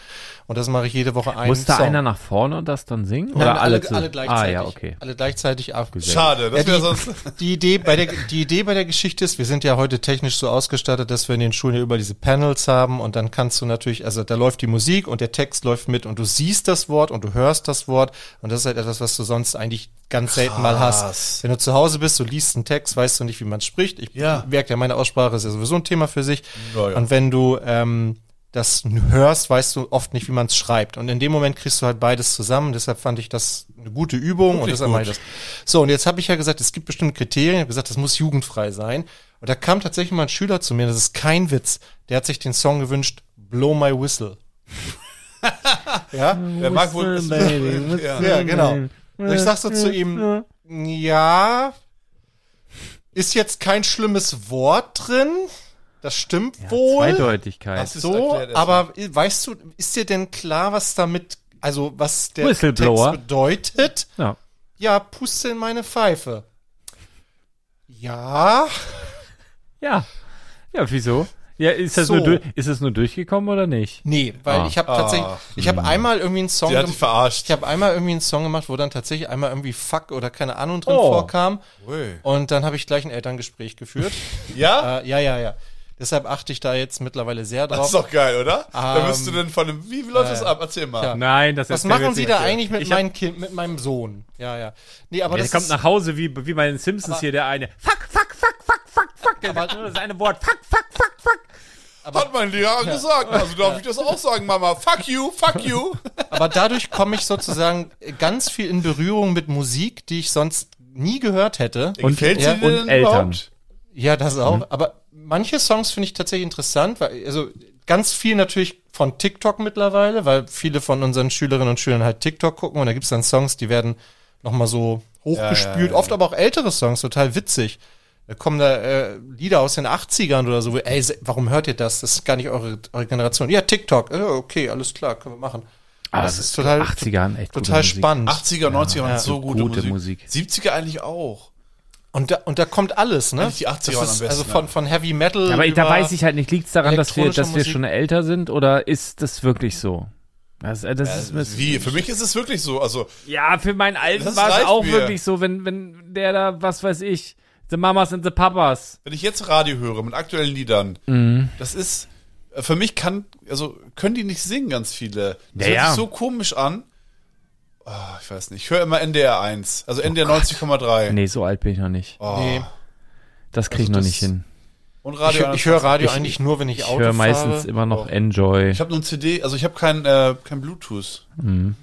E: Und das mache ich jede Woche einen
C: Muss da
E: Song.
C: einer nach vorne und das dann singen?
E: Nein,
C: Oder alle,
E: alle,
C: zu-
E: alle gleichzeitig.
C: Ah, ja, okay.
E: Alle gleichzeitig abgesetzt.
D: Schade, das
E: Ja, die-
D: wäre sonst.
E: Die Idee, bei der, die Idee bei der Geschichte ist, wir sind ja heute technisch so ausgestattet, dass wir in den Schulen ja über diese Panels haben und dann kannst du natürlich, also da läuft die Musik und der Text läuft mit und du siehst das Wort und du hörst das Wort und das ist halt etwas, was du sonst eigentlich ganz selten mal
D: Krass.
E: hast. Wenn du zu Hause bist, du liest einen Text, weißt du nicht, wie man spricht. Ich
D: Ja.
E: merke ja, meine Aussprache ist ja sowieso ein Thema für sich.
D: Ja, ja.
E: Und wenn du ähm, das hörst, weißt du oft nicht, wie man es schreibt. Und in dem Moment kriegst du halt beides zusammen. Deshalb fand ich das eine gute Übung und
D: Wirklich
E: deshalb mache ich das. So, und jetzt habe ich ja gesagt, es gibt bestimmte Kriterien. Ich habe gesagt, das muss jugendfrei sein. Und da kam tatsächlich mal ein Schüler zu mir, das ist kein Witz, der hat sich den Song gewünscht, Blow My Whistle. ja,
D: Wer mag wohl. ja.
E: ja, genau. Und ich sag so zu ihm, ja, ist jetzt kein schlimmes Wort drin, das stimmt wohl.
C: Zweideutigkeit.
D: Das ist
E: So,
D: erklärt erstmal.
E: aber weißt du, ist dir denn klar, was damit, also was der
C: Whistleblower.
E: Text bedeutet?
C: Ja.
E: Ja, puste in meine Pfeife. Ja,
C: ja. Ja, wieso? Ja, ist das,
E: So.
C: nur, durch, ist das nur durchgekommen oder nicht?
E: nee, weil
C: Ah. Hm.
E: ich habe tatsächlich, ich habe einmal irgendwie einen Song,
D: Sie hat
E: gem-
D: dich verarscht.
E: ich habe einmal irgendwie einen Song gemacht, wo dann tatsächlich einmal irgendwie Fuck oder keine Ahnung drin
C: Oh.
E: vorkam.
D: Ui.
E: Und dann habe ich gleich ein Elterngespräch geführt.
D: Ja?
E: äh, ja, ja, ja. Deshalb achte ich da jetzt mittlerweile sehr drauf.
D: Das ist doch geil, oder? da
E: Äh, Ähm,
D: wirst du denn von dem. Wie läuft das ab? Erzähl mal.
E: tja.
C: Nein, das
E: Was
C: ist der
E: machen
C: Witz
E: Sie
C: nicht.
E: da eigentlich mit
C: Ich hab-
E: meinem Kind, mit meinem Sohn? Ja, ja. Nee, aber
C: Ja, der
E: das
C: kommt
E: ist,
C: nach Hause wie, wie bei den Simpsons hier, der eine. Fuck, fuck, fuck, fuck, fuck, fuck. Der sagt nur das eine Wort. Fuck, fuck, fuck, fuck.
D: Hat mein Lehrer gesagt. Also darf ich das auch sagen, Mama. Fuck you, fuck you.
E: aber dadurch komme ich sozusagen ganz viel in Berührung mit Musik, die ich sonst nie gehört hätte.
C: Und-
D: Gefällt's
E: ja,
D: dir
C: und
D: denn
C: Eltern.
D: überhaupt?
E: Ja, das auch.
C: Mhm.
E: Aber manche Songs finde ich tatsächlich interessant, weil, also ganz viel natürlich von TikTok mittlerweile, weil viele von unseren Schülerinnen und Schülern halt TikTok gucken und da gibt es dann Songs, die werden nochmal so hochgespült, oft aber auch ältere Songs, total witzig. Da kommen da äh, Lieder aus den 80ern oder so, wo, ey, se- warum hört ihr das? Das ist gar nicht eure, eure Generation. Ja, TikTok, äh, okay, alles klar, können wir machen.
C: Ah,
E: das
C: das
E: ist
C: ist
E: total,
C: 80ern echt gute
E: total
C: Musik.
E: spannend.
D: 80er, 90er waren so gute,
C: gute
D: Musik.
C: Musik.
D: 70er eigentlich auch.
E: Und da, und da kommt alles, ne?
D: Eigentlich die 80er
E: Das
D: waren
E: ist
D: am besten,
E: also von,
D: ja.
E: von Heavy Metal.
C: Ja, aber da
E: über-
C: weiß ich halt nicht, liegt es daran, dass wir,
E: elektronische
C: dass wir
E: Musik.
C: schon älter sind oder ist das wirklich so? Das, äh, das ist, das
D: Wie? Für mich ist es wirklich so. Also,
C: ja, für meinen Alten
D: Das
C: war es
D: reicht
C: auch
D: mir.
C: wirklich so, wenn, wenn der da, was weiß ich, The Mamas and the Papas.
D: wenn ich jetzt Radio höre mit aktuellen Liedern,
C: Mhm.
D: das ist. äh, Für mich kann. Also, können die nicht singen, ganz viele. Das
C: Ja,
D: hört
C: ja.
D: sich so komisch an. Ah, ich weiß nicht. Ich höre immer NDR 1. Also NDR 90,3.
C: Nee, so alt bin ich noch nicht.
D: Oh.
E: Nee.
C: Das
E: Also
C: kriege ich noch
D: das-
C: nicht hin.
D: Und
E: Ich,
D: Radio
E: ich höre Radio
C: Ich-
E: eigentlich nur, wenn ich,
C: Ich
E: Auto
C: höre
E: fahre.
C: meistens immer noch Enjoy.
D: Oh. Ich habe nur ein CD, also ich habe kein, äh, kein Bluetooth.
C: Mhm.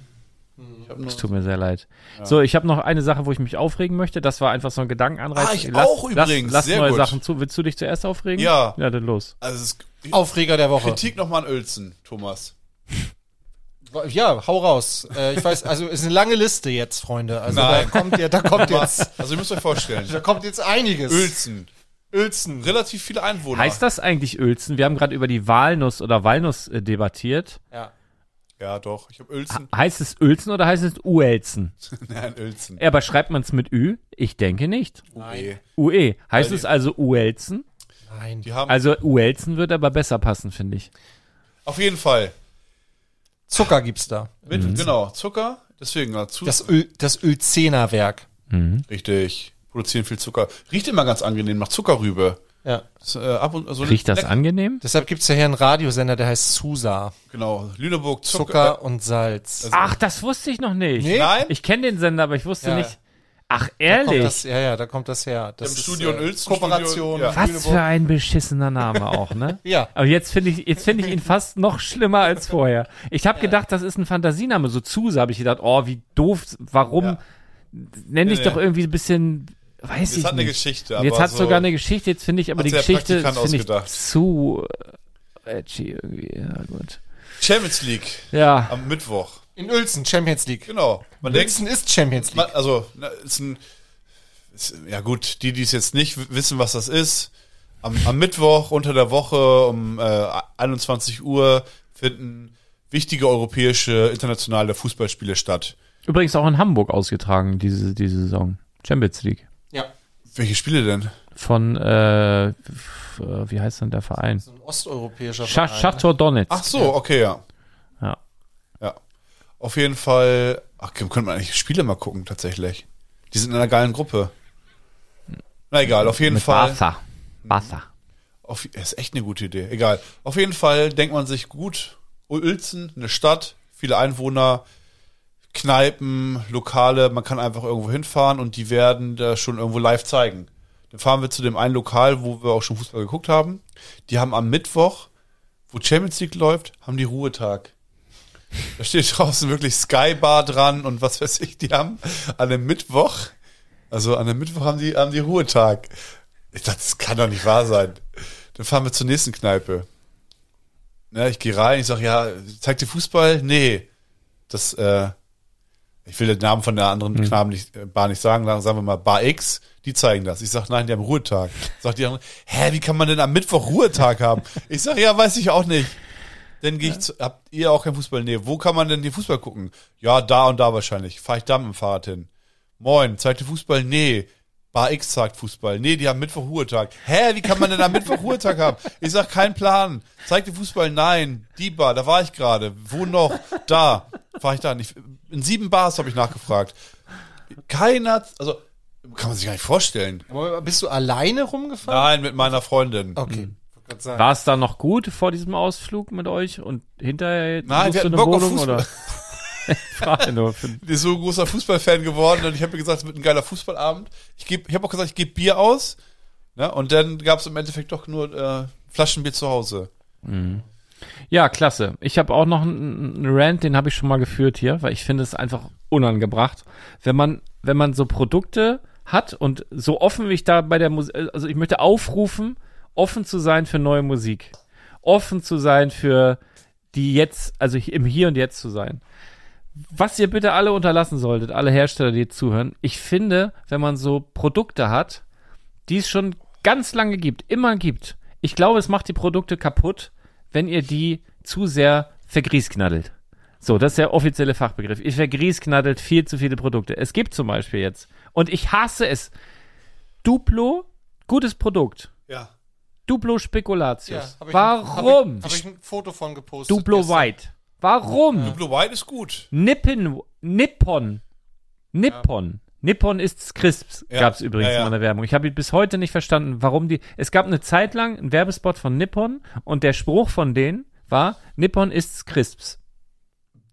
C: Es tut mir sehr leid. So, ich habe noch eine Sache, wo ich mich aufregen möchte. Das war einfach so ein Gedankenanreiz.
D: Ah, ich
C: lass,
D: auch übrigens.
C: Lass, lass
D: Sehr
C: neue
D: gut.
C: Sachen zu. Willst du dich zuerst aufregen?
D: Ja.
C: Ja, dann los.
D: Also es ist
E: Aufreger der Woche.
D: Kritik nochmal an Uelzen, Thomas.
E: Ja, hau raus. Äh, ich weiß, also ist eine lange Liste jetzt, Freunde. Also
D: Nein.
E: da kommt ja, da kommt jetzt,
D: Also ihr müsst euch vorstellen,
E: da kommt jetzt einiges.
D: Uelzen,
E: Uelzen.
D: relativ viele Einwohner.
C: Heißt das eigentlich Uelzen? Wir haben gerade über die Walnuss oder Walnuss äh, debattiert.
E: Ja.
D: Ja, doch. Ich habe Uelzen.
C: Heißt es Uelzen oder heißt es Uelzen?
D: Nein, Uelzen.
C: Ah.
D: Oh
C: Ja, aber schreibt man es mit Ü? Ich denke nicht.
D: Nein.
C: UE. Heißt es also Uelzen?
E: Nein.
D: Die haben
C: Also Uelzen wird aber besser passen, finde ich.
D: auf jeden Fall
E: Zucker gibt's da.
D: mit,
C: Mhm.
D: genau, Zucker, deswegen dazu.
E: Das Öl, das Ölzenerwerk.
D: richtig. Produzieren viel Zucker. Riecht immer ganz angenehm nach Zuckerrübe.
E: Ja.
D: Das, äh, ab und, also
C: Riecht das
D: leck-
C: angenehm?
E: Deshalb gibt's ja hier einen Radiosender, der heißt Susa.
D: Genau, Lüneburg Zucker. äh,
E: Zucker und Salz.
C: Ach, das wusste ich noch nicht.
E: Nee?
D: Nein,
C: Ich kenne den Sender, aber ich wusste
E: Ja.
C: nicht. Ach,
E: Da kommt
C: ehrlich?
E: das, ja, ja, da kommt das her. Das äh,
D: Im Studio in Uelzen, Studio,
E: Kooperation.
D: ja.
C: Was für ein beschissener Name auch, ne?
E: Ja.
C: Aber jetzt finde ich, jetzt finde ich ihn fast noch schlimmer als vorher. Ich habe gedacht, das ist ein Fantasiename. So Zuse habe ich gedacht, oh, wie doof, warum?
D: Ja.
C: Nenn ich
D: Nee,
C: doch
D: nee.
C: irgendwie ein bisschen, weiß
D: das
C: ich
D: hat eine
C: nicht.
D: Geschichte.
C: Und jetzt
D: aber
C: hat
D: so-
C: sogar eine Geschichte, jetzt finde ich aber
D: hat
C: die
D: der
C: Geschichte
D: Praktikant
C: finde ich
D: ausgedacht.
C: zu äh, edgy irgendwie. Ja, gut.
D: Champions League
C: Ja,
D: am Mittwoch.
E: In Uelzen, Champions League.
D: Genau. Man denkt,
E: Uelzen ist Champions League.
D: Ma- also, na, ist ein, ist, ja gut, die, die es jetzt nicht w- wissen, was das ist, am, am Mittwoch unter der Woche um äh, 21 Uhr finden wichtige europäische, internationale Fußballspiele statt.
C: übrigens auch in Hamburg ausgetragen diese, diese Saison. Champions League.
E: Ja.
D: Welche Spiele denn?
C: Von, äh, f- äh, wie heißt denn der Verein?
E: So ein osteuropäischer
C: Scha-
E: Verein.
C: Schachtor Donetsk.
D: ne? Ach so, okay, ja.
C: Ja.
D: Ja. Auf jeden Fall, ach, könnte man eigentlich Spiele mal gucken, tatsächlich. Die sind in einer geilen Gruppe. Na egal, auf jeden
C: Mit
D: Fall.
C: Barca. Barca.
D: Auf, ist echt eine gute Idee. Egal. Auf jeden Fall denkt man sich gut, Uelzen, eine Stadt, viele Einwohner, Kneipen, Lokale, man kann einfach irgendwo hinfahren und die werden da schon irgendwo live zeigen. Dann fahren wir zu dem einen Lokal, wo wir auch schon Fußball geguckt haben. Die haben am Mittwoch wo Champions League läuft, haben die Ruhetag. Da steht draußen wirklich Skybar dran und was weiß ich, die haben an einem Mittwoch, also an einem Mittwoch haben die, haben die Ruhetag. Ich dachte, das kann doch nicht wahr sein. Dann fahren wir zur nächsten Kneipe. Ja, ich gehe rein, ich sage, ja, zeigt ihr Fußball? Nee. Das, äh, ich will den Namen von der anderen Knaben nicht, äh, Bar nicht sagen, sagen sagen wir mal Bar X, die zeigen das. Ich sage, nein, die haben Ruhetag. Sagt die andere, hä, wie kann man denn am Mittwoch Ruhetag haben? Ich sage, ja, weiß ich auch nicht. Dann gehe ich zu, habt ihr auch kein Fußball? Nee, wo kann man denn den Fußball gucken? Ja, da und da wahrscheinlich. Fahre ich da mit dem Fahrrad hin. Moin, zeigt ihr Fußball? Nee. Bar X sagt Fußball. Nee, die haben Mittwoch Ruhetag. Hä, wie kann man denn am Mittwoch Ruhetag haben? Ich sag, kein Plan. Zeigt ihr Fußball? Nein. Die Bar, da war ich gerade. Wo noch? Da. War ich da nicht. In sieben Bars habe ich nachgefragt. Keiner, also, kann man sich gar nicht vorstellen.
E: Aber bist du alleine rumgefahren?
D: Nein, mit meiner Freundin.
E: Okay.
C: Hm.
E: Wollte grad sagen.
C: War es dann noch gut vor diesem Ausflug mit euch und hinterher jetzt
D: Nein, wir
C: suchst du
D: hatten
C: eine
D: Bock auf
C: Wohnung
D: Fußball.
C: oder? Ich Frage nur. für-
D: Die ist so ein großer Fußballfan geworden und ich habe mir gesagt, es wird ein geiler Fußballabend. Ich, geb- ich habe auch gesagt, ich gebe Bier aus. Ne? Und dann gab es im Endeffekt doch nur äh, Flaschenbier zu Hause.
C: Ja, klasse. Ich habe auch noch einen einen Rant, den habe ich schon mal geführt hier, weil ich finde es einfach unangebracht, wenn man wenn man so Produkte hat und so offen wie ich da bei der Musik, also ich möchte aufrufen, offen zu sein für neue Musik, offen zu sein für die jetzt, also im Hier und Jetzt zu sein. Was ihr bitte alle unterlassen solltet, alle Hersteller, die jetzt zuhören, ich finde, wenn man so Produkte hat, die es schon ganz lange gibt, immer gibt. Ich glaube, es macht die Produkte kaputt, wenn ihr die zu sehr vergrießknaddelt. So, das ist der offizielle Fachbegriff. Ihr vergrießknaddelt viel zu viele Produkte. Es gibt zum Beispiel jetzt, und ich hasse es, Duplo, gutes Produkt.
D: Ja.
C: Duplo Spekulatius.
E: hab ich-
C: Warum?
E: Hab ich, hab ich ein Foto von gepostet.
C: Duplo
E: gestern.
C: White. Warum?
D: Blue White ist gut.
C: Nippon. Nippon. Nippon. Nippon ist Crisps,
D: Ja.
C: gab es übrigens
D: Ja, ja.
C: in meiner Werbung. Ich habe bis heute nicht verstanden, warum die. Es gab eine Zeit lang einen Werbespot von Nippon und der Spruch von denen war: Nippon ist Crisps.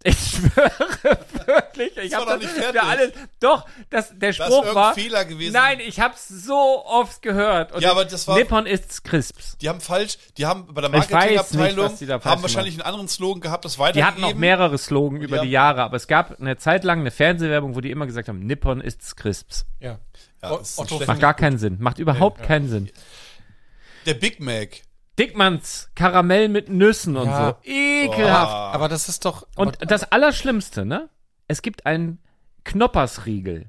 C: Ich schwöre wirklich, ich
D: Das war
C: habe
D: doch nicht fertig.
C: ja alles. Doch, das, der
D: Da ist
C: Spruch
D: irgendein
C: war.
D: Fehler gewesen.
C: Nein, ich habe es so oft gehört. Und
D: Ja, aber das war-
C: Nippon ist Crisps.
D: Die haben falsch, die haben bei der
C: Ich weiß nicht,
D: Marketingabteilung
C: was die da falsch
D: haben wahrscheinlich einen anderen Slogan gehabt, das
C: Die hatten
D: weitergegeben.
C: auch mehrere Slogan über
D: haben-
C: die Jahre, aber es gab eine Zeit lang eine Fernsehwerbung, wo die immer gesagt haben: Nippon ist Crisps.
E: Ja.
D: Ja,
E: O-
D: das ist ein
E: Otto
D: schlechtes-
C: Macht gar keinen Sinn. Macht überhaupt keinen Sinn.
D: Der Big Mac.
C: Dickmanns Karamell mit Nüssen und
E: Ja. Oh.
C: so. Ekelhaft.
E: Aber das ist doch.
C: Und das Allerschlimmste, ne? Es gibt einen Knoppersriegel.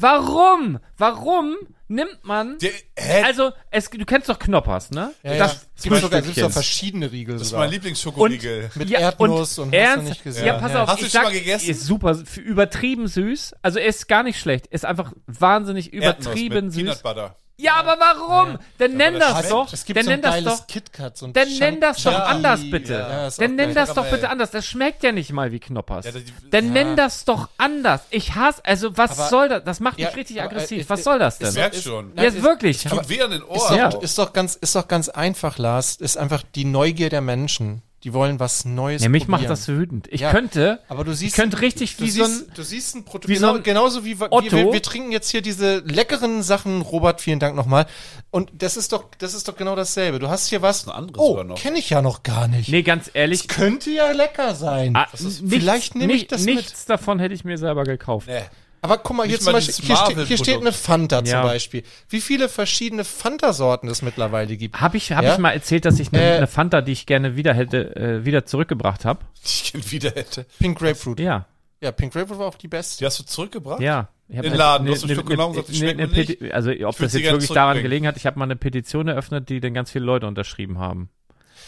C: Warum? Warum nimmt man.
D: Der, hä?
C: also, es, du kennst doch Knoppers, ne?
E: ja, ja.
C: Das
E: Es gibt sogar, gibt's doch
C: Frühstückchen.
E: verschiedene Riegel.
D: das ist
E: sogar.
D: mein Lieblingsschokoriegel.
E: Mit Erdnuss und hast du
C: ernst,
E: nicht gesehen.
C: Ja, pass
E: Ja.
C: auf.
D: Hast du
C: ich
D: schon
C: sag,
D: mal gegessen?
C: Ist super, f- übertrieben süß. Also, er ist gar nicht schlecht. Ist einfach wahnsinnig
D: Erdnuss
C: übertrieben
D: mit Peanut
C: süß.
D: Butter.
C: Ja, aber warum? Dann nenn das
E: Schmeckt-
C: doch.
E: Also, Es gibt
C: Dann
E: so ein
C: nenn das
E: geiles
C: doch.
E: KitKat. So ein
C: Dann
E: Chunk-
C: nenn das doch
E: Chunky.
C: anders bitte.
E: Ja, ist
C: dann
E: auch
C: nenn
E: geil.
C: das doch
D: Karamell.
C: bitte anders. Das schmeckt ja nicht mal wie Knoppers.
D: Ja, das-
C: dann
D: ja.
C: nenn das doch anders. Ich hasse, also was
E: Aber-
C: soll das? Das macht mich
E: Ja,
C: richtig
E: aber, äh,
C: aggressiv.
E: ist-
C: was soll das
D: Ich
C: denn?
D: merk's schon.
E: Nein,
C: Jetzt
E: ist-
C: wirklich.
D: Tut weh an den
E: Ist
D: Ohren.
E: doch,
C: Ja.
E: ist, doch ganz, ist doch ganz einfach, Lars. Ist einfach die Neugier der Menschen. Die wollen was Neues
C: Ja, mich macht
E: probieren.
C: das wütend. Ich
E: Ja,
C: könnte,
E: Aber du siehst,
C: ich könnte richtig
E: du
C: wie so
E: siehst,
C: ein,
E: du siehst ein Produkt,
C: wie so
E: genau,
C: ein
E: genauso wie wir,
C: Otto.
E: wir, wir trinken jetzt hier diese leckeren Sachen, Robert, vielen Dank nochmal. Und das ist doch, das ist doch genau dasselbe. Du hast hier was,
D: Ein anderes
E: oh,
D: sogar noch.
E: kenne ich ja noch gar nicht.
C: nee, ganz
E: Das
C: ehrlich,
E: könnte ja lecker sein.
C: ah, nichts,
E: vielleicht nehme ich
C: nicht-
E: das mit.
C: Nichts davon hätte ich mir selber gekauft.
D: Nee.
E: Aber guck mal, hier
D: Nicht
E: zum
D: mal
E: Beispiel,
D: dieses
E: hier, steht, hier
D: Marvel-Produkt.
E: steht eine Fanta
C: Ja.
E: zum Beispiel. Wie viele verschiedene Fanta-Sorten es mittlerweile gibt.
C: Habe ich, hab
E: Ja?
C: ich mal erzählt, dass ich eine
E: Äh,
C: eine Fanta, die ich gerne wieder hätte, äh, wieder zurückgebracht habe?
D: Ich kenn wieder hätte.
E: Pink Grapefruit.
C: Ja,
E: Ja, Pink Grapefruit war auch die beste.
D: Die hast du zurückgebracht?
C: ja. Ich hab eine-
D: In den
C: ne-
D: Laden, du
C: eine-
D: hast ein
C: eine-
D: Stück genommen und
C: eine-
D: gesagt, das schmeckt
C: eine
D: mir nicht.
C: Peti- Also, ob
D: würd
C: das
D: sie
C: jetzt
D: gerne
C: wirklich daran
D: zurückbringen.
C: gelegen hat, ich habe mal eine Petition eröffnet, die dann ganz viele Leute unterschrieben haben.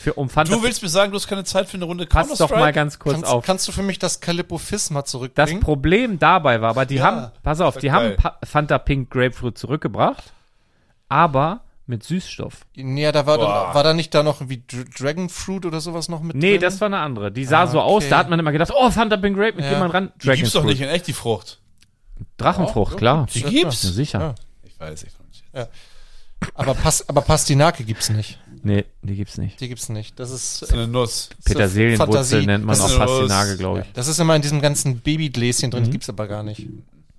C: Für um Fanta.
D: Du willst mir sagen, du hast keine Zeit für eine Runde
C: Pass doch mal ganz kurz
E: kannst,
C: auf.
E: kannst du für mich das Calippo Fizz mal
C: das
E: zurückbringen?
C: Problem dabei war, aber die
D: Ja,
C: haben, pass auf,
D: ist
C: die
D: doch
C: haben
D: geil.
C: Pa- Fanta Pink Grapefruit zurückgebracht, aber mit Süßstoff.
E: Nee, ja, da war,
D: Boah.
E: dann, war da nicht da noch irgendwie Dr Dragon Fruit oder sowas noch mit
C: Nee,
E: drin?
C: das war eine andere. Die sah so aus,
E: okay.
C: da hat man immer gedacht, oh, Fanta Pink Grapefruit,
E: Ja.
C: geh mal ran.
D: Ah, Die gibt's doch nicht in echt, die Frucht.
C: Drachenfrucht, klar.
D: Die
C: Ja,
D: gibt's.
C: sicher.
E: Ja.
D: Ich weiß ich nicht.
E: Ah. aber, Pas aber Pastinake gibt's nicht.
C: Nee, die gibt's nicht.
E: Die gibt's nicht. Das ist,
D: Das ist eine Nuss.
C: Petersilienwurzel
E: Fantasie.
C: nennt man
E: Das
C: auch
D: ist raus.
C: Pastinage, glaube ich.
E: das ist immer in diesem ganzen Babygläschen
C: Mhm.
E: drin, gibt's aber gar nicht.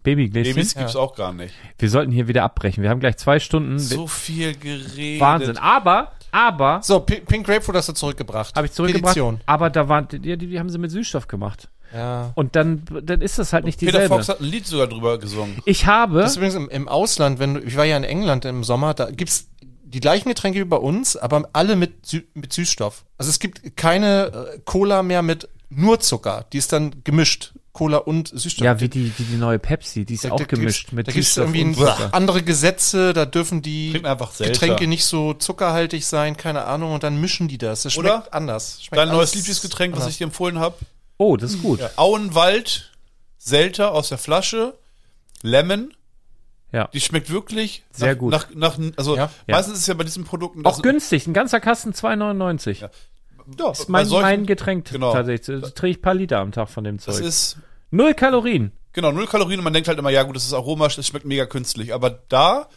C: Babygläschen.
D: Babys gibt's auch gar nicht.
C: Wir sollten hier wieder abbrechen. Wir haben gleich zwei Stunden.
D: So viel geredet.
C: Wahnsinn. Aber Aber
E: So, Pi- Pink Grapefruit hast du zurückgebracht.
C: habe ich zurückgebracht.
E: Petition.
C: Aber da waren, die, die, die haben sie mit Süßstoff gemacht.
E: Ja.
C: Und dann, dann ist das halt nicht
D: Peter
C: dieselbe.
D: Fox hat ein Lied sogar drüber gesungen.
C: Ich habe,
E: Das ist übrigens im, im Ausland, wenn du, ich war ja in England im Sommer, da gibt's die gleichen Getränke wie bei uns, aber alle mit, Sü mit Süßstoff. Also es gibt keine äh, Cola mehr mit nur Zucker. Die ist dann gemischt. Cola und Süßstoff.
C: ja, wie die, wie die neue Pepsi, die ist auch gemischt
E: gibt's,
C: mit
E: Da gibt es
C: Süßstoff
E: irgendwie
C: und
E: ein,
C: Zucker.
E: andere Gesetze, da dürfen die
D: Trinkt einfach Selter.
E: Getränke nicht so zuckerhaltig sein, keine Ahnung, und dann mischen die das. Das schmeckt
D: Oder?
E: anders. Schmeckt
D: Dein neues
E: alles
D: Lieblingsgetränk, was
E: anders.
D: ich dir empfohlen habe.
C: Oh, das ist gut. Ja.
D: Auenwald, Selter aus der Flasche, Lemon. Die schmeckt wirklich
C: Sehr
D: nach,
C: gut.
D: Nach, nach, also
E: Ja.
D: meistens ist ja bei diesen Produkten
C: Auch günstig, ein ganzer Kasten 2,99.
D: also- Ja,
C: Das ist
D: bei
C: mein,
D: solchen-
C: mein Getränk
D: Genau.
C: tatsächlich. Das trinke ich ein paar Liter am Tag von dem
D: Das
C: Zeug.
D: ist
C: Null Kalorien.
D: Genau, null Kalorien und man denkt halt immer, ja gut, das ist Aroma, das schmeckt mega künstlich. Aber da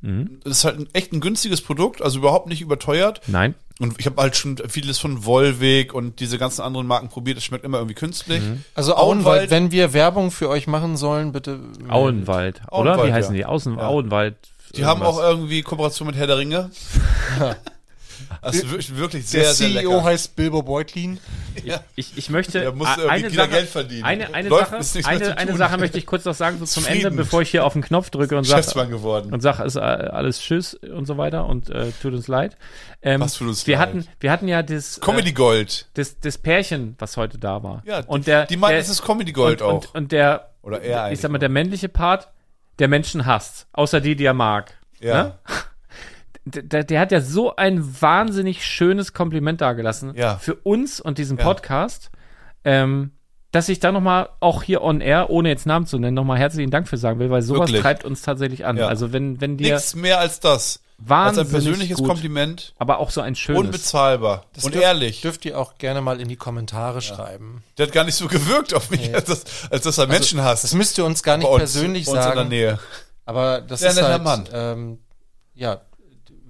C: Mhm.
D: das ist halt ein, echt ein günstiges Produkt, also überhaupt nicht überteuert.
C: Nein.
D: Und ich habe halt schon vieles von Wollweg und diese ganzen anderen Marken probiert, das schmeckt immer irgendwie künstlich.
C: Mhm.
E: Also
D: Auenwald-
E: Auenwald, wenn wir Werbung für euch machen sollen, bitte. äh,
C: Auenwald, oder?
D: Auenwald,
C: Wie heißen
D: ja.
C: die? Außen, Auenwald.
D: Die haben auch
C: irgendwas.
D: irgendwie Kooperation mit Herr der Ringe. das ist wirklich, wirklich sehr,
E: Der E
D: sehr
E: CEO
D: lecker.
E: heißt Bilbo Beutlin.
C: Ich, ich möchte
D: Da muss
C: a-
D: irgendwie
C: eine
D: wieder
C: Sache,
D: Geld verdienen.
C: Eine, eine
D: Läuft,
C: Sache,
D: ist nichts mehr zu
C: eine,
D: tun.
C: eine Sache möchte ich kurz noch sagen, so zum Ende,
D: Zufrieden.
C: bevor ich hier auf den Knopf drücke und sage,
D: Geschäftsmann geworden.
C: und sag, ist äh, alles Tschüss und so weiter und äh, tut uns leid. Ähm,
D: Was tut uns
C: wir
D: leid?
C: Hatten, wir hatten ja das, äh,
D: Comedy Gold.
C: das, das Pärchen, was heute da war.
D: Ja,
C: und der,
D: die meinten,
C: der,
D: es ist Comedy Gold
C: und,
D: auch.
C: Und, und der,
D: Oder er
C: ich
D: eigentlich
C: sag mal, der männliche Part, der Menschen hasst, außer die, die er mag.
D: ja.
C: Ne? D- Der, der hat ja so ein wahnsinnig schönes Kompliment dargelassen
D: Ja.
C: für uns und diesen Podcast, ähm, dass ich da nochmal auch hier on air, ohne jetzt Namen zu nennen, nochmal herzlichen Dank für sagen will, weil sowas
D: Wirklich.
C: treibt uns tatsächlich an.
D: Ja.
C: Also wenn, wenn dir,
D: Nichts mehr als das. Als ein
C: Wahnsinnig
D: persönliches
C: gut.
D: Kompliment.
C: aber auch so ein schönes.
D: Unbezahlbar. und
E: dürft-
D: ehrlich.
E: Dürft ihr auch gerne mal in die Kommentare schreiben.
D: Der hat gar nicht so gewirkt auf mich, als, das, als dass er
C: Also,
D: Menschen hasst.
E: Das müsst ihr uns gar nicht persönlich
D: bei uns in der
E: sagen.
D: Nähe.
E: Aber das
D: Sehr
E: ist
D: netter
E: halt,
D: Mann.
E: Ähm, ja,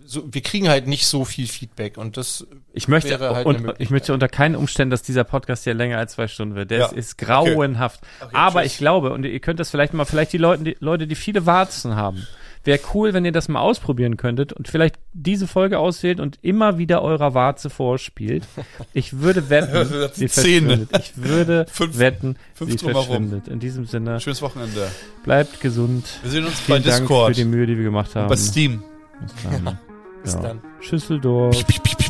E: so, wir kriegen halt nicht so viel Feedback und das
C: Ich möchte,
E: wäre halt eine
C: und,
E: Möglichkeit.
C: ich möchte unter keinen Umständen, dass dieser Podcast hier länger als zwei Stunden wird. Der
D: Ja.
C: ist, ist grauenhaft. Aber ich glaube, und ihr könnt das vielleicht mal, vielleicht die Leute, die, Leute, die viele Warzen haben, wäre cool, wenn ihr das mal ausprobieren könntet und vielleicht diese Folge auswählt und immer wieder eurer Warze vorspielt. Ich würde wetten,
D: Das
C: sie
D: sind Zähne.
C: verschwindet. Ich würde
D: Fünf-
C: wetten,
D: fünf
C: sie
D: drumherum.
C: verschwindet. In diesem Sinne,
D: Schönes Wochenende.
C: bleibt gesund.
D: Wir sehen uns bei
C: Dank
D: Discord,
C: für die Mühe, die wir gemacht haben.
D: bei Steam.
C: Bis dann.
E: ist
C: Ja.
E: dann.
C: Schüsseldorf.
D: Piep, piep, piep.